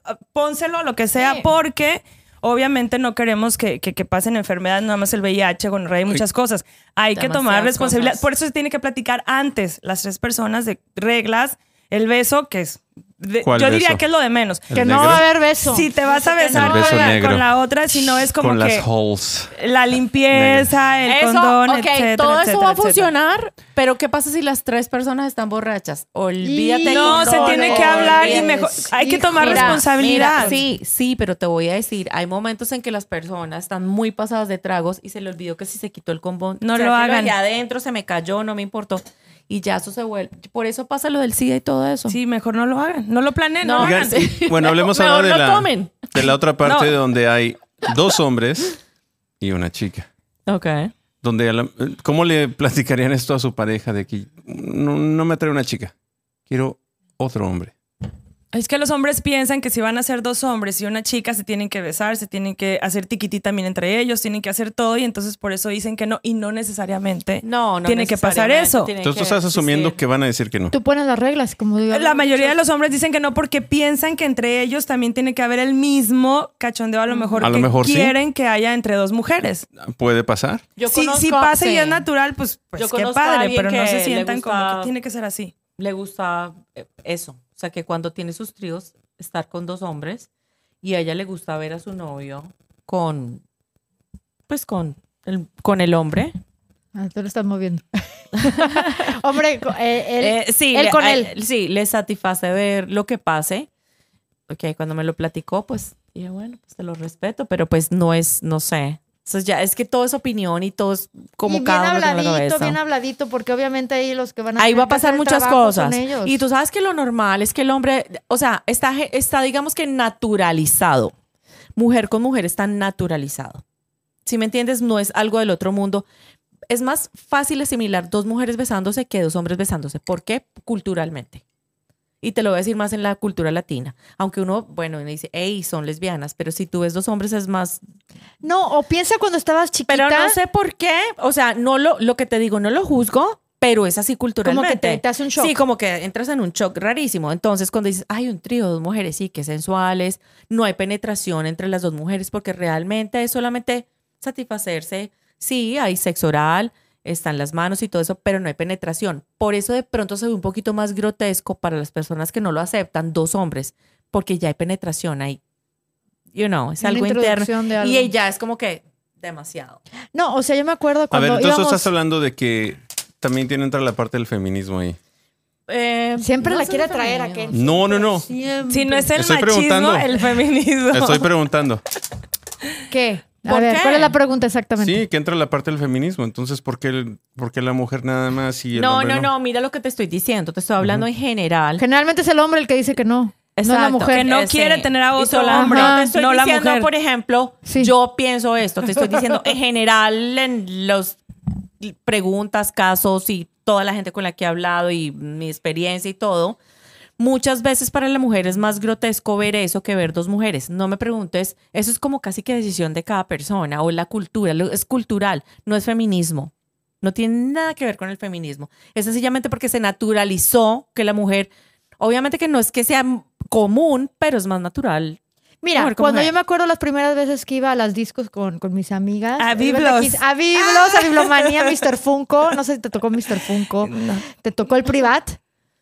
Speaker 4: eh, pónselo, lo que sea,
Speaker 1: Sí.
Speaker 4: porque obviamente no queremos que, que, que pasen enfermedades, nada más el VIH, con hay muchas cosas. Hay que tomar
Speaker 3: Demasiadas
Speaker 4: responsabilidad.
Speaker 3: cosas.
Speaker 4: Por eso se tiene que platicar antes las tres personas de reglas, el beso, que es, de- yo
Speaker 2: ¿Cuál
Speaker 4: diría
Speaker 2: beso?
Speaker 4: que es lo de menos.
Speaker 2: El
Speaker 1: Que
Speaker 2: negro.
Speaker 1: no va a haber beso.
Speaker 4: Si te vas a besar
Speaker 2: beso
Speaker 4: con la,
Speaker 2: negro.
Speaker 4: con la otra, si no es como
Speaker 2: Con
Speaker 4: que
Speaker 2: las holes.
Speaker 4: la limpieza, el
Speaker 3: Eso,
Speaker 4: condón,
Speaker 3: ok,
Speaker 4: etcétera,
Speaker 3: todo eso
Speaker 4: etcétera,
Speaker 3: va a
Speaker 4: etcétera.
Speaker 3: funcionar, pero ¿qué pasa si las tres personas están borrachas? Olvídate. del
Speaker 4: No, se
Speaker 3: condón,
Speaker 4: tiene que hablar y
Speaker 3: olvídate.
Speaker 4: mejor hay que tomar
Speaker 1: Híjole.
Speaker 3: Mira,
Speaker 4: responsabilidad.
Speaker 3: mira, sí, sí, pero te voy a decir, hay momentos en que las personas están muy pasadas de tragos y se le olvidó que si se quitó el combón,
Speaker 4: No lo hagan.
Speaker 3: Y adentro se me cayó, no me importó. Y ya eso se vuelve. Por eso pasa lo del SIDA y todo eso.
Speaker 4: Sí, mejor no lo hagan, no lo planeen, no,
Speaker 3: No,
Speaker 4: lo
Speaker 2: Oigan,
Speaker 4: hagan.
Speaker 3: sí.
Speaker 2: Bueno, hablemos
Speaker 3: Mejor
Speaker 2: ahora de
Speaker 3: no
Speaker 2: la,
Speaker 3: tomen.
Speaker 2: de la otra parte
Speaker 4: No.
Speaker 2: donde hay dos hombres y una chica.
Speaker 3: Ok.
Speaker 2: Donde a la- ¿Cómo le platicarían esto a su pareja de que no, no me atrae una chica? Quiero otro hombre.
Speaker 4: Es que los hombres piensan que si van a ser dos hombres y una chica se tienen que besar, se tienen que hacer tiquití también entre ellos, tienen que hacer todo y entonces por eso dicen que no y no necesariamente.
Speaker 3: No, no.
Speaker 4: Tiene que pasar
Speaker 3: necesariamente
Speaker 4: eso.
Speaker 3: tiene
Speaker 2: Entonces tú
Speaker 3: que
Speaker 2: estás asumiendo
Speaker 3: existir.
Speaker 2: que van a decir que no.
Speaker 1: Tú pones las reglas, como digo.
Speaker 4: La mayoría de los hombres dicen que no porque piensan que entre ellos también tiene que haber el mismo cachondeo a lo mejor
Speaker 2: A lo
Speaker 4: que
Speaker 2: mejor sí.
Speaker 4: quieren que haya entre dos mujeres.
Speaker 2: ¿Puede pasar?
Speaker 3: Yo
Speaker 4: si,
Speaker 3: conozco-
Speaker 4: si pasa y
Speaker 3: sí.
Speaker 4: es natural, pues, pues
Speaker 3: Yo
Speaker 4: qué
Speaker 3: conozco a
Speaker 4: padre,
Speaker 3: alguien
Speaker 4: pero no
Speaker 3: que
Speaker 4: se
Speaker 3: le
Speaker 4: sientan como
Speaker 3: gusta-
Speaker 4: que tiene que ser así.
Speaker 3: le gusta eh, eso. O sea, que cuando tiene sus tríos, estar con dos hombres y a ella le gusta ver a su novio con, pues con el, con el hombre.
Speaker 1: Ah, tú lo estás moviendo. Hombre, co- eh, él,
Speaker 3: Eh, sí,
Speaker 1: él
Speaker 3: le-
Speaker 1: con
Speaker 3: a-
Speaker 1: él.
Speaker 3: Sí, le satisface ver lo que pase. Ok, cuando me lo platicó, pues dije, bueno, pues te lo respeto, pero pues no es, no sé. Entonces ya es que todo es opinión y todo es como
Speaker 1: y bien
Speaker 3: cada uno tiene la
Speaker 1: habladito,
Speaker 3: cabeza.
Speaker 1: bien habladito, porque obviamente ahí los que van a
Speaker 3: Ahí
Speaker 1: tener
Speaker 3: va a
Speaker 1: que hacer
Speaker 3: pasar
Speaker 1: el
Speaker 3: muchas
Speaker 1: trabajo
Speaker 3: cosas.
Speaker 1: son ellos.
Speaker 3: Y tú sabes que lo normal es que el hombre, o sea, está, ge- está digamos que naturalizado. Mujer con mujer está naturalizado. Si me entiendes, no es algo del otro mundo. Es más fácil asimilar dos mujeres besándose que dos hombres besándose. ¿Por qué? Culturalmente. Y te lo voy a decir más en la cultura latina. Aunque uno, bueno, uno dice, hey, son lesbianas, pero si tú ves dos hombres es más
Speaker 1: No, o piensa cuando estabas chiquita.
Speaker 3: pero no sé por qué, o sea, no lo, lo que te digo, no lo juzgo, pero es así culturalmente.
Speaker 1: te- te hace un shock.
Speaker 3: Sí, como que entras en un shock rarísimo. Entonces, cuando dices, hay un trío, dos mujeres, sí, que sensuales, no hay penetración entre las dos mujeres, porque realmente es solamente satisfacerse. Sí, hay sexo oral, están las manos y todo eso, pero no hay penetración. Por eso de pronto se ve un poquito más grotesco para las personas que no lo aceptan, dos hombres, porque ya hay penetración, hay, you know, es
Speaker 1: Una
Speaker 3: algo interno.
Speaker 1: introducción de algo.
Speaker 3: Y ella es como que demasiado.
Speaker 1: No, o sea, yo me acuerdo
Speaker 2: A
Speaker 1: cuando
Speaker 2: ver, entonces
Speaker 1: íbamos-
Speaker 2: estás hablando de que también tiene que entrar la parte del feminismo ahí.
Speaker 1: Siempre la
Speaker 3: sé
Speaker 1: quiere
Speaker 3: de
Speaker 1: traer a
Speaker 3: femenino.
Speaker 1: Ken.
Speaker 2: No, no, no.
Speaker 1: Siempre.
Speaker 4: Si no es el
Speaker 2: Estoy
Speaker 4: machismo,
Speaker 2: preguntando.
Speaker 4: el feminismo.
Speaker 2: Estoy preguntando.
Speaker 1: ¿Qué? A
Speaker 3: ¿Por
Speaker 1: ver,
Speaker 3: qué?
Speaker 1: ¿cuál es la pregunta exactamente?
Speaker 2: Sí, que entra la parte del feminismo. Entonces, ¿por qué, el- por qué la mujer nada más y el
Speaker 3: No,
Speaker 2: hombre
Speaker 3: no, no, mira lo que te estoy diciendo. Te estoy hablando en general.
Speaker 1: Generalmente es el hombre el que dice que no. No la
Speaker 3: Exacto.
Speaker 1: mujer.
Speaker 4: Que no
Speaker 3: Eh,
Speaker 4: quiere tener a
Speaker 3: Y
Speaker 4: otro
Speaker 3: solo-
Speaker 1: hombre,
Speaker 3: No te estoy
Speaker 4: no la
Speaker 3: diciendo,
Speaker 4: mujer.
Speaker 3: por ejemplo,
Speaker 1: Sí.
Speaker 3: yo pienso esto. Te estoy diciendo en general en los preguntas, casos y toda la gente con la que he hablado y mi experiencia y todo. Muchas veces para la mujer es más grotesco ver eso que ver dos mujeres. No me preguntes, eso es como casi que decisión de cada persona o la cultura, lo- es cultural, no es feminismo. No tiene nada que ver con el feminismo. Es sencillamente porque se naturalizó que la mujer, obviamente que no es que sea m- común, pero es más natural.
Speaker 1: Mira,
Speaker 3: Mujer con
Speaker 1: cuando
Speaker 3: mujer.
Speaker 1: yo me acuerdo las primeras veces que iba a las discos con, con mis amigas.
Speaker 4: A
Speaker 1: eh, iba
Speaker 4: Biblos.
Speaker 1: taquis- A Biblos, a Biblomanía, Mr. Funko. No sé si te tocó Mr. Funko. Te tocó el Privat.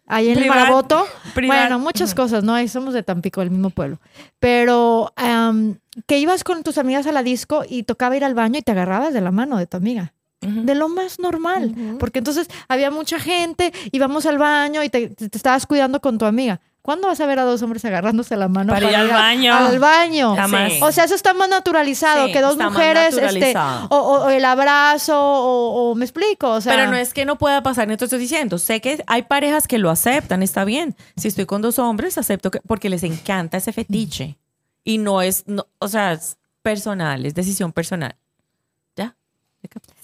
Speaker 1: Ahí en
Speaker 4: Privat,
Speaker 1: el Maraboto.
Speaker 4: Privat.
Speaker 1: Bueno, muchas cosas, ¿no? Ahí somos de Tampico, el mismo pueblo. Pero am, que ibas con tus amigas a la disco y tocaba ir al baño y te agarrabas de la mano de tu amiga. De lo más normal. Porque entonces había mucha gente, íbamos al baño y te, te- te estabas cuidando con tu amiga. ¿Cuándo vas a ver a dos hombres agarrándose la mano?
Speaker 4: Para ir al baño.
Speaker 1: Al baño.
Speaker 4: Jamás.
Speaker 1: O sea, eso está más naturalizado
Speaker 3: Sí,
Speaker 1: que dos
Speaker 3: está más
Speaker 1: mujeres, este,
Speaker 3: naturalizado.
Speaker 1: o, o- o el abrazo, o, o- me explico. O sea,
Speaker 3: pero no es que no pueda pasar, no te estoy diciendo. Sé que hay parejas que lo aceptan, está bien. Si estoy con dos hombres, acepto que, porque les encanta ese fetiche. Y no es, no- o sea, es personal, es decisión personal. ¿Ya?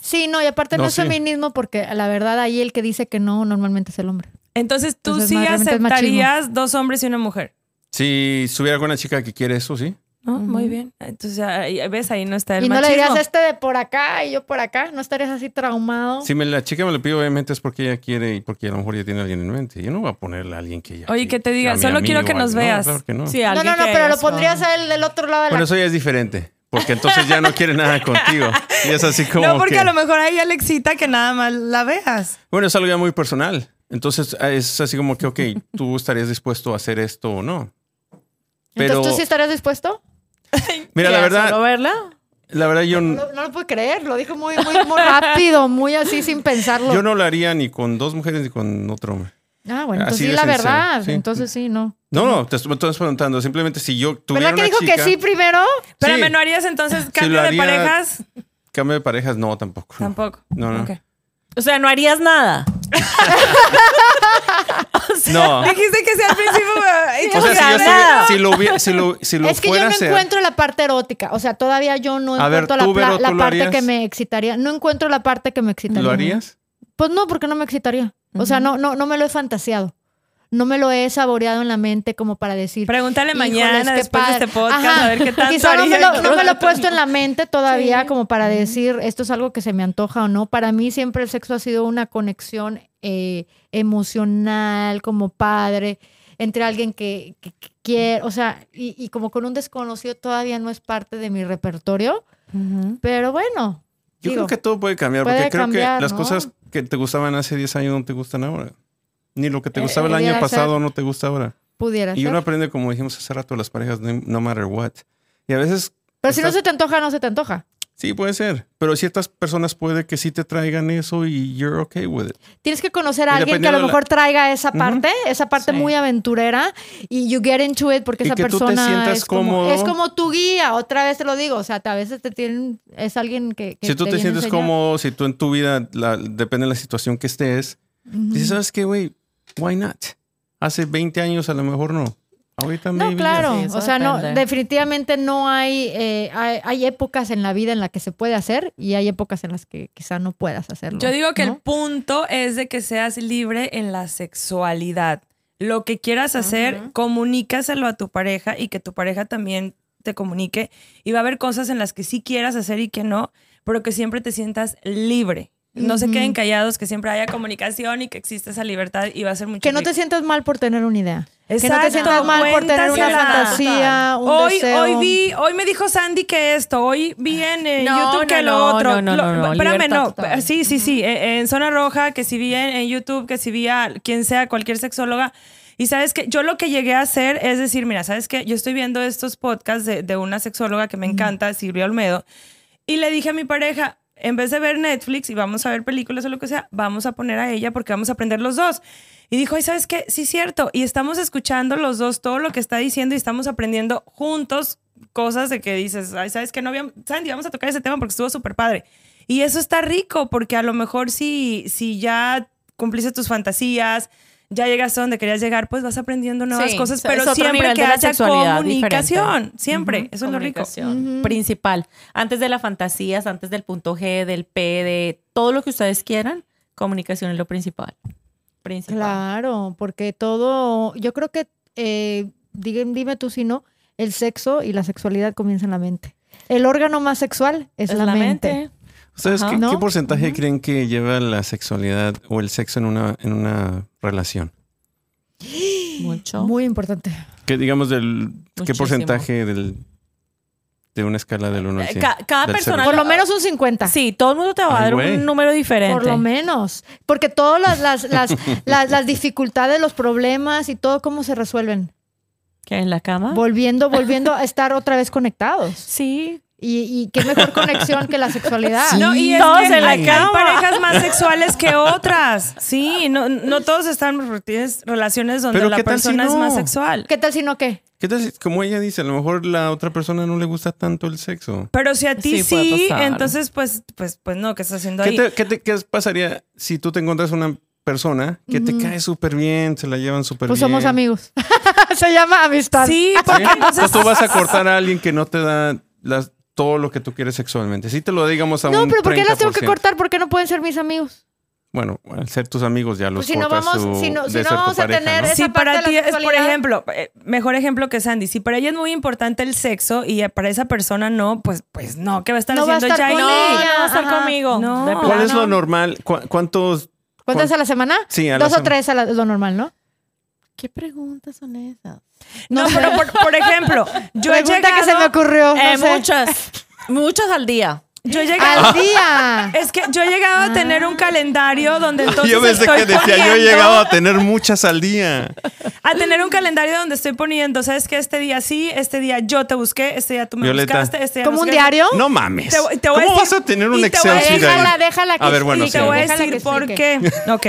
Speaker 1: Sí, no, y aparte no,
Speaker 2: No,
Speaker 1: es
Speaker 2: sí.
Speaker 1: feminismo porque la verdad ahí el que dice que no normalmente es el hombre.
Speaker 4: Entonces tú
Speaker 1: Entonces,
Speaker 4: sí
Speaker 1: más- realmente es
Speaker 4: aceptarías dos hombres y una mujer.
Speaker 2: Si subiera alguna chica que quiere eso, sí.
Speaker 4: ¿no? Muy bien. Entonces, ahí- ves, ahí no está el
Speaker 1: y no
Speaker 4: machismo.
Speaker 1: le dirías este de por acá y yo por acá, no estarías así traumado.
Speaker 2: Si me, la chica me lo pide, obviamente es porque ella quiere y porque a lo mejor ya tiene a alguien en mente. Yo no voy a ponerle a alguien que ella
Speaker 4: Oye,
Speaker 2: quiere,
Speaker 4: que te diga,
Speaker 2: a mi
Speaker 4: solo quiero
Speaker 2: amigo,
Speaker 4: que
Speaker 2: a-
Speaker 4: nos
Speaker 2: no,
Speaker 4: veas.
Speaker 2: claro que no.
Speaker 3: Sí,
Speaker 1: no,
Speaker 3: alguien
Speaker 1: no, no,
Speaker 3: que
Speaker 1: pero lo
Speaker 3: digas,
Speaker 1: pondrías
Speaker 3: "Ah".
Speaker 1: a él del otro lado de la
Speaker 2: Bueno, eso ya es diferente. Porque entonces ya no quiere nada contigo. Y es así como.
Speaker 4: No, porque
Speaker 2: que-
Speaker 4: a lo mejor a ella le excita que nada más la veas.
Speaker 2: Bueno, es algo ya muy personal. Entonces ah, es así como que, ok, tú estarías dispuesto a hacer esto o no. Pero,
Speaker 1: Entonces tú sí estarías dispuesto.
Speaker 2: mira, la
Speaker 3: ¿Ya
Speaker 2: verdad,
Speaker 3: solo verla?
Speaker 2: la verdad, yo,
Speaker 1: No, lo- no lo puedo creer, lo dijo muy, muy, muy rápido, muy así sin pensarlo.
Speaker 2: yo no lo haría ni con dos mujeres ni con otro hombre.
Speaker 1: Ah, bueno, entonces
Speaker 2: Así
Speaker 1: sí,
Speaker 2: de
Speaker 1: la
Speaker 2: sincero,
Speaker 1: verdad.
Speaker 2: sí.
Speaker 1: Entonces sí, no.
Speaker 2: No, no, te est- me estás preguntando. Simplemente si yo tuviera
Speaker 1: ¿Verdad que
Speaker 2: una
Speaker 1: dijo
Speaker 2: chica,
Speaker 1: que sí primero?
Speaker 4: Espérame, ¿no harías entonces cambio
Speaker 2: lo
Speaker 4: de
Speaker 2: haría-
Speaker 4: parejas?
Speaker 2: Cambio de parejas, no, tampoco. no.
Speaker 4: Tampoco.
Speaker 2: No, no.
Speaker 4: Ok.
Speaker 3: O sea, no harías nada.
Speaker 2: No.
Speaker 4: Dijiste que sí al principio. y
Speaker 2: O sea, si yo
Speaker 3: O sea, nada.
Speaker 2: estuviera- si lo hubiera, si lo, si lo
Speaker 1: es que yo
Speaker 2: fuera
Speaker 1: no
Speaker 2: a hacer,
Speaker 1: encuentro la parte erótica. O sea, todavía yo no
Speaker 2: A ver,
Speaker 1: encuentro
Speaker 2: tú,
Speaker 1: la, pla-
Speaker 2: Vero,
Speaker 1: la
Speaker 2: ¿tú lo
Speaker 1: parte que
Speaker 2: harías?
Speaker 1: me excitaría. No encuentro la parte que me excitaría.
Speaker 2: ¿lo harías?
Speaker 1: Pues no, porque no me excitaría. O sea, no, no, no me lo he fantaseado. No me lo he saboreado en la mente como para decir.
Speaker 4: Pregúntale
Speaker 1: "Híjoles,
Speaker 4: mañana
Speaker 1: qué
Speaker 4: después de
Speaker 1: padre".
Speaker 4: este podcast
Speaker 1: Ajá.
Speaker 4: a ver qué tanto
Speaker 1: Quizá no me,
Speaker 4: haría.
Speaker 1: lo, no me lo he puesto en la mente todavía como para decir esto es algo que se me antoja o no. Para mí siempre el sexo ha sido una conexión eh, emocional, como padre, entre alguien que, que- que quiero, o sea, y, y como con un desconocido todavía no es parte de mi repertorio, pero bueno.
Speaker 2: Yo creo
Speaker 1: digo,
Speaker 2: que todo puede cambiar,
Speaker 1: puede
Speaker 2: porque creo
Speaker 1: cambiar,
Speaker 2: que las
Speaker 1: ¿no?
Speaker 2: cosas que te gustaban hace 10 años no te gustan ahora. Ni lo que te
Speaker 1: Eh,
Speaker 2: gustaba el
Speaker 1: pudiera
Speaker 2: año
Speaker 1: ser.
Speaker 2: pasado no te gusta ahora.
Speaker 1: pudiera
Speaker 2: Y uno
Speaker 1: ser.
Speaker 2: aprende, como dijimos hace rato, las parejas no, no matter what. Y a veces,
Speaker 1: Pero si no
Speaker 2: está-
Speaker 1: se te antoja, no se te antoja.
Speaker 2: Sí, puede ser. Pero ciertas personas puede que sí te traigan eso y you're okay with it.
Speaker 1: Tienes que conocer
Speaker 2: Y
Speaker 1: a alguien que a
Speaker 2: dependiendo de la-
Speaker 1: lo mejor traiga esa parte, esa parte
Speaker 3: Sí.
Speaker 1: muy aventurera y you get into it porque
Speaker 2: Y
Speaker 1: esa
Speaker 2: que tú te
Speaker 1: persona
Speaker 2: sientas
Speaker 1: es, como,
Speaker 2: cómodo.
Speaker 1: es como tu guía, otra vez te lo digo, o sea, a veces te tienen es alguien que, que
Speaker 2: Si tú te,
Speaker 1: viene a
Speaker 2: sientes
Speaker 1: enseñar.
Speaker 2: cómodo, si tú en tu vida, la- depende de la situación que estés, dices, "Ah, ¿sabes qué, güey? Why not? Hace 20 años a lo mejor no. Ahorita
Speaker 1: No,
Speaker 2: maybe
Speaker 1: claro,
Speaker 3: Sí, eso
Speaker 1: o sea, no,
Speaker 3: depende.
Speaker 1: definitivamente no hay, eh, hay, hay épocas en la vida en la que se puede hacer y hay épocas en las que quizá no puedas hacerlo.
Speaker 4: Yo digo que
Speaker 1: ¿no?
Speaker 4: el punto es de que seas libre en la sexualidad. Lo que quieras hacer, comunícaselo a tu pareja y que tu pareja también te comunique. Y va a haber cosas en las que sí quieras hacer y que no, pero que siempre te sientas libre. No se
Speaker 1: Ujú.
Speaker 4: queden callados, que siempre haya comunicación y que exista esa libertad y va a ser mucho
Speaker 1: que no te
Speaker 4: rico.
Speaker 1: sientas mal por tener una idea. que no
Speaker 4: Exacto,
Speaker 1: te sientas mal por tener una
Speaker 4: cuéntasela.
Speaker 1: fantasía, un
Speaker 4: hoy,
Speaker 1: deseo.
Speaker 4: hoy vi, hoy me dijo Sandy que esto, hoy vi en eh,
Speaker 3: No,
Speaker 4: YouTube que
Speaker 3: no,
Speaker 4: lo
Speaker 3: no,
Speaker 4: otro.
Speaker 3: no, no,
Speaker 4: Lo-
Speaker 3: no, no,
Speaker 4: espérame,
Speaker 3: libertad
Speaker 4: no.
Speaker 3: total.
Speaker 4: Sí, sí, sí. eh, En Zona Roja, que si vi en, en YouTube, que si vi a quien sea, cualquier sexóloga. Y sabes que yo lo que llegué a hacer es decir, mira, sabes que yo estoy viendo estos podcasts de, de una sexóloga que me encanta, Silvia Olmedo, y le dije a mi pareja, en vez de ver Netflix y vamos a ver películas o lo que sea, vamos a poner a ella porque vamos a aprender los dos. Y dijo, ay, ¿sabes qué? Sí, cierto. Y estamos escuchando los dos todo lo que está diciendo y estamos aprendiendo juntos cosas de que dices, ay, ¿sabes qué? No habíamos... Sandy, vamos a tocar ese tema porque estuvo súper padre. Y eso está rico porque a lo mejor si, si ya cumpliste tus fantasías, ya llegaste a donde querías llegar, pues vas aprendiendo nuevas
Speaker 3: Sí,
Speaker 4: cosas,
Speaker 3: o sea,
Speaker 4: pero
Speaker 3: es otro
Speaker 4: siempre
Speaker 3: nivel
Speaker 4: que
Speaker 3: de la
Speaker 4: haya
Speaker 3: sexualidad
Speaker 4: comunicación,
Speaker 3: diferente.
Speaker 4: siempre,
Speaker 3: Ujú,
Speaker 4: eso es lo rico.
Speaker 3: comunicación
Speaker 1: Ujú.
Speaker 3: Principal. Antes de las fantasías, antes del punto G, del P, de todo lo que ustedes quieran, comunicación es lo principal. Principal.
Speaker 1: Claro, porque todo, yo creo que, eh, dime, dime tú si no, el sexo y la sexualidad comienzan en la mente. El órgano más sexual es, la, mente.
Speaker 2: ¿Ustedes
Speaker 3: Ajá.
Speaker 2: qué,
Speaker 1: ¿No?
Speaker 2: qué porcentaje
Speaker 1: Ujú.
Speaker 2: creen que lleva la sexualidad o el sexo en una, en una relación?
Speaker 3: Mucho.
Speaker 1: Muy importante.
Speaker 2: Que digamos del qué
Speaker 3: Muchísimo.
Speaker 2: porcentaje del de una escala del 1 al 100.
Speaker 3: Ca- cada
Speaker 2: Pues Del
Speaker 3: persona-
Speaker 2: cero.
Speaker 1: Por lo menos un 50.
Speaker 3: Sí, todo el mundo te va a
Speaker 2: Ay,
Speaker 3: dar
Speaker 2: güey.
Speaker 3: un número diferente.
Speaker 1: Por lo menos. Porque todas las, las, las, las, las dificultades, los problemas y todo, ¿cómo se resuelven?
Speaker 3: ¿Qué en la
Speaker 1: Ah.
Speaker 3: cama?
Speaker 1: Volviendo, volviendo a estar otra vez conectados.
Speaker 3: sí.
Speaker 1: Y, y qué mejor conexión que la sexualidad.
Speaker 4: No, y es
Speaker 3: Todos
Speaker 4: que
Speaker 3: en la
Speaker 4: hay
Speaker 3: cama.
Speaker 4: parejas más sexuales que otras. Sí, no, no todos están, tienes relaciones donde
Speaker 2: Pero
Speaker 4: la
Speaker 2: ¿qué tal si
Speaker 4: persona es
Speaker 2: no?
Speaker 4: más sexual.
Speaker 1: ¿Qué tal si no qué?
Speaker 2: ¿Qué tal si, como ella dice, a lo mejor la otra persona no le gusta tanto el sexo?
Speaker 4: Pero si a ti
Speaker 3: Sí, puede
Speaker 4: sí,
Speaker 3: pasar.
Speaker 4: entonces pues, pues, pues no, ¿qué estás haciendo
Speaker 2: ¿Qué,
Speaker 4: ahí?
Speaker 2: te- qué te- qué pasaría si tú te encuentras una persona que te cae súper bien, se la llevan súper
Speaker 1: Pues
Speaker 2: bien?
Speaker 1: somos amigos. Se llama amistad.
Speaker 4: Sí,
Speaker 2: ¿Sí?
Speaker 4: porque entonces
Speaker 2: Entonces tú vas a cortar a alguien que no te da las- todo lo que tú quieres sexualmente. Si te lo digamos a
Speaker 1: No,
Speaker 2: un
Speaker 1: pero ¿por qué las tengo que
Speaker 2: 30%.
Speaker 1: cortar? ¿por qué no pueden ser mis amigos?
Speaker 2: Bueno, al ser tus amigos ya los
Speaker 1: Pues si no
Speaker 2: cortas
Speaker 1: vamos-
Speaker 2: tú
Speaker 1: si no- si
Speaker 2: de ser
Speaker 1: no
Speaker 2: tu
Speaker 1: vamos a
Speaker 2: pareja,
Speaker 1: tener
Speaker 2: ¿no?
Speaker 1: esa
Speaker 4: Si
Speaker 1: parte de
Speaker 4: para
Speaker 1: la
Speaker 4: ti es, por
Speaker 1: sexualidad.
Speaker 4: ejemplo, eh, mejor ejemplo que Sandy, si para ella es muy importante el sexo y para esa persona no, pues, pues no, ¿qué va a estar
Speaker 1: No va a
Speaker 4: haciendo
Speaker 1: estar
Speaker 4: ya
Speaker 1: con
Speaker 4: ahí?
Speaker 3: No,
Speaker 1: ella.
Speaker 3: no va a estar
Speaker 1: Ajá.
Speaker 3: conmigo.
Speaker 4: No.
Speaker 3: De
Speaker 2: ¿Cuál
Speaker 3: plano.
Speaker 2: es lo normal? ¿Cu- ¿Cuántos?
Speaker 1: ¿Cuántas a la semana?
Speaker 2: Sí, a la
Speaker 1: Dos o
Speaker 2: semana.
Speaker 1: tres a la- es lo normal, ¿no?
Speaker 3: ¿Qué preguntas son esas?
Speaker 4: No, pero por, por ejemplo, yo he
Speaker 1: Pregunta
Speaker 4: llegado,
Speaker 1: que se me ocurrió. no
Speaker 3: Eh,
Speaker 1: sé.
Speaker 3: Muchas. Muchas al día.
Speaker 4: yo he llegado-
Speaker 1: Al día. Ah.
Speaker 4: Es que yo he llegado a tener un calendario donde entonces
Speaker 2: yo pensé
Speaker 4: estoy
Speaker 2: que decía, yo he
Speaker 4: poniendo-
Speaker 2: llegado a tener muchas al día.
Speaker 4: a tener un calendario donde estoy poniendo, sabes que este día sí, este día yo te busqué, este día tú me
Speaker 2: Violeta.
Speaker 4: buscaste, este día
Speaker 1: ¿Como
Speaker 4: no
Speaker 1: un
Speaker 4: sé qué.
Speaker 1: diario?
Speaker 2: No mames.
Speaker 4: Te voy- te voy a
Speaker 2: ¿Cómo
Speaker 4: decir-
Speaker 2: vas a tener un
Speaker 4: y te voy a
Speaker 2: Excel sheet ahí?
Speaker 1: dejar- déjala, déjala que
Speaker 2: A ver, bueno,
Speaker 1: explique,
Speaker 2: sí.
Speaker 4: Te voy a
Speaker 1: Déjala que
Speaker 4: decir por qué.
Speaker 1: explique.
Speaker 4: Ok.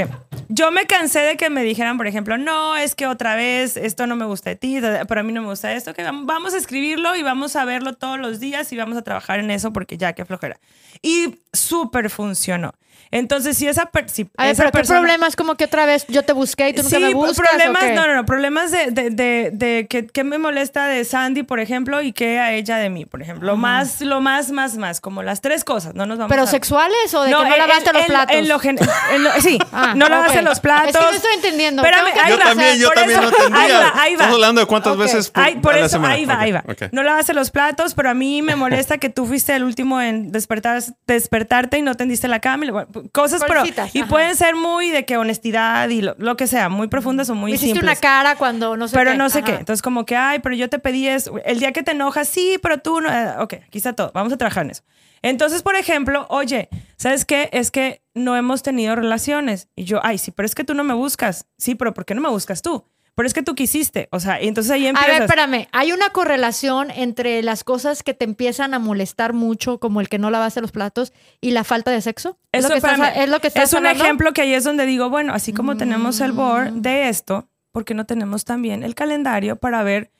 Speaker 4: Yo me cansé de que me dijeran, por ejemplo, no, es que otra vez esto no me gusta de ti, pero a mí no me gusta esto, que vam- vamos a escribirlo y vamos a verlo todos los días y vamos a trabajar en eso porque ya, qué flojera. Y súper funcionó. Entonces, si esa, per- si
Speaker 1: A ver,
Speaker 4: esa
Speaker 1: pero
Speaker 4: persona-
Speaker 1: ¿qué problemas? Como que otra vez yo te busqué y tú nunca
Speaker 4: sí,
Speaker 1: me buscas. ¿o
Speaker 4: problemas,
Speaker 1: qué?
Speaker 4: no, no, no, problemas de, de, de, de que, que me molesta de Sandy, por ejemplo, y que a ella de mí, por ejemplo. Lo más, lo más, más, más, como las tres cosas, no nos vamos
Speaker 1: ¿Pero
Speaker 4: a...
Speaker 1: sexuales o de que no
Speaker 4: en-
Speaker 1: lavaste
Speaker 4: en-
Speaker 1: los
Speaker 4: en-
Speaker 1: platos?
Speaker 4: en lo gen- en lo- sí,
Speaker 1: Ah,
Speaker 4: no lavaste
Speaker 1: ok.
Speaker 4: los platos.
Speaker 1: Es que no estoy entendiendo.
Speaker 4: Espérame,
Speaker 1: Tengo que
Speaker 4: ahí
Speaker 2: Yo
Speaker 4: va.
Speaker 2: también, yo
Speaker 4: Por
Speaker 2: también
Speaker 4: eso-
Speaker 2: no tendría.
Speaker 4: Ahí va, ahí va.
Speaker 2: Estamos hablando de cuántas
Speaker 1: Ok.
Speaker 2: veces por,
Speaker 4: Ay, por
Speaker 2: a la
Speaker 4: eso,
Speaker 2: semana.
Speaker 4: ahí va,
Speaker 2: Ok,
Speaker 4: ahí va.
Speaker 2: ok.
Speaker 4: No lavaste los platos, pero a mí me molesta que tú fuiste el último en despertar, despertarte y no tendiste la cama. y luego- Cosas, pero.
Speaker 1: Cositas,
Speaker 4: Y
Speaker 1: ajá.
Speaker 4: pueden ser muy de que honestidad y lo, lo que sea, muy profundas o
Speaker 1: Me
Speaker 4: muy
Speaker 1: hiciste
Speaker 4: simples.
Speaker 1: una cara cuando no sé
Speaker 4: pero
Speaker 1: qué.
Speaker 4: no sé
Speaker 1: Ajá.
Speaker 4: qué. Entonces, como que, ay, pero yo te pedí eso. El día que te enojas, sí, pero tú no. eh, ok, aquí está todo. Vamos a trabajar en eso. Entonces, por ejemplo, oye, ¿sabes qué? Es que no hemos tenido relaciones. Y yo, ay, sí, pero es que tú no me buscas. Sí, pero ¿por qué no me buscas tú? Pero es que tú quisiste, o sea, y entonces ahí
Speaker 1: A
Speaker 4: empiezas.
Speaker 1: ver, espérame. Hay una correlación entre las cosas que te empiezan a molestar mucho, como el que no lavaste los platos, y la falta de sexo.
Speaker 4: Eso,
Speaker 1: es lo que estás-
Speaker 4: espérame,
Speaker 1: es lo que estás
Speaker 4: es un
Speaker 1: hablando?
Speaker 4: ejemplo que ahí es donde digo, bueno, así como tenemos el board
Speaker 1: Mm.
Speaker 4: de esto, ¿por qué no tenemos también el calendario para ver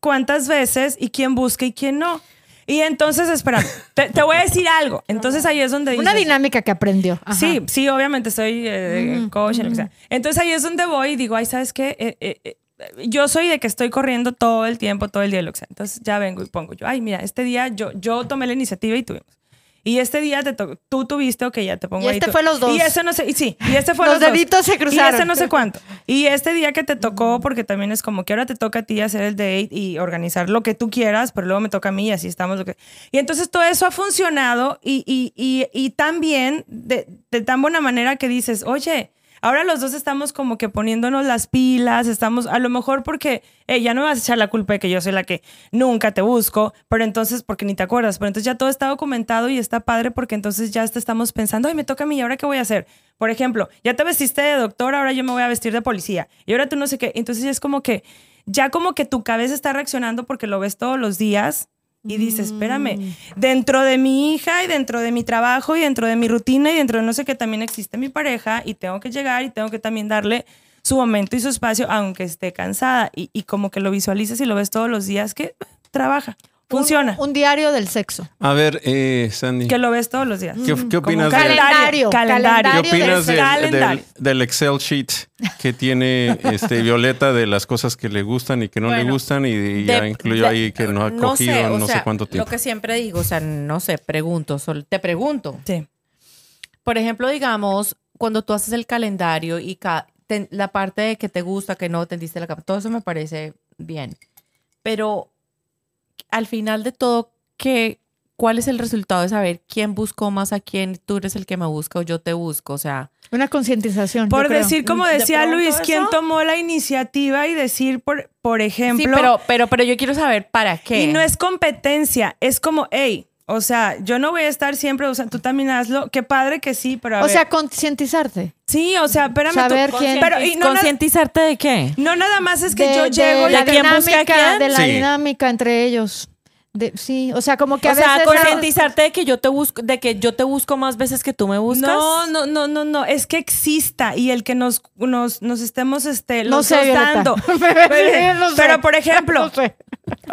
Speaker 4: cuántas veces y quién busca y quién no? Y entonces, espera, te, te voy a decir algo. Entonces ahí es donde
Speaker 1: Una
Speaker 4: dices-
Speaker 1: dinámica que aprendió. Ajá.
Speaker 4: Sí, sí, obviamente soy eh,
Speaker 1: Ujú,
Speaker 4: coach, lo que sea. Entonces ahí es donde voy y digo, ay, ¿sabes qué? Eh, eh, eh, yo soy de que estoy corriendo todo el tiempo, todo el día, lo que sea. Entonces ya vengo y pongo yo, ay, mira, este día yo, yo tomé la iniciativa y tuvimos. Y este día te to- tú tuviste, ok, ya te pongo
Speaker 1: Y
Speaker 4: ahí
Speaker 1: este
Speaker 4: tú.
Speaker 1: fue los dos.
Speaker 4: Y este no sé, y sí, y este fue
Speaker 1: Los
Speaker 4: los, dos.
Speaker 1: deditos se
Speaker 4: Y este
Speaker 1: cruzaron.
Speaker 4: no sé cuánto. Y este día que te tocó, porque también es como que ahora te toca a ti hacer el date y organizar lo que tú quieras, pero luego me toca a mí y así estamos. Lo que... Y entonces todo eso ha funcionado y, y, y, y tan bien, de, de tan buena manera que dices, oye, ahora los dos estamos como que poniéndonos las pilas, estamos, a lo mejor porque eh, ya no me vas a echar la culpa de que yo soy la que nunca te busco, pero entonces, porque ni te acuerdas, pero entonces ya todo está documentado y está padre porque entonces ya hasta estamos pensando, ay, me toca a mí, ¿y ahora qué voy a hacer? Por ejemplo, ya te vestiste de doctor, ahora yo me voy a vestir de policía. Y ahora tú no sé qué. Entonces es como que ya como que tu cabeza está reaccionando porque lo ves todos los días y dices, espérame, dentro de mi hija y dentro de mi trabajo y dentro de mi rutina y dentro de no sé qué también existe mi pareja y tengo que llegar y tengo que también darle su momento y su espacio aunque esté cansada y, y como que lo visualizas y lo ves todos los días que trabaja,
Speaker 1: Un-
Speaker 4: funciona,
Speaker 1: Un, diario del sexo.
Speaker 2: A ver, eh, Sandy.
Speaker 4: que lo ves todos los días.
Speaker 2: ¿Qué, qué
Speaker 4: Como
Speaker 2: opinas,
Speaker 4: un
Speaker 2: de-
Speaker 4: calendario,
Speaker 1: Calendario.
Speaker 2: ¿qué
Speaker 4: calendario
Speaker 1: del
Speaker 2: opinas
Speaker 1: sexo.
Speaker 2: del,
Speaker 4: Calendario.
Speaker 2: del- del Excel sheet que tiene este Violeta de las cosas que le gustan y que no le
Speaker 3: Bueno,
Speaker 2: gustan? Y, y ya
Speaker 3: De-
Speaker 2: incluyó
Speaker 3: de-
Speaker 2: ahí que no ha cogido Ah, no sé,
Speaker 3: o sea,
Speaker 2: cuánto tiempo.
Speaker 3: Lo que siempre digo, o sea, no sé, pregunto, sol- te pregunto.
Speaker 4: Sí.
Speaker 3: Por ejemplo, digamos, cuando tú haces el calendario y ca- te- la parte de que te gusta, que no, tendiste la capa, todo eso me parece bien. Pero al final de todo, ¿qué, ¿cuál es el resultado de saber quién buscó más a quién? Tú eres el que me busca o yo te busco. O sea,
Speaker 1: Una concientización. yo
Speaker 4: Por
Speaker 1: creo.
Speaker 4: decir, como
Speaker 3: De
Speaker 4: decía
Speaker 3: pronto
Speaker 4: Luis, quién
Speaker 3: eso-
Speaker 4: tomó la iniciativa y decir, por, por ejemplo,
Speaker 3: sí, pero, pero, pero yo quiero saber para qué.
Speaker 4: y no es competencia, es como, hey, o sea, yo no voy a estar siempre, o sea, tú también hazlo, qué padre que sí, pero a
Speaker 1: O
Speaker 4: ver.
Speaker 1: sea, concientizarte.
Speaker 4: sí, o sea, espérame tú-
Speaker 1: saber quién-
Speaker 4: pero y no, na-
Speaker 3: ¿Concientizarte de qué?
Speaker 4: no nada más es que
Speaker 1: De-
Speaker 4: yo
Speaker 1: de
Speaker 4: llego y
Speaker 1: la
Speaker 4: a quién busca a
Speaker 1: dinámica,
Speaker 4: quién.
Speaker 1: de la
Speaker 2: Sí.
Speaker 1: dinámica entre ellos. De- sí, o sea, como que a
Speaker 3: o sea,
Speaker 1: veces
Speaker 3: concientizarte de que yo te busco, de que yo te busco más veces que tú me buscas.
Speaker 4: No, no, no, no, no, es que exista y el que nos, nos, nos estemos este,
Speaker 1: no
Speaker 4: los
Speaker 1: sé,
Speaker 4: dos
Speaker 1: Violeta.
Speaker 4: dando.
Speaker 1: No sé.
Speaker 4: Pero, por ejemplo,
Speaker 1: No sé.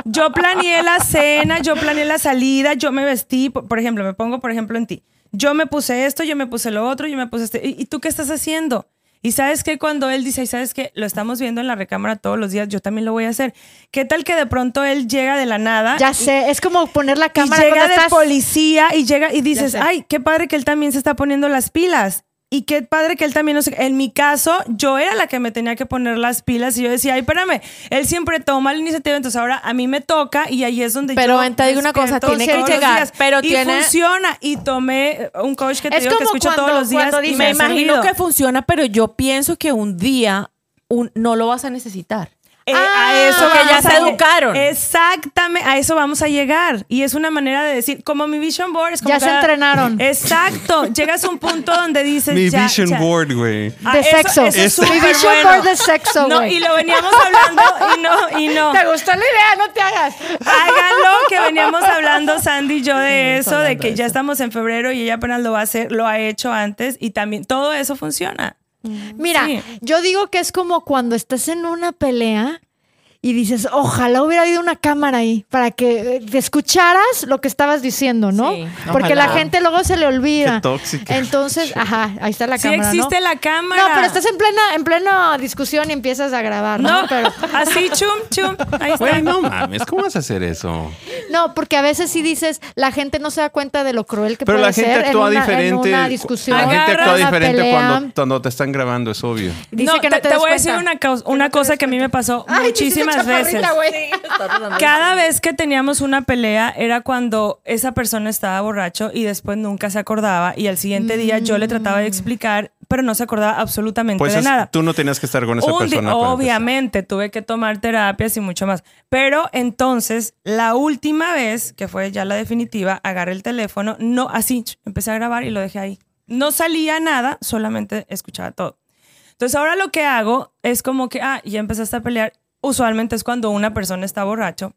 Speaker 4: Yo planeé la cena, yo planeé la salida, yo me vestí, por por ejemplo, me pongo por ejemplo en ti. Yo me puse esto, yo me puse lo otro, yo me puse este. ¿Y, y tú qué estás haciendo? Y sabes que cuando él dice, y sabes que lo estamos viendo en la recámara todos los días, yo también lo voy a hacer. ¿Qué tal que de pronto él llega de la nada?
Speaker 1: Ya sé, es como poner la
Speaker 4: y
Speaker 1: cámara
Speaker 4: llega
Speaker 1: cuando
Speaker 4: de
Speaker 1: estás-
Speaker 4: policía y llega y dices,
Speaker 1: sé.
Speaker 4: ay, qué padre que él también se está poniendo las pilas. Y qué padre que él también, no sé, en mi caso, yo era la que me tenía que poner las pilas y yo decía, ay, espérame, él siempre toma la iniciativa, entonces ahora a mí me toca y ahí es donde
Speaker 3: Pero
Speaker 4: yo
Speaker 3: ven, te digo una cosa,
Speaker 4: despierto
Speaker 3: tiene que
Speaker 4: todos los
Speaker 3: llegar,
Speaker 4: días.
Speaker 3: pero
Speaker 4: y
Speaker 3: tiene-
Speaker 4: funciona. Y tomé un coach que te
Speaker 1: Es
Speaker 4: digo que
Speaker 1: como
Speaker 4: escucho
Speaker 1: cuando-
Speaker 4: todos los días
Speaker 1: cuando
Speaker 4: y
Speaker 1: dices,
Speaker 4: me,
Speaker 3: me
Speaker 4: ha
Speaker 3: imagino
Speaker 4: servido.
Speaker 3: que funciona, pero yo pienso que un día un- no lo vas a necesitar.
Speaker 4: Eh,
Speaker 1: Ah,
Speaker 4: a eso
Speaker 1: porque
Speaker 4: vamos
Speaker 3: ya se
Speaker 4: a lle-
Speaker 3: educaron.
Speaker 4: Exactamente, a eso vamos a llegar. Y es una manera de decir, como mi vision board es como
Speaker 1: Ya se
Speaker 4: cada-
Speaker 1: entrenaron.
Speaker 4: Exacto, llegas a un punto donde dices
Speaker 2: Mi
Speaker 4: ya,
Speaker 2: vision
Speaker 4: ya.
Speaker 2: board, Este. güey.
Speaker 4: Ah,
Speaker 1: De
Speaker 4: eso-
Speaker 1: sexo.
Speaker 4: eso es
Speaker 1: Mi
Speaker 4: súper
Speaker 1: vision
Speaker 4: bueno.
Speaker 1: board de sexo,
Speaker 4: No,
Speaker 1: güey.
Speaker 4: y lo veníamos hablando y no y no.
Speaker 1: Te gustó la idea, no te hagas.
Speaker 4: Háganlo que veníamos hablando Sandy y yo de
Speaker 3: Veníamos
Speaker 4: eso, de
Speaker 3: hablando
Speaker 4: que
Speaker 3: de
Speaker 4: ya
Speaker 3: eso.
Speaker 4: estamos en febrero y ella apenas lo va a hacer, lo ha hecho antes y también todo eso funciona.
Speaker 1: Mira,
Speaker 4: Sí.
Speaker 1: yo digo que es como cuando estás en una pelea y dices, ojalá hubiera habido una cámara ahí para que eh, te escucharas lo que estabas diciendo, ¿no?
Speaker 3: Sí,
Speaker 1: Porque la
Speaker 3: ojalá.
Speaker 1: gente luego se le olvida.
Speaker 2: Qué tóxica.
Speaker 1: Entonces, ajá, ahí está la
Speaker 4: Sí
Speaker 1: cámara.
Speaker 4: existe
Speaker 1: ¿no?
Speaker 4: la cámara.
Speaker 1: No, pero estás en plena, en plena discusión y empiezas a grabar, ¿no?
Speaker 4: No,
Speaker 1: Pero,
Speaker 4: así chum chum, ahí está.
Speaker 2: Güey, no mames, ¿cómo vas a hacer eso?
Speaker 1: no, porque a veces sí dices, la gente no se da cuenta de lo cruel que
Speaker 2: Pero
Speaker 1: puede
Speaker 2: la gente
Speaker 1: ser en
Speaker 2: actúa
Speaker 1: una- en
Speaker 2: diferente.
Speaker 1: una discusión.
Speaker 2: La gente actúa
Speaker 1: una
Speaker 2: diferente
Speaker 1: pelea.
Speaker 2: cuando, cuando te están grabando, es obvio.
Speaker 1: Dice que no te,
Speaker 4: voy
Speaker 1: des
Speaker 4: a decir
Speaker 1: cuenta.
Speaker 4: una, cos- una cosa que a mí me pasó
Speaker 1: Ay, te hiciste
Speaker 4: muchísimas
Speaker 1: chaparrita,
Speaker 4: veces.
Speaker 1: güey.
Speaker 4: Cada vez que teníamos una pelea era cuando esa persona estaba borracho y después nunca se acordaba y al siguiente día yo le trataba
Speaker 1: Mm.
Speaker 4: de explicar, pero no se acordaba absolutamente
Speaker 2: Pues
Speaker 4: de
Speaker 2: es-
Speaker 4: nada.
Speaker 2: tú no tenías que estar con esa
Speaker 4: Un di-
Speaker 2: persona. para empezar.
Speaker 4: obviamente, tuve que tomar terapias y mucho más. Pero entonces, la última vez, que fue ya la definitiva, agarré el teléfono, no así, ch, empecé a grabar y lo dejé ahí. No salía nada, solamente escuchaba todo. Entonces ahora lo que hago es como que, ah, ya empezaste a pelear. Usualmente es cuando una persona está borracho.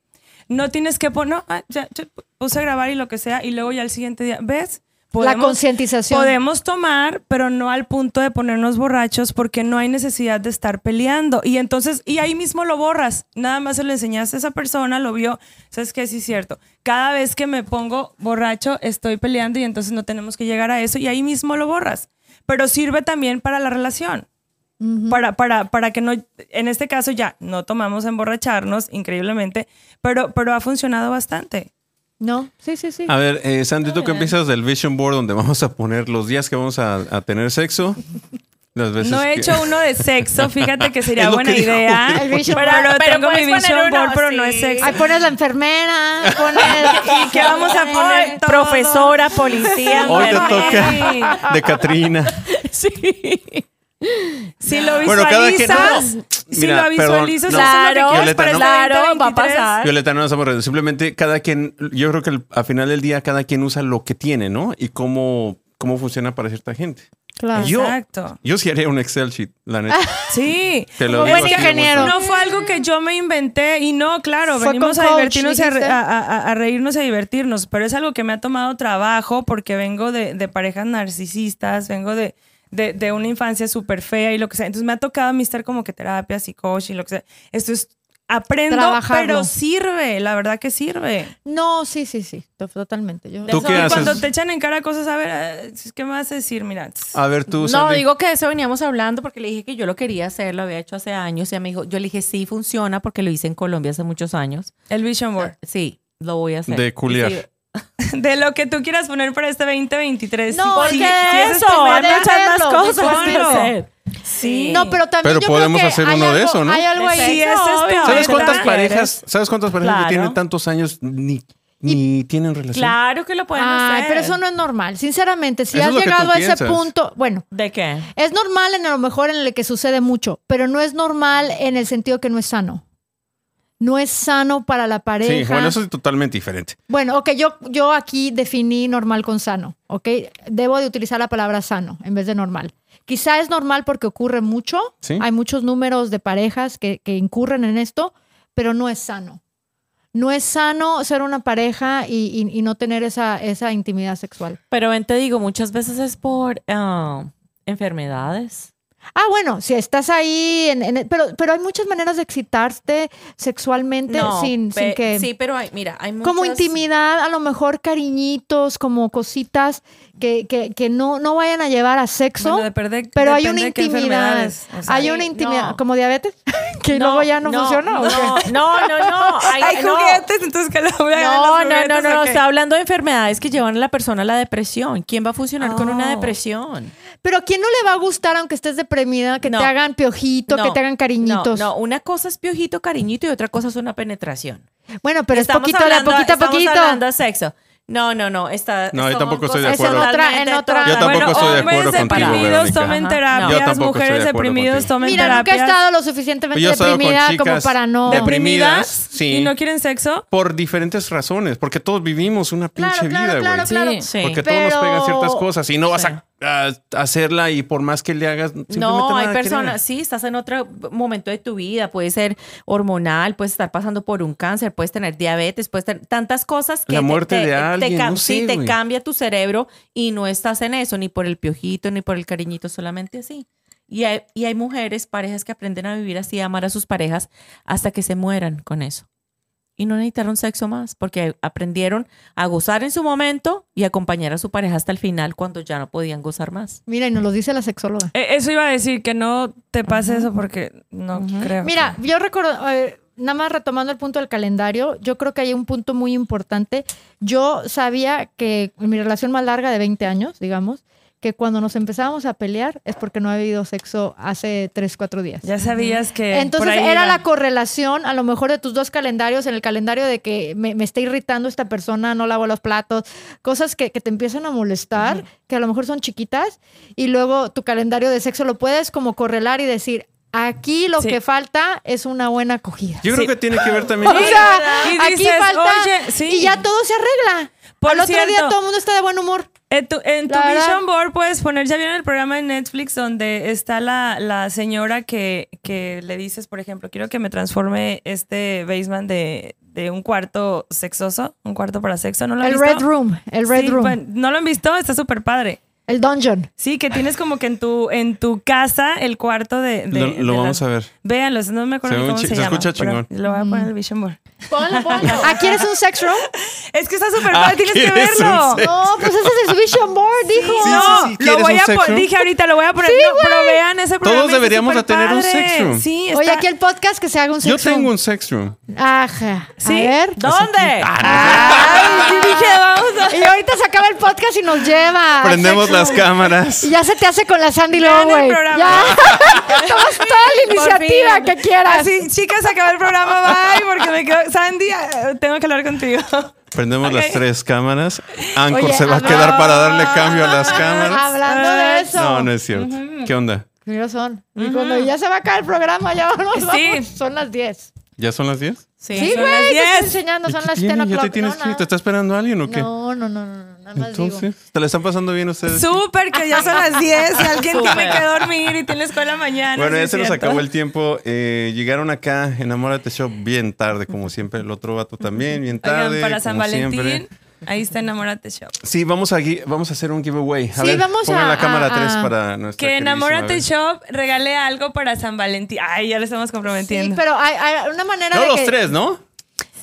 Speaker 4: No tienes que poner, no, ah, ya, ya puse a grabar y lo que sea, y luego ya al siguiente día, ¿ves?
Speaker 1: la concientización.
Speaker 4: Podemos tomar, pero no al punto de ponernos borrachos porque no hay necesidad de estar peleando. Y entonces, y ahí mismo lo borras. Nada más se lo enseñaste a esa persona, lo vio. ¿Sabes qué? Sí, es cierto. Cada vez que me pongo borracho, estoy peleando y entonces no tenemos que llegar a eso. Y ahí mismo lo borras. Pero sirve también para la relación. Para, para, para que no, en este caso ya no tomamos a emborracharnos, increíblemente, pero, pero ha funcionado bastante.
Speaker 1: No, sí, sí, sí.
Speaker 2: A ver, eh, Sandy, ¿tú qué piensas del vision board donde vamos a poner los días que vamos a, a tener sexo? Las veces
Speaker 4: No he
Speaker 2: Pues que-
Speaker 4: hecho uno de sexo, fíjate que
Speaker 2: Es
Speaker 4: sería
Speaker 2: lo
Speaker 4: buena
Speaker 2: que digo.
Speaker 4: idea.
Speaker 1: El vision
Speaker 4: pero
Speaker 1: board.
Speaker 4: no
Speaker 3: Pero
Speaker 4: tengo mi
Speaker 3: puedes poner
Speaker 4: vision
Speaker 3: uno,
Speaker 4: board, pero no es
Speaker 3: sí.
Speaker 4: sexo.
Speaker 1: Ahí pones la enfermera, pones...
Speaker 4: ¿Y qué vamos a poner?
Speaker 3: Eh,
Speaker 1: Ay,
Speaker 4: Profesora, policía,
Speaker 2: Hoy te
Speaker 4: enfermera.
Speaker 2: toca de Catrina.
Speaker 4: Si lo
Speaker 2: Bueno, cada quien-
Speaker 4: visualizas,
Speaker 2: no,
Speaker 4: si
Speaker 2: mira,
Speaker 4: lo
Speaker 2: perdón,
Speaker 4: visualizas,
Speaker 2: no.
Speaker 4: eso es lo que
Speaker 3: Claro,
Speaker 4: quieres para el
Speaker 2: Violeta,
Speaker 3: no. Claro, va a
Speaker 4: 2023.
Speaker 3: pasar.
Speaker 2: Violeta, no estamos redes. Simplemente cada quien, yo creo que al- al final del día cada quien usa lo que tiene, ¿no? Y cómo, cómo funciona para cierta gente.
Speaker 1: Claro.
Speaker 2: Yo-
Speaker 4: Exacto.
Speaker 2: Yo sí haría un Excel sheet, la neta.
Speaker 4: Sí.
Speaker 2: Te lo
Speaker 1: Como
Speaker 2: digo
Speaker 1: buen
Speaker 2: así de
Speaker 1: ingeniero.
Speaker 2: vuelta.
Speaker 4: No fue algo que yo me inventé y no, claro,
Speaker 1: Fue
Speaker 4: venimos
Speaker 1: con
Speaker 4: a
Speaker 1: coach,
Speaker 4: divertirnos, y a, re-
Speaker 1: dijiste.
Speaker 4: a- a- a reírnos y a divertirnos, pero es algo que me ha tomado trabajo porque vengo de, de parejas narcisistas, vengo de, de, de una infancia súper fea y lo que sea. Entonces me ha tocado a mí estar como que terapia, y coach y lo que sea. Esto es, aprendo,
Speaker 1: Trabajarlo.
Speaker 4: pero sirve, la verdad que sirve.
Speaker 1: No, sí, sí, sí, to- totalmente. Yo,
Speaker 2: ¿Tú qué
Speaker 4: Y
Speaker 2: haces?
Speaker 4: cuando te echan en cara cosas, a ver, eh, ¿qué me vas a decir? Mira, tss,
Speaker 2: A ver tú,
Speaker 3: No,
Speaker 2: Sandy.
Speaker 3: digo que de eso veníamos hablando porque le dije que yo lo quería hacer, lo había hecho hace años y ella me dijo, yo le dije, sí, funciona porque lo hice en Colombia hace muchos años.
Speaker 4: el vision board.
Speaker 3: Sí, lo voy a hacer.
Speaker 2: De culiar.
Speaker 3: Sí.
Speaker 4: De lo que tú quieras poner para este 2023.
Speaker 1: No,
Speaker 4: sí,
Speaker 1: ¿por qué
Speaker 4: es
Speaker 1: eso?
Speaker 4: primera-
Speaker 1: Hay muchas más cosas que hacer.
Speaker 4: Sí.
Speaker 1: No, pero también
Speaker 2: Pero
Speaker 1: yo
Speaker 2: podemos
Speaker 1: creo que
Speaker 2: hacer
Speaker 1: hay
Speaker 2: uno de
Speaker 1: algo-
Speaker 2: eso, ¿no?
Speaker 1: Hay algo ahí.
Speaker 4: Sí, eso es
Speaker 3: obvio.
Speaker 4: peor.
Speaker 2: ¿Sabes
Speaker 4: ¿verdad?
Speaker 2: cuántas
Speaker 4: ¿Quieres?
Speaker 2: parejas, sabes cuántas parejas
Speaker 3: Claro.
Speaker 2: que tienen tantos años ni, ni tienen relación?
Speaker 3: Claro que lo pueden
Speaker 1: Ay,
Speaker 3: hacer.
Speaker 1: pero eso no es normal. Sinceramente, si
Speaker 2: Eso es
Speaker 1: has
Speaker 2: lo que tú
Speaker 1: llegado a ese
Speaker 2: piensas.
Speaker 1: punto, bueno,
Speaker 3: ¿De qué?
Speaker 1: es normal en a lo mejor en el que sucede mucho, pero no es normal en el sentido que no es sano. No es sano para la pareja.
Speaker 2: Sí, bueno, eso es totalmente diferente.
Speaker 1: Bueno, ok, yo, yo aquí definí normal con sano, ¿ok? Debo de utilizar la palabra sano en vez de normal. Quizá es normal porque ocurre mucho,
Speaker 2: Sí.
Speaker 1: hay muchos números de parejas que, que incurren en esto, pero no es sano. No es sano ser una pareja y, y- y no tener esa, esa intimidad sexual.
Speaker 3: Pero ven, te digo, muchas veces es por ah, enfermedades.
Speaker 1: Ah, bueno, si estás ahí, en- en- pero, pero hay muchas maneras de excitarte sexualmente sin, sin
Speaker 3: pe-
Speaker 1: que...
Speaker 3: Sí, pero hay, mira, hay muchas...
Speaker 1: Como intimidad, a lo mejor cariñitos, como cositas que, que, que no, no vayan a llevar a sexo.
Speaker 4: Bueno, depende-
Speaker 1: pero hay una
Speaker 4: depende de qué
Speaker 1: intimidad.
Speaker 4: enfermedades, o sea.
Speaker 1: hay
Speaker 3: Sí,
Speaker 1: una intimidad.
Speaker 3: no.
Speaker 1: ¿Como diabetes? que luego ya no, funciona. ¿o
Speaker 3: No,
Speaker 1: qué?
Speaker 3: no, no, no. Hay,
Speaker 4: Hay
Speaker 3: no.
Speaker 4: juguetes, entonces que la voy a ganar
Speaker 3: No,
Speaker 4: los
Speaker 3: no, no,
Speaker 4: juguetes,
Speaker 3: no, no,
Speaker 4: ¿o qué?
Speaker 3: está hablando de enfermedades que llevan a la persona a la depresión. ¿Quién va a funcionar con una
Speaker 4: Oh.
Speaker 3: depresión?
Speaker 1: Pero ¿a quién no le va a gustar, aunque estés deprimida, que
Speaker 3: No.
Speaker 1: te hagan piojito, que
Speaker 3: No,
Speaker 1: te hagan cariñitos?
Speaker 3: No, no, una cosa es piojito, cariñito y otra cosa es una penetración.
Speaker 1: Bueno, pero
Speaker 3: Estamos
Speaker 1: es poquito, de
Speaker 3: hablando-
Speaker 1: poquito a
Speaker 3: estamos
Speaker 1: poquito.
Speaker 3: hablando de sexo. No, no, no. Está,
Speaker 2: No, yo
Speaker 3: son
Speaker 2: tampoco estoy de
Speaker 3: cosas
Speaker 1: acuerdo. Es en otra- en
Speaker 3: totalmente
Speaker 1: otra-
Speaker 3: total.
Speaker 2: Yo tampoco
Speaker 4: bueno,
Speaker 2: estoy de acuerdo
Speaker 4: hombres
Speaker 2: contigo,
Speaker 4: deprimidos
Speaker 2: Verónica.
Speaker 4: tomen
Speaker 2: Yo
Speaker 3: Ajá.
Speaker 4: terapias,
Speaker 2: tampoco estoy de
Speaker 4: mujeres
Speaker 2: acuerdo
Speaker 4: deprimidos
Speaker 2: contigo.
Speaker 4: tomen
Speaker 1: Mira, nunca he
Speaker 4: terapias.
Speaker 1: estado lo suficientemente
Speaker 2: Pues Yo he estado con
Speaker 1: deprimida como
Speaker 2: chicas
Speaker 1: para no...
Speaker 2: deprimidas.
Speaker 4: deprimidas
Speaker 2: sí.
Speaker 4: y no quieren sexo.
Speaker 2: Por diferentes razones, porque todos vivimos una pinche vida, güey.
Speaker 1: Sí. Claro,
Speaker 3: Sí.
Speaker 2: Porque todos nos pegan
Speaker 1: pero-
Speaker 2: ciertas cosas y no vas
Speaker 3: Sí.
Speaker 2: a, a hacerla y por más que le hagas, simplemente
Speaker 3: No, hay
Speaker 2: nada que ver.
Speaker 3: personas, sí, estás en otro momento de tu vida, puede ser hormonal, puedes estar pasando por un cáncer, puedes tener diabetes, puedes tener tantas cosas que
Speaker 2: La muerte de alguien,
Speaker 3: ca-
Speaker 2: no
Speaker 3: sí,
Speaker 2: sé,
Speaker 3: te
Speaker 2: güey.
Speaker 3: cambia tu cerebro y no estás en eso, ni por el piojito, ni por el cariñito, solamente así. Y hay, y hay mujeres, parejas que aprenden a vivir así, a amar a sus parejas hasta que se mueran con eso. Y no necesitaron sexo más, porque aprendieron a gozar en su momento y acompañar a su pareja hasta el final cuando ya no podían gozar más.
Speaker 1: Mira, y nos lo dice la sexóloga.
Speaker 4: Eh, Eso iba a decir, que no te pase eso porque no creo.
Speaker 1: Mira, yo recuerdo, eh, nada más retomando el punto del calendario, yo creo que hay un punto muy importante. Yo sabía que en mi relación más larga de 20 años, digamos, que cuando nos empezábamos a pelear es porque no había habido sexo hace 3, 4 días.
Speaker 4: ya sabías que
Speaker 1: Entonces
Speaker 4: Eh, por ahí iba.
Speaker 1: era la correlación a lo mejor de tus dos calendarios, en el calendario de que me, me está irritando esta persona, no lavo los platos, cosas que, que te empiezan a molestar, que a lo mejor son chiquitas, y luego tu calendario de sexo lo puedes como correlar y decir, aquí lo
Speaker 4: Sí.
Speaker 1: que falta es una buena acogida.
Speaker 2: Yo creo
Speaker 4: Sí.
Speaker 2: que tiene que ver también.
Speaker 1: O sea,
Speaker 4: Y
Speaker 1: aquí
Speaker 4: dices,
Speaker 1: falta
Speaker 4: "Oye, sí".
Speaker 1: y ya todo se arregla.
Speaker 4: Por
Speaker 1: Al otro día
Speaker 4: cierto.
Speaker 1: todo el mundo está de buen humor.
Speaker 4: En tu, en tu
Speaker 1: La verdad-
Speaker 4: vision board puedes poner, ya vieron el programa de Netflix donde está la, la señora que, que le dices, por ejemplo, quiero que me transforme este basement de, de un cuarto sexoso, un cuarto para sexo, ¿no lo han
Speaker 1: El
Speaker 4: visto?
Speaker 1: Red Room, el Red
Speaker 4: Sí,
Speaker 1: Room,
Speaker 4: bueno, no lo han visto, está súper padre.
Speaker 1: el Dungeon.
Speaker 4: Sí, que tienes como que en tu, en tu casa el cuarto de... de-
Speaker 2: lo
Speaker 4: de
Speaker 2: lo
Speaker 4: la-
Speaker 2: vamos a ver.
Speaker 4: Véanlo, no me acuerdo
Speaker 2: Se ve
Speaker 4: ni cómo
Speaker 2: chi-
Speaker 4: se,
Speaker 2: se
Speaker 4: llama.
Speaker 2: escucha
Speaker 4: pero
Speaker 2: chingón.
Speaker 4: Lo voy a
Speaker 1: Mm.
Speaker 4: poner en el vision board.
Speaker 1: Ponlo, ponlo. ¿Ah, quieres un sex room?
Speaker 4: Es que está súper
Speaker 2: Ah,
Speaker 4: padre, tienes que
Speaker 2: ¿quieres un
Speaker 4: verlo.
Speaker 2: sex-
Speaker 1: No, pues ese es el Vision Board, dijo.
Speaker 2: Sí,
Speaker 4: no,
Speaker 2: sí, sí.
Speaker 4: lo
Speaker 2: ¿Quieres
Speaker 4: voy
Speaker 2: un
Speaker 4: a
Speaker 2: sex
Speaker 4: po-
Speaker 2: room?
Speaker 4: dije ahorita lo voy a poner,
Speaker 1: Sí,
Speaker 4: no, pero vean ese programa. está
Speaker 2: deberíamos de
Speaker 4: súper
Speaker 2: tener un sex
Speaker 4: padre.
Speaker 2: room.
Speaker 4: Sí,
Speaker 1: Oye,
Speaker 4: está-
Speaker 1: aquí el podcast que se haga un
Speaker 2: Yo
Speaker 1: sex room.
Speaker 2: tengo un sex room.
Speaker 1: Ajá.
Speaker 4: ¿Sí?
Speaker 1: A ver.
Speaker 4: ¿Dónde?
Speaker 1: Ah,
Speaker 4: Ay, sí, dije, vamos a...
Speaker 1: Y ahorita se acaba el podcast y nos lleva. al
Speaker 2: Prendemos
Speaker 1: Ah, sex
Speaker 2: las
Speaker 1: room.
Speaker 2: cámaras.
Speaker 1: Y ya se te hace con la Sandy
Speaker 4: Vean
Speaker 1: Lowe,
Speaker 4: el
Speaker 1: güey.
Speaker 4: programa.
Speaker 1: Ya. Tomas toda la
Speaker 4: Por
Speaker 1: iniciativa
Speaker 4: fin.
Speaker 1: que quieras.
Speaker 4: Así, chicas, se acabó el programa, bye, porque me quedo... Sandy, eh, tengo que hablar contigo.
Speaker 2: Prendemos
Speaker 4: Ok.
Speaker 2: las tres cámaras. Anchor
Speaker 1: Oye, ah,
Speaker 2: se va a
Speaker 1: habla-
Speaker 2: quedar para darle cambio a las cámaras.
Speaker 1: Hablando de
Speaker 4: Ay,
Speaker 1: eso.
Speaker 2: No, no es cierto. ¿Qué onda?
Speaker 1: Mira, son. Y cuando ya se va a acabar el programa, ya vamos.
Speaker 4: Sí.
Speaker 1: vamos. Son las 10.
Speaker 2: ¿Ya son las 10?
Speaker 1: Sí,
Speaker 4: son las
Speaker 1: güey, te estoy
Speaker 4: 10.
Speaker 1: enseñando.
Speaker 2: ¿Y
Speaker 1: Son
Speaker 2: qué
Speaker 1: las
Speaker 2: tiene?
Speaker 1: 10
Speaker 2: ¿Ya
Speaker 1: o'clock.
Speaker 2: te tienes
Speaker 1: no,
Speaker 2: que ir? ¿Te está esperando alguien o qué?
Speaker 1: No, no, no, no, nada más digo.
Speaker 2: Entonces, ¿te la están pasando bien ustedes?
Speaker 4: Súper, que ya son las 10 y alguien tiene
Speaker 3: Súper.
Speaker 4: que dormir y tiene escuela mañana. Ah, sí
Speaker 2: Bueno, ya
Speaker 4: es
Speaker 2: se nos
Speaker 4: cierto.
Speaker 2: acabó el tiempo. Eh, llegaron acá, Enamórate Show, bien tarde, como siempre. El otro vato también, bien tarde.
Speaker 4: Oigan, para San
Speaker 2: como
Speaker 4: Valentín,
Speaker 2: siempre.
Speaker 4: ahí está Enamórate Show.
Speaker 2: Sí, vamos a, gui- vamos a hacer un giveaway. A
Speaker 1: Sí,
Speaker 2: ver,
Speaker 1: vamos
Speaker 2: pongan
Speaker 1: a-
Speaker 2: la cámara
Speaker 1: a-
Speaker 2: 3
Speaker 1: a-
Speaker 2: para nuestra
Speaker 4: Que
Speaker 2: queridísima
Speaker 4: Enamórate
Speaker 2: Bere.
Speaker 4: Shop regale algo para San Valentín. Ay, ya lo estamos
Speaker 1: Sí,
Speaker 4: comprometiendo.
Speaker 1: pero hay, hay una manera
Speaker 2: No
Speaker 1: de
Speaker 2: los
Speaker 1: que
Speaker 2: tres, ¿no?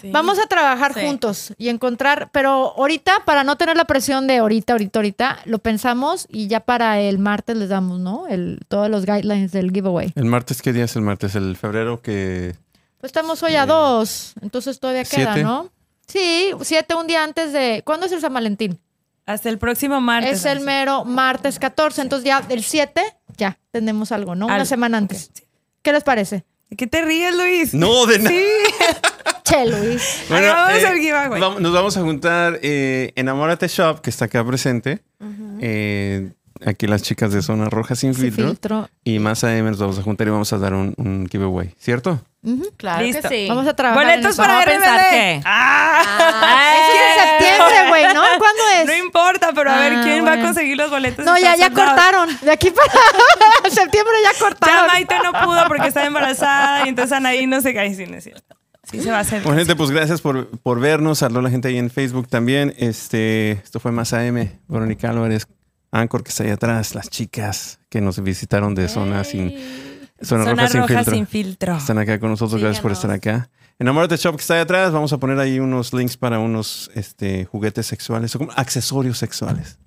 Speaker 1: vamos a trabajar
Speaker 3: Sí.
Speaker 1: juntos y encontrar, pero ahorita para no tener la presión de ahorita, ahorita, ahorita, lo pensamos y ya para el martes les damos, ¿no? El todos los guidelines del giveaway.
Speaker 2: El martes, ¿qué día es el martes? El febrero que...
Speaker 1: Pues estamos hoy a dos, entonces todavía queda,
Speaker 2: ¿Siete?
Speaker 1: ¿no? Sí, siete un día antes de ¿Cuándo es el San Valentín?
Speaker 4: Hasta el próximo martes.
Speaker 1: es el
Speaker 4: Alonso.
Speaker 1: mero martes 14, entonces ya el 7 ya tenemos algo, ¿no? Una
Speaker 4: Algo.
Speaker 1: semana antes. ¿Qué les parece?
Speaker 4: ¿De qué te ríes, Luis?
Speaker 2: No, de nada.
Speaker 4: Sí.
Speaker 1: Che, Luis.
Speaker 4: Hagamos el giveaway.
Speaker 2: vam- Nos vamos a juntar eh, Enamórate Shop, que está acá presente. Eh, aquí las chicas de Zona Roja Sin
Speaker 1: Sin
Speaker 2: Filtro.
Speaker 1: filtro.
Speaker 2: Y más AM nos vamos a juntar y vamos a dar un, un giveaway, ¿cierto?
Speaker 3: Claro
Speaker 4: Listo.
Speaker 3: que sí.
Speaker 1: Vamos a trabajar. en
Speaker 4: Boletos
Speaker 1: eso.
Speaker 4: para
Speaker 3: Vamos a pensar
Speaker 4: RBD.
Speaker 3: que-
Speaker 4: Ah.
Speaker 1: Es en septiembre, güey, ¿no? ¿Cuándo es?
Speaker 4: No importa, pero a ver
Speaker 1: Ah,
Speaker 4: quién va
Speaker 1: bueno.
Speaker 4: a conseguir los boletos.
Speaker 1: No,
Speaker 4: Está
Speaker 1: ya, ya
Speaker 4: soldado.
Speaker 1: cortaron. De aquí para septiembre ya
Speaker 4: Ya
Speaker 1: cortaron.
Speaker 4: Maite no pudo porque estaba embarazada y entonces Anaí no se cae sin decir. Sí se va a hacer.
Speaker 2: Bueno, gente, pues gracias por, por vernos. Saludó la gente ahí en Facebook también. Este, esto fue Más AM, Verónica Álvarez, Anchor, que está ahí atrás, las chicas que nos visitaron de Zona Sin... Zona,
Speaker 4: Zona
Speaker 2: Roja, Sin
Speaker 4: roja
Speaker 2: Filtro.
Speaker 4: sin filtro.
Speaker 2: Están acá con nosotros, gracias por estar
Speaker 1: Síganos.
Speaker 2: acá. Enamórate Shop que está ahí atrás, vamos a poner ahí unos links para unos este, juguetes sexuales o como accesorios sexuales.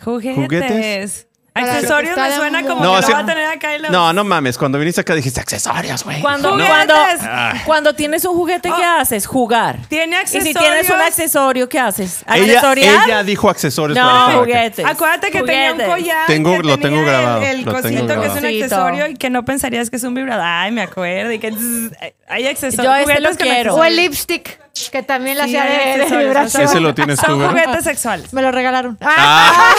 Speaker 4: Juguetes.
Speaker 2: Juguetes.
Speaker 4: Accesorios
Speaker 1: Para
Speaker 4: me
Speaker 1: que
Speaker 4: suena
Speaker 1: está
Speaker 4: como
Speaker 1: de
Speaker 4: que
Speaker 1: moda.
Speaker 4: lo
Speaker 2: así-
Speaker 4: va a tener acá y lo...
Speaker 2: No, no mames, cuando viniste acá dijiste accesorios, güey.
Speaker 3: Cuando,
Speaker 2: No. Ah.
Speaker 3: cuando,
Speaker 4: ¡Juguetes! Oh.
Speaker 3: cuando tienes un juguete, ¿qué haces? Jugar.
Speaker 4: Tiene
Speaker 3: Y si tienes un
Speaker 4: accesorios.
Speaker 3: accesorio, ¿qué haces?
Speaker 2: ella,
Speaker 3: ¿Accesoriar?
Speaker 2: ella dijo accesorios. para
Speaker 3: no,
Speaker 2: estar acá.
Speaker 3: juguetes.
Speaker 4: Acuérdate que tenía un
Speaker 3: Juguetes.
Speaker 4: collar.
Speaker 2: Tengo-
Speaker 4: que
Speaker 2: lo
Speaker 4: tenía
Speaker 2: tengo
Speaker 4: el-
Speaker 2: grabado,
Speaker 4: El,
Speaker 2: lo tengo
Speaker 4: cosito que es un
Speaker 3: grabado.
Speaker 4: accesorio y que no pensarías que es un vibrador. Ay, me acuerdo. Y que zzz, hay accesorios.
Speaker 3: Yo ese
Speaker 4: juguetes
Speaker 3: lo
Speaker 4: con
Speaker 3: quiero.
Speaker 1: O el
Speaker 4: accesorios.
Speaker 1: lipstick, que también la
Speaker 4: Sí,
Speaker 1: hacía
Speaker 4: hay
Speaker 1: de, de
Speaker 4: accesorios,
Speaker 1: vibración.
Speaker 4: o
Speaker 2: Ese lo tienes tú,
Speaker 4: Son
Speaker 2: ¿verdad?
Speaker 4: juguetes sexuales.
Speaker 1: Me lo regalaron.
Speaker 2: Ah,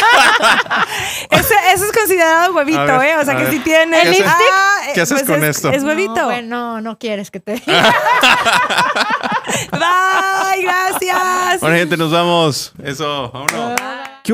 Speaker 4: Ese, eso es considerado huevito,
Speaker 2: A ver,
Speaker 4: ¿eh? O sea,
Speaker 2: a
Speaker 4: que
Speaker 2: ver.
Speaker 4: si tiene.
Speaker 2: ¿El
Speaker 4: Ah,
Speaker 2: lipstick?
Speaker 4: eh,
Speaker 2: ¿Qué haces
Speaker 4: pues
Speaker 2: con
Speaker 4: es-
Speaker 2: esto?
Speaker 4: Es huevito.
Speaker 1: No, bueno, no quieres que te
Speaker 4: Bye, gracias.
Speaker 2: Bueno, gente, nos vamos. Eso, vámonos. ¿Qué